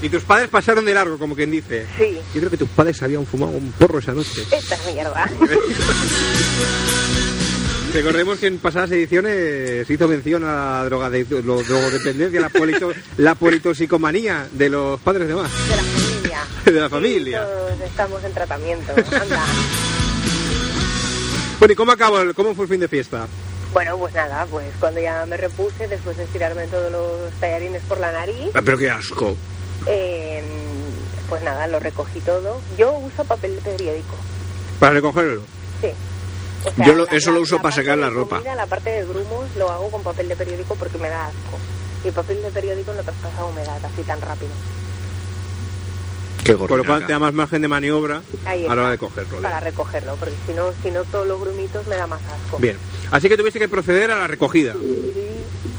S1: Y tus padres pasaron de largo, como quien dice.
S12: sí.
S1: Yo creo que tus padres habían fumado un porro esa noche.
S12: Esta es
S1: [laughs]
S12: mierda.
S1: Recordemos que en pasadas ediciones se hizo mención a la droga de, lo- drogodependencia, la, polito- la politoxicomanía de los padres de más,
S12: De la familia.
S1: de la familia.
S12: Todos estamos en
S1: [laughs]
S12: tratamiento. Anda.
S1: Bueno, ¿y cómo acabó? el- ¿Cómo fue el fin de fiesta?
S12: Bueno, pues nada, pues cuando ya me repuse, después de estirarme todos los tallarines por
S8: [laughs]
S12: la nariz,
S8: Ah, Pero qué asco.
S12: eh, pues nada, lo recogí todo. Yo uso papel de periódico,
S1: Para recogerlo.
S12: sí. O
S8: Yo lo-
S12: la-
S8: eso lo
S12: la-
S8: uso para
S12: la parte
S8: secar
S12: de
S8: la ropa.
S12: comida, la parte de grumos lo hago con papel de periódico porque me da asco. Y el papel de periódico no traspasa humedad así tan rápido.
S2: Qué
S1: Con lo cual
S2: gorrinaca.
S1: te da más margen de maniobra
S12: Ahí
S1: a la hora
S12: está.
S1: de cogerlo.
S12: para recogerlo, porque si no, si no todos los grumitos me da más asco.
S1: Bien. Así que tuviste que proceder a la recogida.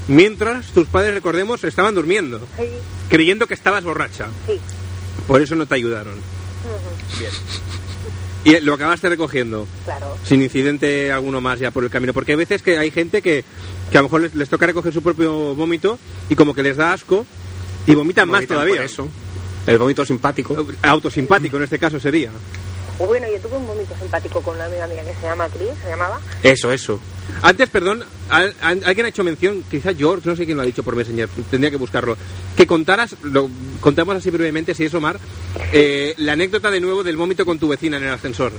S1: Mientras tus padres, recordemos, estaban durmiendo,
S12: Sí,
S1: creyendo que estabas borracha.
S12: sí.
S1: Por eso no te ayudaron.
S12: Ujú.
S1: Y lo acabaste recogiendo.
S12: Claro.
S1: Sin incidente alguno más ya por el camino. Porque hay veces que hay gente que, que a lo mejor les, les toca recoger su propio vómito y como que les da asco y vomitan, más
S8: Vomitan
S1: todavía.
S8: por eso. El vómito simpático.
S1: Autosimpático en este caso sería.
S12: O bueno, yo tuve un vómito simpático con una amiga mía que se llama Cris, se llamaba.
S1: Eso, eso. Antes, perdón, al- al- alguien ha hecho mención, quizá George, no sé quién lo ha dicho por Messenger, tendría que buscarlo. Que contaras, lo contamos así brevemente, si es Omar, eh, la anécdota de nuevo del vómito con tu vecina en el ascensor.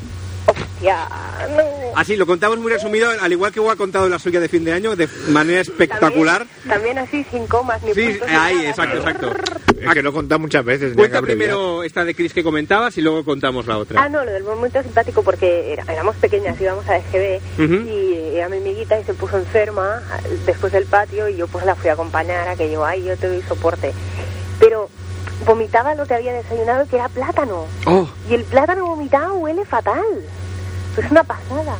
S12: Ya, no.
S1: Así, lo contamos muy resumido, al igual que Hugo ha contado la suya de fin de año, de manera espectacular.
S12: También así, sin comas ni
S1: Sí,
S12: puntos ni
S1: ahí,
S12: nada.
S1: exacto, exacto.
S2: Es que lo he contado muchas veces. tenía que
S1: Cuenta
S2: abreviar.
S1: primero esta de Chris que comentabas y luego contamos la otra.
S12: Ah, no, lo del momento simpático porque era- éramos pequeñas, íbamos a SGB
S1: Ujú.
S12: y era mi amiguita y se puso enferma ah, después del patio y yo pues la fui a acompañar a que yo, ay, yo te doy soporte. Pero vomitaba lo que había desayunado que era plátano.
S1: Oh.
S12: Y el plátano vomitado huele fatal. Es una pasada.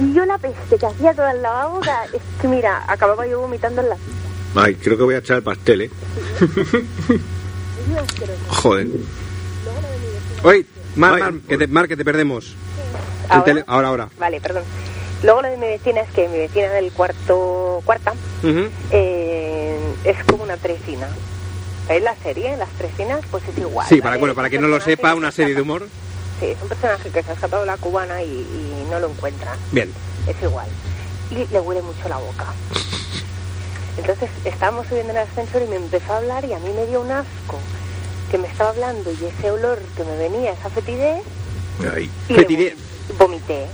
S12: Y yo la peste que hacía toda en la boca, es que mira, acababa yo vomitando en la...
S2: Ay, creo que voy a echar el pastel, ¿eh?
S12: Dios, pero-
S2: Joder.
S1: Oye, Mar, Mar, que te, Mar, que te perdemos. El
S12: ¿Ahora?
S1: tele- ahora. ahora.
S12: Vale, perdón. Luego lo de mi vecina es que mi vecina del cuarto, cuarta,
S1: Ujú.
S12: eh, es como una tresina. ¿Veis la serie? Las tresinas, pues es igual.
S1: Sí, para,
S12: ¿vale?
S1: bueno, para
S12: Es
S1: quien
S12: un
S1: no lo
S12: personaje
S1: sepa,
S12: que
S1: una
S12: se
S1: serie de
S12: escapa-
S1: humor.
S12: Sí, es un personaje que se ha escapado de la cubana y, y no lo encuentra.
S1: Bien.
S12: Es igual. Y le huele mucho la boca. Entonces estábamos subiendo en el ascensor y me empezó a hablar y a mí me dio un asco que me estaba hablando y ese olor que me venía, esa fetidez,
S2: Ay.
S12: y le vom- vomité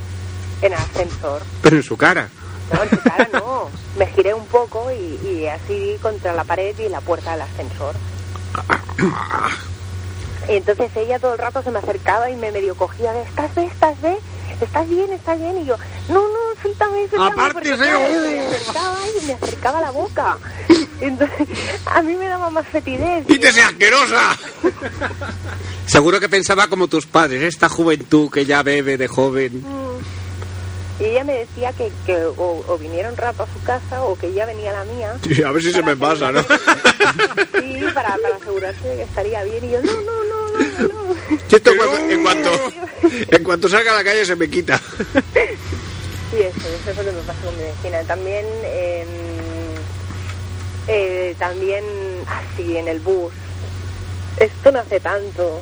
S12: en el ascensor.
S8: Pero en su cara.
S12: No, en su cara no. Me giré un poco y, y así di contra la pared y la puerta del ascensor. Y entonces ella todo el rato se me acercaba y me medio cogía de, ¿estás bien? ¿Estás bien? ¿Estás bien? ¿Estás bien? Y yo, no, no, suéltame, suéltame.
S20: Aparte,
S12: porque
S20: sí,
S12: claro,
S20: uh.
S12: me acercaba y me acercaba la boca. Entonces, a mí me daba más fetidez.
S3: ¡Quítese
S1: [laughs]
S3: asquerosa! Seguro que pensaba como tus padres, esta juventud que ya bebe de joven.
S12: Y ella me decía que, que o, o viniera un rato a su casa o que ella venía a la mía.
S2: A ver si se me pasa, ¿no?
S12: Sí, para, para asegurarse de que estaría bien. Y yo, no, no, no, no, no.
S2: Si esto en cuanto- en, cuanto, en cuanto salga a la calle se me quita.
S12: Sí, eso, eso es lo que me pasó con mi vecina. También, eh, eh, también así, en el bus. Esto no hace tanto.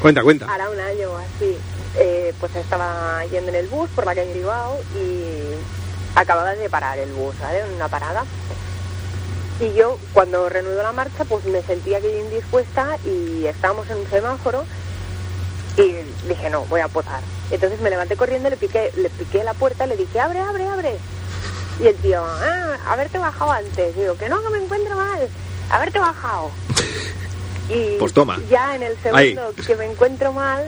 S1: Cuenta, cuenta.
S12: Hará un año o así. Eh, pues estaba yendo en el bus por la calle Bilbao y acababa de parar el bus, ¿vale? En una parada. Y yo, cuando reanudó la marcha, pues me sentía que indispuesta y estábamos en un semáforo y dije, no, voy a posar. Entonces me levanté corriendo, le piqué, le piqué la puerta, le dije, abre, abre, abre. Y el tío, ah, haberte bajado antes. Digo, que no, que me encuentro mal. Haberte bajado.
S2: [laughs]
S12: Y
S2: Pues toma.
S12: ya en el segundo que me encuentro mal,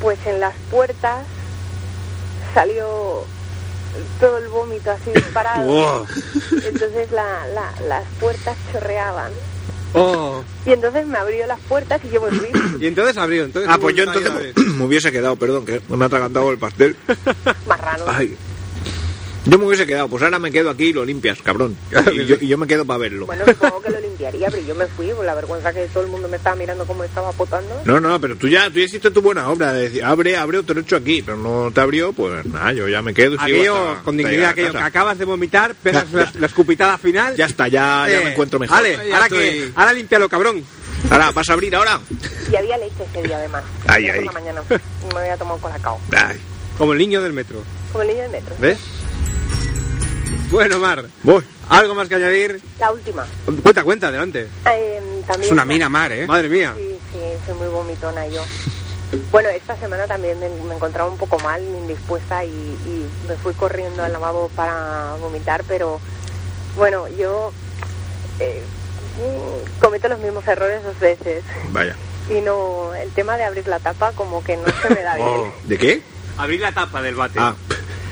S12: pues en las puertas salió todo el vómito
S2: [laughs]
S12: así disparado.
S20: Wow.
S12: Entonces la- la- las puertas chorreaban.
S1: Oh.
S12: Y entonces me abrió las puertas y yo volví.
S2: [coughs]
S1: Y entonces abrió. Entonces
S2: Ah, pues yo entonces [clears throat] me hubiese quedado, perdón, que me ha atragantado el pastel.
S12: Marrano.
S2: Ay. Yo me hubiese quedado, pues ahora me quedo aquí y lo limpias, cabrón. Y yo, y yo me quedo para verlo.
S12: Bueno, supongo que lo limpiaría, pero yo me fui por la vergüenza que todo el mundo me estaba mirando cómo estaba potando.
S2: No, no, pero tú ya, tú ya hiciste tu buena obra de decir, abre, abre otro hecho aquí, pero no te abrió, pues nada, yo ya me quedo. y sigo
S1: Aquello,
S2: hasta-
S1: con
S2: hasta
S1: dignidad,
S2: llegar a
S1: aquello que
S2: casa.
S1: acabas de vomitar, pegas la, la escupitada final.
S2: Ya está, ya, ya
S1: Eh,
S2: me encuentro mejor.
S1: Vale, ahora, que, ahora límpialo, cabrón.
S2: Ahora, vas a abrir ahora.
S12: Y había leche ese día además.
S1: [laughs] Ay,
S12: Por la mañana me había tomado colacao.
S1: Como el niño del metro.
S12: Como el niño de metro.
S1: ¿Ves? Bueno, Mar. ¿Algo más que añadir?
S12: La última.
S1: Cuenta, cuenta, adelante.
S12: Eh, también
S1: Mar, ¿eh? Madre mía.
S12: Sí, sí, soy muy vomitona yo. Bueno, esta semana también me, me encontraba un poco mal, indispuesta y, y me fui corriendo al lavabo para vomitar, pero bueno, yo eh, mm, cometo los mismos errores dos veces
S2: Vaya.
S12: y no, el tema de abrir la tapa como que no
S8: Oh.
S12: se me da bien.
S2: ¿De qué? Ah.
S1: Abrir la tapa del bate.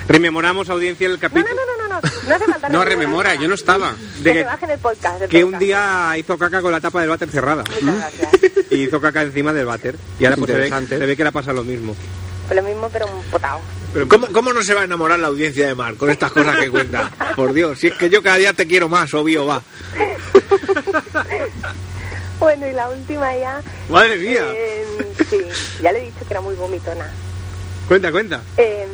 S1: Rememoramos audiencia el capítulo.
S12: No, no, no, no hace falta
S5: No
S12: rememorar
S5: rememora,
S12: nada.
S5: yo no estaba.
S12: Que se bajen el podcast. el
S9: Que un
S12: podcast.
S9: día hizo caca con la tapa del váter cerrada. [laughs] Y hizo caca encima del váter. Y ahora pues se ve,
S8: Interesante.
S9: se ve que le pasa lo mismo.
S12: Lo mismo, pero un potao.
S8: Pero ¿cómo, ¿Cómo no se va a enamorar la audiencia de Mar con estas cosas
S9: [laughs]
S8: que cuenta? Por Dios, si es que yo cada día te quiero más, obvio, va.
S12: Bueno, y la última ya.
S9: Madre mía.
S12: Eh, sí, ya le he dicho que era muy vomitona.
S9: Cuenta, cuenta.
S12: Eh,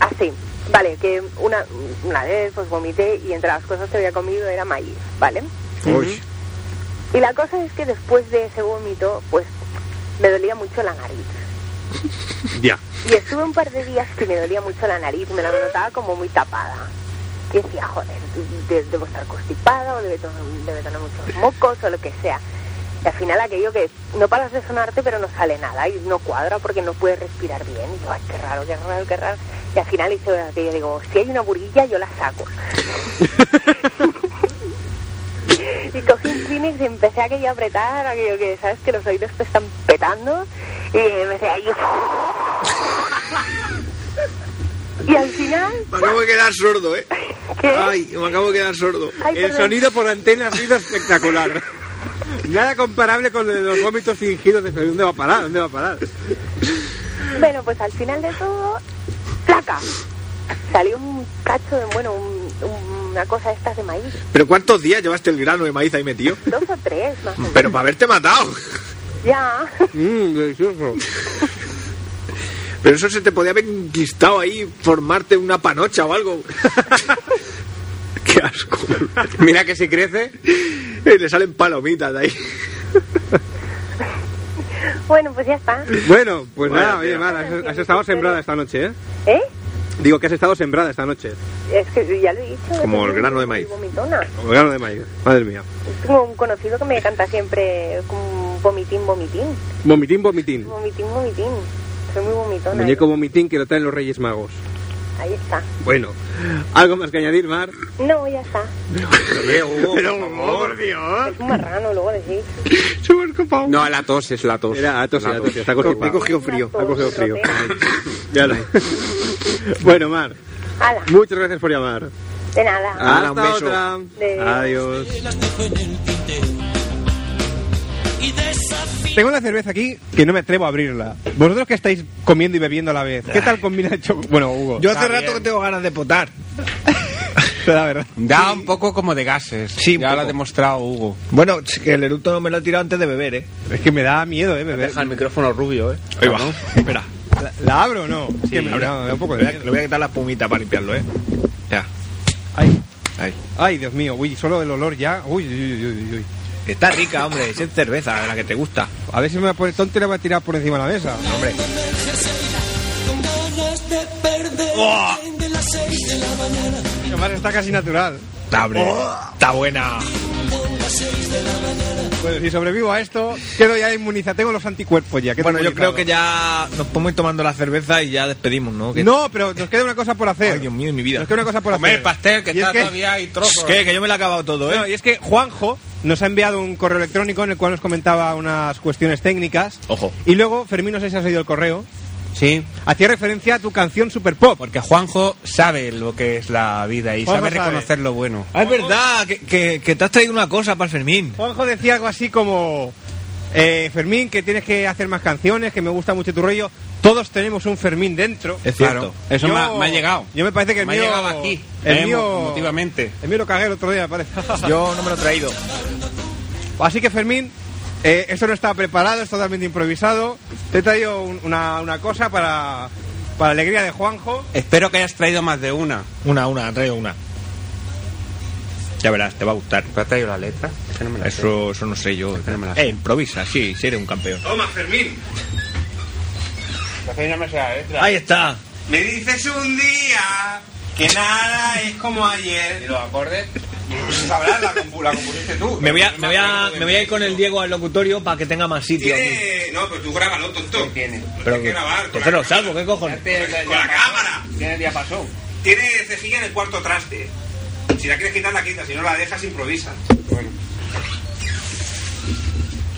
S12: así, vale, que una, una vez pues vomité y entre las cosas que había comido era maíz, ¿vale?
S8: Uy.
S12: Y la cosa es que después de ese vómito, pues me dolía mucho la nariz.
S8: Ya.
S12: Y estuve un par de días que me dolía mucho la nariz, me la notaba como muy tapada. Y decía, joder, de- debo estar constipada o debe to- debe tener muchos mocos o lo que sea. Y al final aquello que no paras de sonarte pero no sale nada y no cuadra porque no puedes respirar bien. Y yo, ay, qué raro, qué raro, qué raro. Y al final hice aquello, digo, si hay una burilla yo la saco. y cogí un Kleenex y empecé aquello a apretar, aquello que, ¿sabes? Que los oídos te están petando. Y empecé ahí... [laughs] Y al final...
S8: Me acabo de quedar sordo, ¿eh? Ay, me acabo de quedar sordo.
S12: Ay,
S9: El
S12: perdón.
S9: sonido por antena ha sido
S12: [laughs]
S9: espectacular. Nada comparable con lo de los vómitos fingidos de dónde va a parar, dónde va a parar.
S12: Bueno, pues al final de todo, placa. Salió un cacho de, bueno, un- un- una cosa de estas de maíz.
S8: ¿Pero cuántos días llevaste el grano de maíz ahí metido?
S12: Dos o tres, más o menos.
S8: Pero para haberte matado.
S12: Ya. [laughs] Mm,
S9: Mmm, delicioso.
S8: [laughs] Pero eso se te podía haber enquistado ahí, formarte una panocha o algo. Qué asco.
S9: Mira que si crece.
S8: Y le salen palomitas de ahí.
S12: Bueno, pues ya está.
S9: Bueno, pues
S8: Bueno,
S9: nada,
S8: tío.
S9: oye, Mar, has, has estado sembrada esta noche, ¿eh?
S12: ¿Eh?
S9: Digo que has estado sembrada esta noche.
S12: Es que ya lo he dicho.
S9: Como el grano de
S12: soy
S9: maíz.
S12: Vomitona.
S9: Como el grano de maíz. Madre mía.
S12: Tengo un conocido que me canta siempre como vomitín, vomitín.
S9: Vomitín, vomitín.
S12: Vomitín, vomitín. Soy muy vomitona.
S9: Muñeco vomitín que lo traen los Reyes Magos.
S12: Ahí está.
S9: Bueno, ¿algo más que añadir, Mar?
S12: No, ya está.
S2: Oh,
S9: [laughs] Pero, por Dios.
S12: Es un marrano, luego decís.
S5: No, la tos es la tos.
S9: Era a tos,
S5: La
S9: era
S5: tos.
S9: tos, está constipado.
S8: Me he cogido frío.
S9: Ha cogido frío. Ya lo- [laughs] Bueno, Mar,
S12: Hala,
S9: muchas gracias por llamar.
S12: de nada.
S8: Hala, un
S9: Hasta
S8: beso.
S9: otra.
S12: De-
S9: Adiós.
S17: Las dejo en el tintero. Y desafío.
S1: Tengo una cerveza aquí que no me atrevo a abrirla. Vosotros que estáis comiendo y bebiendo a la vez, ¿qué tal combina el chocolate? Bueno, Hugo.
S2: Yo hace rato que
S1: [laughs]
S2: tengo ganas de potar.
S1: Pero la verdad.
S3: Da un poco como de gases.
S2: Sí, un
S3: ya lo
S2: poco.
S3: ha demostrado Hugo.
S2: Bueno, es que el eructo no me lo he tirado antes de beber, ¿eh?
S1: Es que me da miedo, eh, beber.
S2: el micrófono rubio, ¿eh? Ahí va. Espera.
S1: ¿La, la abro o no? Es que me,
S2: ahora.
S1: no, me da un poco de
S2: Le voy a-
S1: miedo.
S2: le voy a quitar la espumita para limpiarlo, ¿eh? Ya.
S1: Ay,
S2: Ahí.
S1: ay, Dios mío, uy, solo el olor ya. Uy, uy, uy, uy, uy.
S2: Está rica, hombre. Es cerveza, la que te gusta.
S1: A ver si me va a poner tonto y la voy a tirar por encima de la mesa.
S2: Hombre.
S17: Con ganas de perder.
S2: ¡Oh!
S17: el tren de las seis de la mañana.
S1: Además está casi natural.
S2: Está, hombre. Está buena.
S1: Bueno, Pues, si sobrevivo a esto, quedo ya inmunizado. Tengo los anticuerpos ya. quedo
S2: Bueno, yo creo
S1: inmunizado.
S2: que ya nos podemos ir tomando la cerveza y ya despedimos, ¿no? Que-
S1: No, pero nos queda una cosa por hacer.
S2: Ay, Dios mío, mi vida.
S1: Nos queda una cosa por
S2: Comer
S1: hacer.
S2: pastel, que
S1: Y es
S2: está
S1: que-
S2: todavía hay trozos. ¿Qué? Que yo me lo he acabado todo, ¿eh?
S1: No, y es que Juanjo nos ha enviado un correo electrónico en el cual nos comentaba unas cuestiones técnicas.
S2: Ojo.
S1: Y luego, Fermín, no sé si has oído el correo.
S3: Sí,
S1: Hacía referencia a tu canción Super Pop.
S3: porque Juanjo sabe lo que es la vida y
S1: Juanjo
S3: sabe
S1: sabe.
S3: reconocer lo bueno.
S2: Ah, es verdad, que, que- que te has traído una cosa para el Fermín.
S1: Juanjo decía algo así como... eh, Fermín, que tienes que hacer más canciones, que me gusta mucho tu rollo. Todos tenemos un Fermín dentro.
S2: Es cierto.
S3: Eso
S1: Yo-
S3: me, ha, me ha llegado.
S1: Yo me parece que el
S3: me
S1: mío...
S3: ha llegado aquí.
S1: El
S3: eh,
S1: mío...
S3: Motivamente.
S1: El mío lo cagué el otro día, me parece.
S3: [laughs]
S2: Yo no me lo he traído.
S1: Así que Fermín, eh, esto no está preparado, es totalmente improvisado. Te he traído un- una, una cosa para, para alegría de Juanjo.
S3: Espero que hayas traído más de una.
S2: Una, una, he traído una. Ya verás, te va a gustar.
S3: ¿Te has traído la letra? Es que no me la sé.
S2: Eso, eso no sé yo.
S3: que no me la sé.
S2: Eh, improvisa, sí, si eres un campeón.
S18: Toma, Fermín.
S2: Ahí está.
S18: Me dices un día que nada es como ayer. ¿Y los acordes? Sabrás, la, compu- la compusiste tú.
S2: Me voy, a, me, voy a, me voy a ir con el Diego al locutorio para que tenga más sitio. aquí.
S18: Tiene... No, pero tú grábalo, tonto. Tiene.
S2: Pero,
S18: que grabar. con
S2: entonces
S18: la-
S2: lo salvo, ¿qué cojones?
S18: Con la cámara. Tiene diapasón. Tiene cejilla en el cuarto traste. Si la quieres quitar, la quitas. Si no la dejas, improvisa.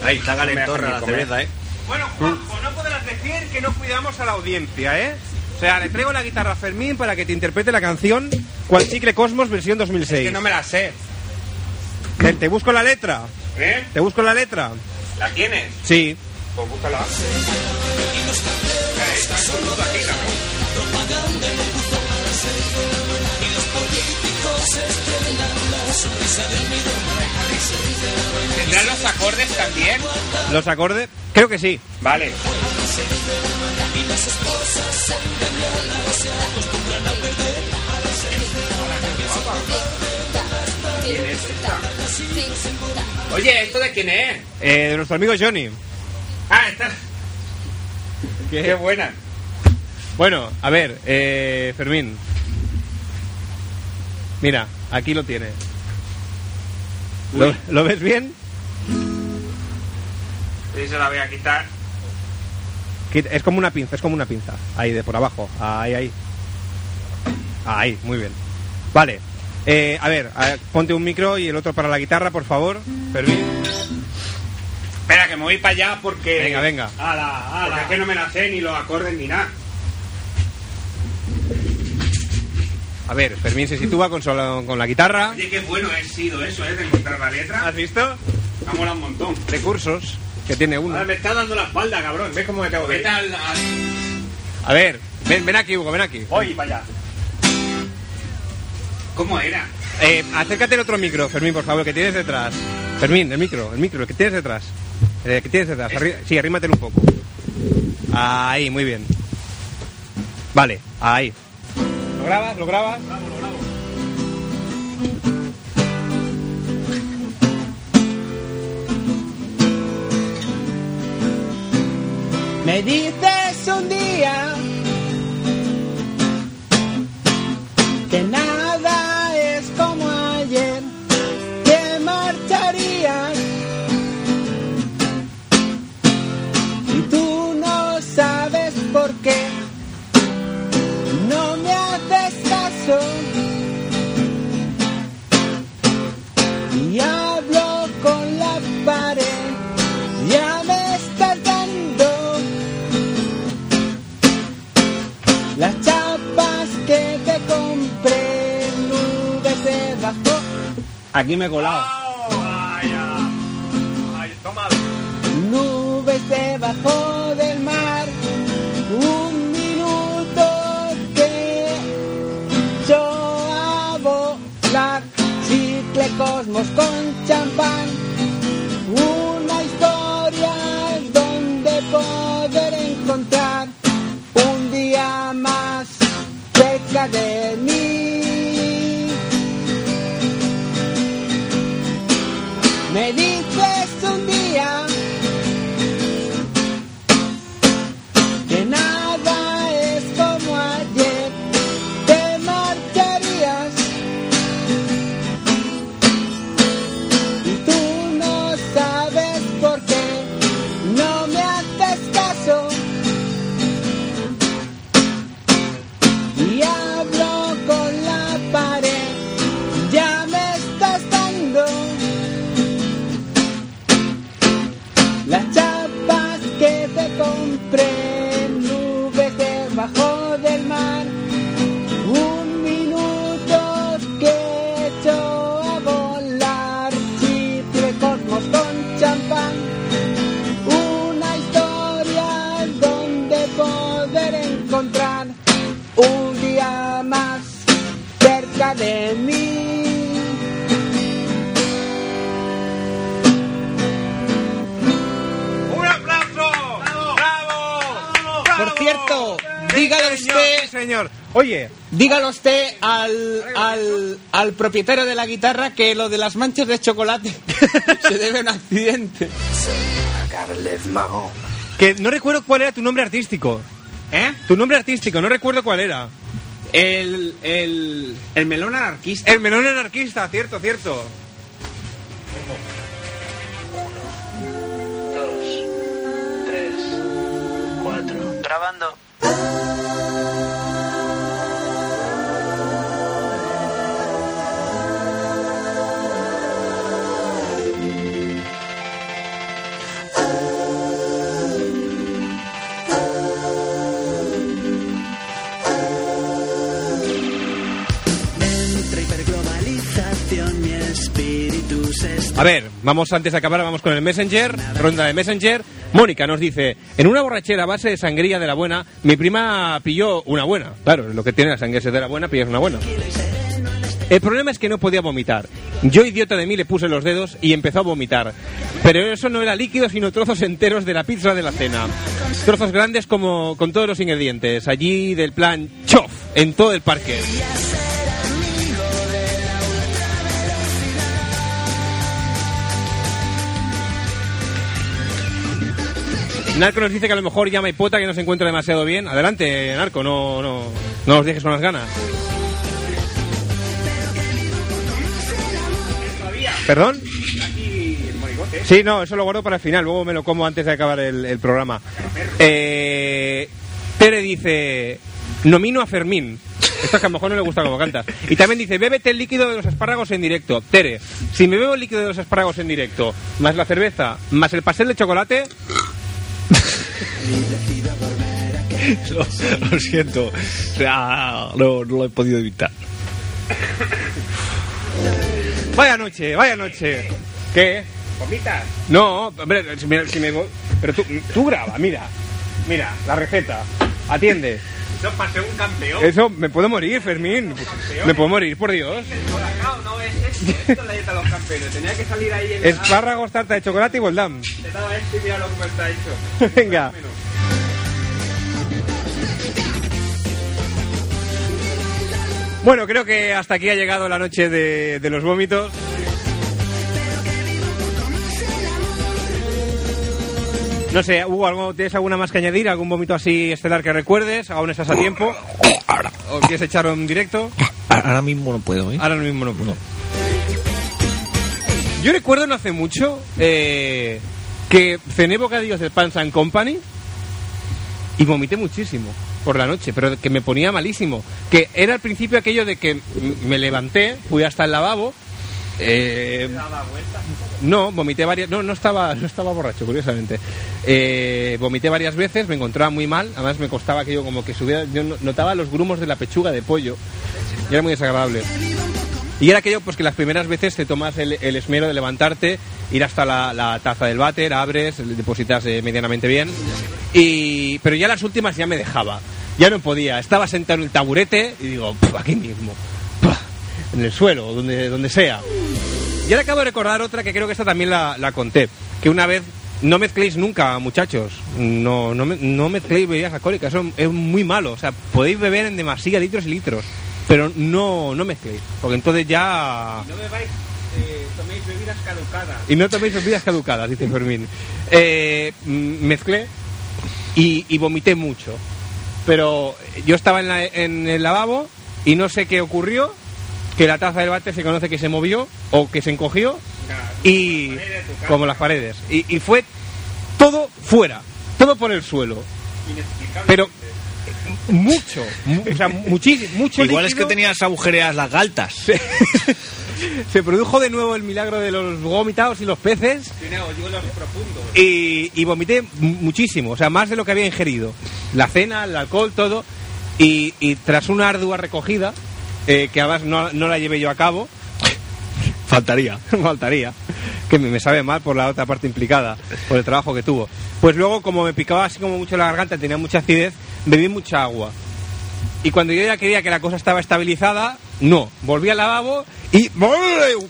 S2: Ahí está calentorra la cerveza, ¿eh?
S1: Bueno, Juanjo, no podrás decir que no cuidamos a la audiencia, ¿eh? O sea, le traigo la guitarra a Fermín para que te interprete la canción Cual chicle Cosmos versión 2006.
S8: que no me la sé.
S1: Te, te busco la letra.
S8: ¿Eh?
S1: Te busco la letra.
S8: ¿La tienes?
S1: Sí.
S8: Pues búscala. Ya, esta, con todo aquí, cabrón. ¿Tendrán los acordes también?
S1: ¿Los acordes? Creo que sí.
S8: Vale. ¿Quién es esta? Oye, ¿esto de quién es?
S1: Eh, de nuestro amigo Johnny.
S8: Ah, esta.
S1: ¿Qué?
S8: Qué buena.
S1: Bueno, a ver, eh, Fermín. Mira, aquí lo tiene. ¿Lo, lo ves bien?
S8: Sí, se la voy a quitar.
S1: Quit- Es como una pinza, es como una pinza. Ahí, de por abajo. Ahí, ahí. Ahí, muy bien. Vale. Eh, a ver, a- ponte un micro y el otro para la guitarra, por favor. Fermín.
S8: Espera, que me voy para allá porque.
S1: Venga, venga.
S8: Ala, ala. Porque es que no me la sé ni los acordes ni nada.
S1: A ver, Fermín se sitúa con, solo- con la guitarra.
S8: Oye, qué bueno he sido eso, ¿eh? De encontrar la letra.
S1: ¿Has visto?
S8: Me ha molado un montón.
S1: Recursos que tiene uno.
S8: Ahora Ah, me está dando la espalda, cabrón. ¿Ves cómo me tengo que ir?
S1: A ver, ven, ven aquí, Hugo, ven aquí.
S8: Voy para allá. ¿Cómo era?
S1: Eh, acércate el otro micro, Fermín, por favor, que tienes detrás. Fermín, el micro, el micro, el que tienes detrás. Eh, El que tienes detrás. Arri- sí, arrímatelo un poco. Ahí, muy bien. Vale, ahí. ¿Lo grabas? ¿Lo grabas?
S3: Me dices un día que nada es como ayer, te marcharías y tú no sabes por qué, no me haces caso y hablo con la pared. Ya me estás dando las chapas que te compré en nubes de bajo.
S21: Aquí me he colado.
S3: Nubes debajo del mar, un minuto que yo a volar, chicle cosmos con champán, una historia donde poder encontrar un día más cerca de mí. Me dices un día que nada es como ayer, te marcharías y tú no sabes por qué no me haces caso y hablo con la pared, ya me estás dando las chapas que te compré en nubes debajo del mar. Un minuto que echó a volar chicle cosmos con champán. Una historia donde poder encontrar un día más cerca de mí.
S22: ¡Un aplauso! ¡Bravo!
S3: Por cierto, dígale usted,
S1: señor, oye,
S3: dígale usted al, al, al propietario de la guitarra que lo de las manchas de chocolate [laughs] se debe a un accidente.
S1: Que no recuerdo cuál era tu nombre artístico.
S8: ¿Eh?
S1: Tu nombre artístico, no recuerdo cuál era.
S8: El, el, el melón anarquista.
S1: El melón anarquista, cierto, cierto.
S23: Grabando.
S1: Vamos antes de acabar, vamos con el Messenger, ronda de Messenger. Mónica nos dice, en una borrachera a base de sangría de la buena, mi prima pilló una buena. Claro, es lo que tiene la sangría de la buena, pillas una buena. El problema es que no podía vomitar. Yo, idiota de mí, le puse los dedos y empezó a vomitar. Pero eso no era líquido, sino trozos enteros de la pizza de la cena. Trozos grandes como con todos los ingredientes. Allí del plan chof, en todo el parque. Narco nos dice que a lo mejor llama a Hipota que no se encuentra demasiado bien. Adelante, Narco, no, no, no nos dejes con las ganas. ¿Perdón? Sí, no, eso lo guardo para el final, luego me lo como antes de acabar el, el programa. Eh, Tere dice, nomino a Fermín. Esto es que a lo mejor no le gusta como canta. Y también dice, bébete el líquido de los espárragos en directo. Tere, si me bebo el líquido de los espárragos en directo, más la cerveza, más el pastel de chocolate,
S2: Lo, lo siento. O sea, no, no lo he podido evitar.
S1: vaya noche, vaya noche. ¿Qué?
S18: ¿Vomitas?
S1: No, hombre, si me, si me voy- Pero tú, tú graba, mira. Mira, la receta. Atiende.
S18: Eso es para ser un campeón.
S1: Eso, me puedo morir, Fermín. Me puedo morir, por Dios.
S18: Colacao, no es esto. Esto es la dieta de los campeones. Tenía que salir ahí en
S1: Espárragos, tarta de chocolate y boldam.
S18: Te daba esto y míralo cómo está hecho.
S1: [laughs] Venga. Bueno, creo que hasta aquí ha llegado la noche de, de los vómitos. No sé, Hugo, ¿algo- ¿tienes alguna más que añadir? ¿Algún vómito así estelar que recuerdes? ¿Aún estás a tiempo? ¿O quieres echarlo en directo?
S2: Ahora mismo no puedo, ¿eh?
S1: Ahora mismo no puedo. Yo recuerdo no hace mucho eh, que cené bocadillos del Pans and Company y vomité muchísimo por la noche, pero que me ponía malísimo. Que era al principio aquello de que m- me levanté, fui hasta el lavabo. eh, no, vomité varias. No, no estaba, [laughs] no estaba borracho, curiosamente. Eh, vomité varias veces, me encontraba muy mal. Además, me costaba aquello como que subiera. Yo no- notaba los grumos de la pechuga de pollo y era muy desagradable. Y era aquello pues que las primeras veces te tomas el, el esmero de levantarte, ir hasta la, la taza del váter, abres, le depositas eh, medianamente bien. Y, pero ya las últimas ya me dejaba. Ya no podía. Estaba sentado en el taburete y digo, "Puf, aquí mismo. Puf, en el suelo, donde, donde sea. Y ahora acabo de recordar otra que creo que esta también la, la conté. Que una vez, no mezcléis nunca, muchachos. No, no, me- no mezcléis bebidas alcohólicas. Eso es muy malo. O sea, podéis beber en demasía litros y litros. Pero no, no mezcléis. Porque entonces ya...
S18: No me vais, eh, toméis bebidas caducadas.
S1: Y no toméis bebidas caducadas, dice Fermín. Eh, mm, mezclé y, y vomité mucho. Pero yo estaba en, la- en el lavabo y no sé qué ocurrió, que la taza del váter se conoce que se movió o que se encogió y como las paredes. Y, y fue todo fuera, todo por el suelo. Pero mucho, mu- o sea, muchísimo, mucho
S2: Igual es que
S1: líquido.
S2: tenías agujereadas las galtas.
S1: [laughs] Se produjo de nuevo el milagro de los vomitados y los peces.
S18: Tiene hoyuelos profundos.
S1: y, y vomité mu- muchísimo, o sea, más de lo que había ingerido. La cena, el alcohol, todo. Y, y tras una ardua recogida, eh, que además no, no la llevé yo a cabo,
S2: Faltaría.
S1: [laughs] faltaría, que me, me sabe mal por la otra parte implicada, por el trabajo que tuvo. Pues luego, como me picaba así como mucho la garganta, tenía mucha acidez, bebí mucha agua. Y cuando yo ya creía que la cosa estaba estabilizada, no. Volví al lavabo y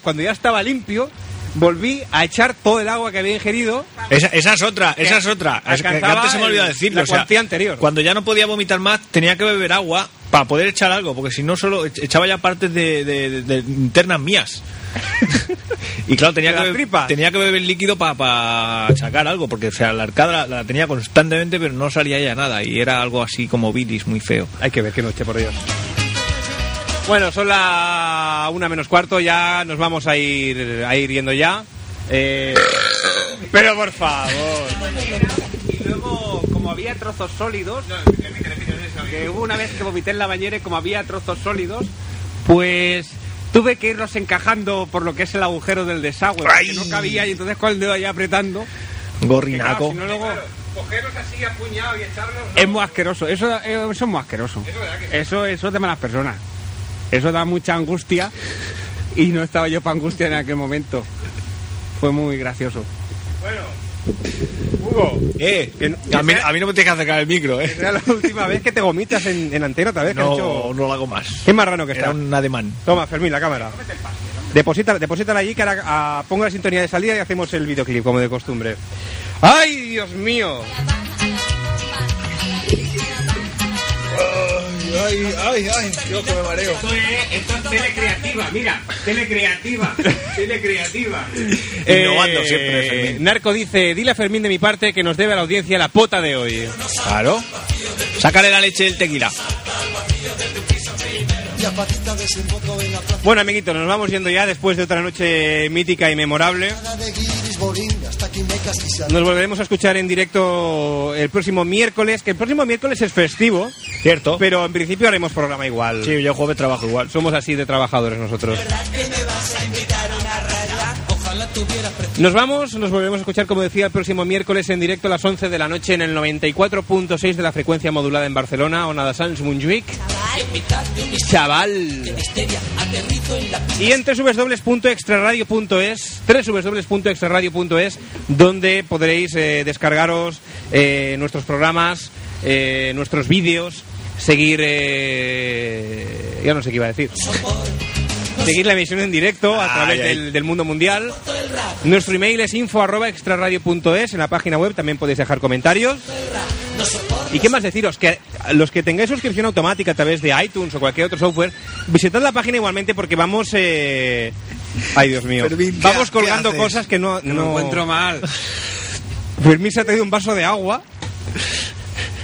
S1: cuando ya estaba limpio, volví a echar todo el agua que había ingerido
S2: Esa, esa es otra, esa es otra. Es que
S1: Alcanzaba
S2: antes se me olvidó
S1: el-
S2: decirlo.
S1: la
S2: o sea,
S1: cuantía anterior.
S2: Cuando ya no podía vomitar más, tenía que beber agua para poder echar algo, porque si no solo ech- echaba ya partes de, de- de- de internas mías.
S1: [laughs]
S2: y claro, tenía
S1: De
S2: que,
S1: las
S2: be-
S1: tripas.
S2: tenía que beber líquido para sacar algo, porque o sea, la arcada la, la tenía constantemente, pero no salía ya nada. Y era algo así como bilis, muy feo.
S1: Hay que ver qué noche, por Dios. Bueno, son la una menos cuarto, ya nos vamos a ir, a ir yendo ya. Eh, Pero por favor.
S18: Y luego, como había trozos sólidos, que hubo una vez que vomité en la bañera y como había trozos sólidos, pues tuve que irlos encajando por lo que es el agujero del desagüe, porque no cabía y entonces con el dedo ahí apretando. que
S5: Ah,
S18: claro,
S2: Gorrinaco.
S18: si no luego
S1: Cogeros así apuñado y echarlos.
S5: Es muy asqueroso, eso, eh, eso es muy asqueroso. Eso, eso es de malas personas. Eso da mucha angustia y no estaba yo para angustia en aquel momento.
S1: Fue muy gracioso.
S2: Hugo, eh, a, mí, a mí no me tienes que acercar el
S1: [laughs]
S2: micro, eh.
S1: Era la última vez que te gomitas en, en antena otra vez. que
S2: No,
S1: has hecho-
S2: no lo hago más.
S1: Qué marrano que
S2: Era
S1: está.
S2: un ademán.
S1: Toma, Fermín, la cámara. Deposítala, deposítala allí, que ahora ah, pongo la sintonía de salida y hacemos el videoclip, como de costumbre. ¡Ay, Dios mío!
S2: Ay, ay, ay, yo que me mareo.
S18: Esto es, esto es telecreativa, mira,
S1: [laughs]
S18: telecreativa, telecreativa. Eh,
S2: Innovando siempre, Fermín.
S1: Narco dice, dile a Fermín de mi parte que nos debe a la audiencia la pota de hoy.
S2: Claro. Sácale la leche del tequila.
S1: Bueno, amiguitos, nos vamos yendo ya después de otra noche mítica y memorable. Nos volveremos a escuchar en directo el próximo miércoles, que el próximo miércoles es festivo.
S2: Cierto.
S1: Pero en principio haremos programa igual.
S2: Sí, yo jueves trabajo igual.
S1: Somos así de trabajadores nosotros. Nos vamos, nos volvemos a escuchar, como decía, el próximo miércoles en directo a las 11 de la noche en el 94.6 de la frecuencia modulada en Barcelona, Onada Sans Munjuic. Chaval. Y en www.extraradio.es, www.extraradio.es, donde podréis eh, descargaros eh, nuestros programas, eh, nuestros vídeos, seguir... eh, ya no sé qué iba a decir. Seguir la emisión en directo a través
S2: ay.
S1: Del, del mundo mundial. Nuestro email es info arroba extraradio.es. En la página web también podéis dejar comentarios. ¿Y qué más deciros? Que los que tengáis suscripción automática a través de iTunes o cualquier otro software, visitad la página igualmente porque vamos... eh, Ay, Dios mío.
S2: Fermín, ¿qué ha-
S1: vamos
S2: qué
S1: colgando
S2: haces?
S1: cosas que no...
S5: Me
S1: no-
S5: encuentro mal,
S1: Fermín se ha traído un vaso de agua.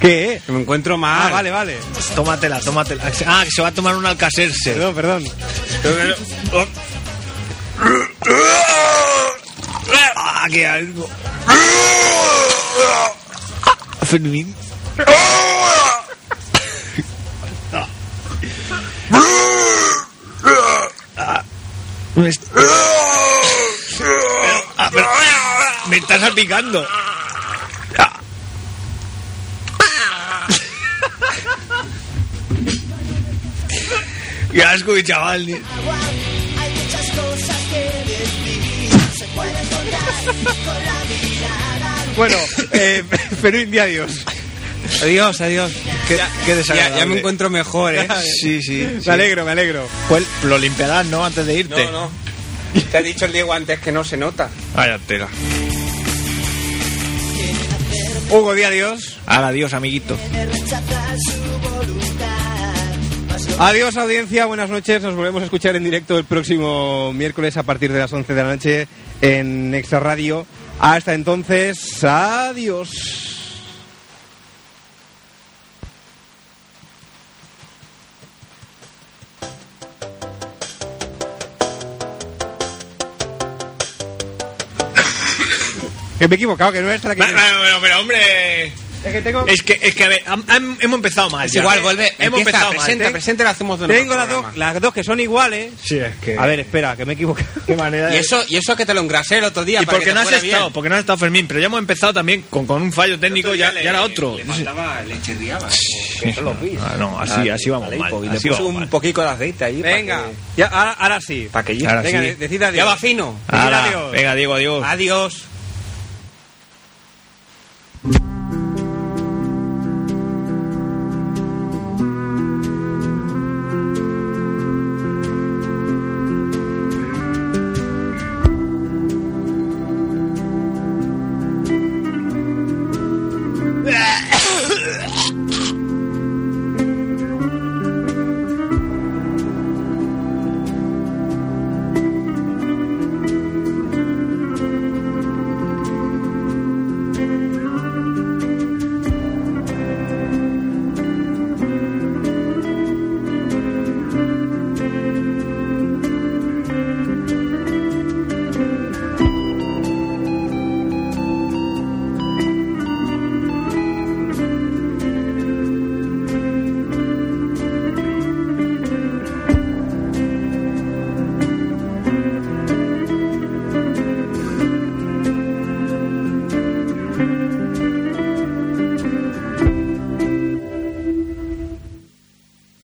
S1: ¿Qué es?
S5: me encuentro mal.
S1: Ah, vale, vale.
S2: Tómatela, tómatela. Ah, que se va a tomar un alcacerse.
S1: Perdón, perdón.
S2: Ah, qué algo. Fermín. Ah, Me est- Ah, pero- me está salpicando. Qué asco, chaval.
S17: Hay muchas cosas que describir, se pueden contar con la mirada.
S1: Bueno, eh, [laughs] Fermín, di adiós.
S5: Adiós, adiós.
S2: Qué, qué
S5: Ya,
S2: desagradable.
S5: ya me encuentro mejor, [laughs] ¿eh?
S2: Sí,
S1: [laughs]
S2: sí. sí.
S1: Me alegro, me alegro.
S2: Pues lo limpiarás, ¿no? Antes de irte.
S5: No, no. Te ha dicho el Diego antes que no se nota.
S2: Vaya tela.
S1: Hugo, di adiós.
S2: Ahora, adiós, amiguito.
S17: Rechazar su voluntad,
S1: Adiós audiencia, buenas noches. Nos volvemos a escuchar en directo el próximo miércoles a partir de las 11 de la noche en Extra Radio. Hasta entonces, adiós. Que me he equivocado, que no es la que...
S2: Pero, pero, pero, hombre.
S1: Es que tengo...
S2: Es que, es que a ver, am- am- hemos empezado mal.
S5: Es
S2: ya.
S5: igual, vuelve.
S2: Hemos
S5: Empieza,
S2: empezado
S5: presenta,
S2: mal.
S5: presenta, lo hacemos de nuevo
S1: Tengo las
S5: programa.
S1: dos, las dos que son iguales.
S2: Sí, es que.
S1: A ver, espera, que me he equivocado.
S2: qué manera
S5: Y
S2: de-
S5: eso, y eso que te lo engrasé el otro día.
S2: ¿Y
S5: para
S2: por qué
S5: que te
S2: no has
S5: fuera bien.
S2: estado? Porque no has estado Fermín, pero ya hemos empezado también con, con un fallo técnico, ya, ya era otro.
S5: Le
S2: No sé.
S5: faltaba, le chirriaba.
S2: Ah, no, así, así vamos mal.
S5: Y
S2: así
S5: Pues le puso
S2: vamos
S5: un
S2: mal.
S5: poquito de aceite ahí. para
S1: Venga,
S5: que-
S1: ya, ahora, ahora sí.
S5: Para que,
S2: Ahora
S5: Venga,
S2: sí.
S5: de- decid adiós. Ya va fino.
S2: Ala,
S1: adiós.
S2: Venga, Diego, adiós.
S5: Adiós.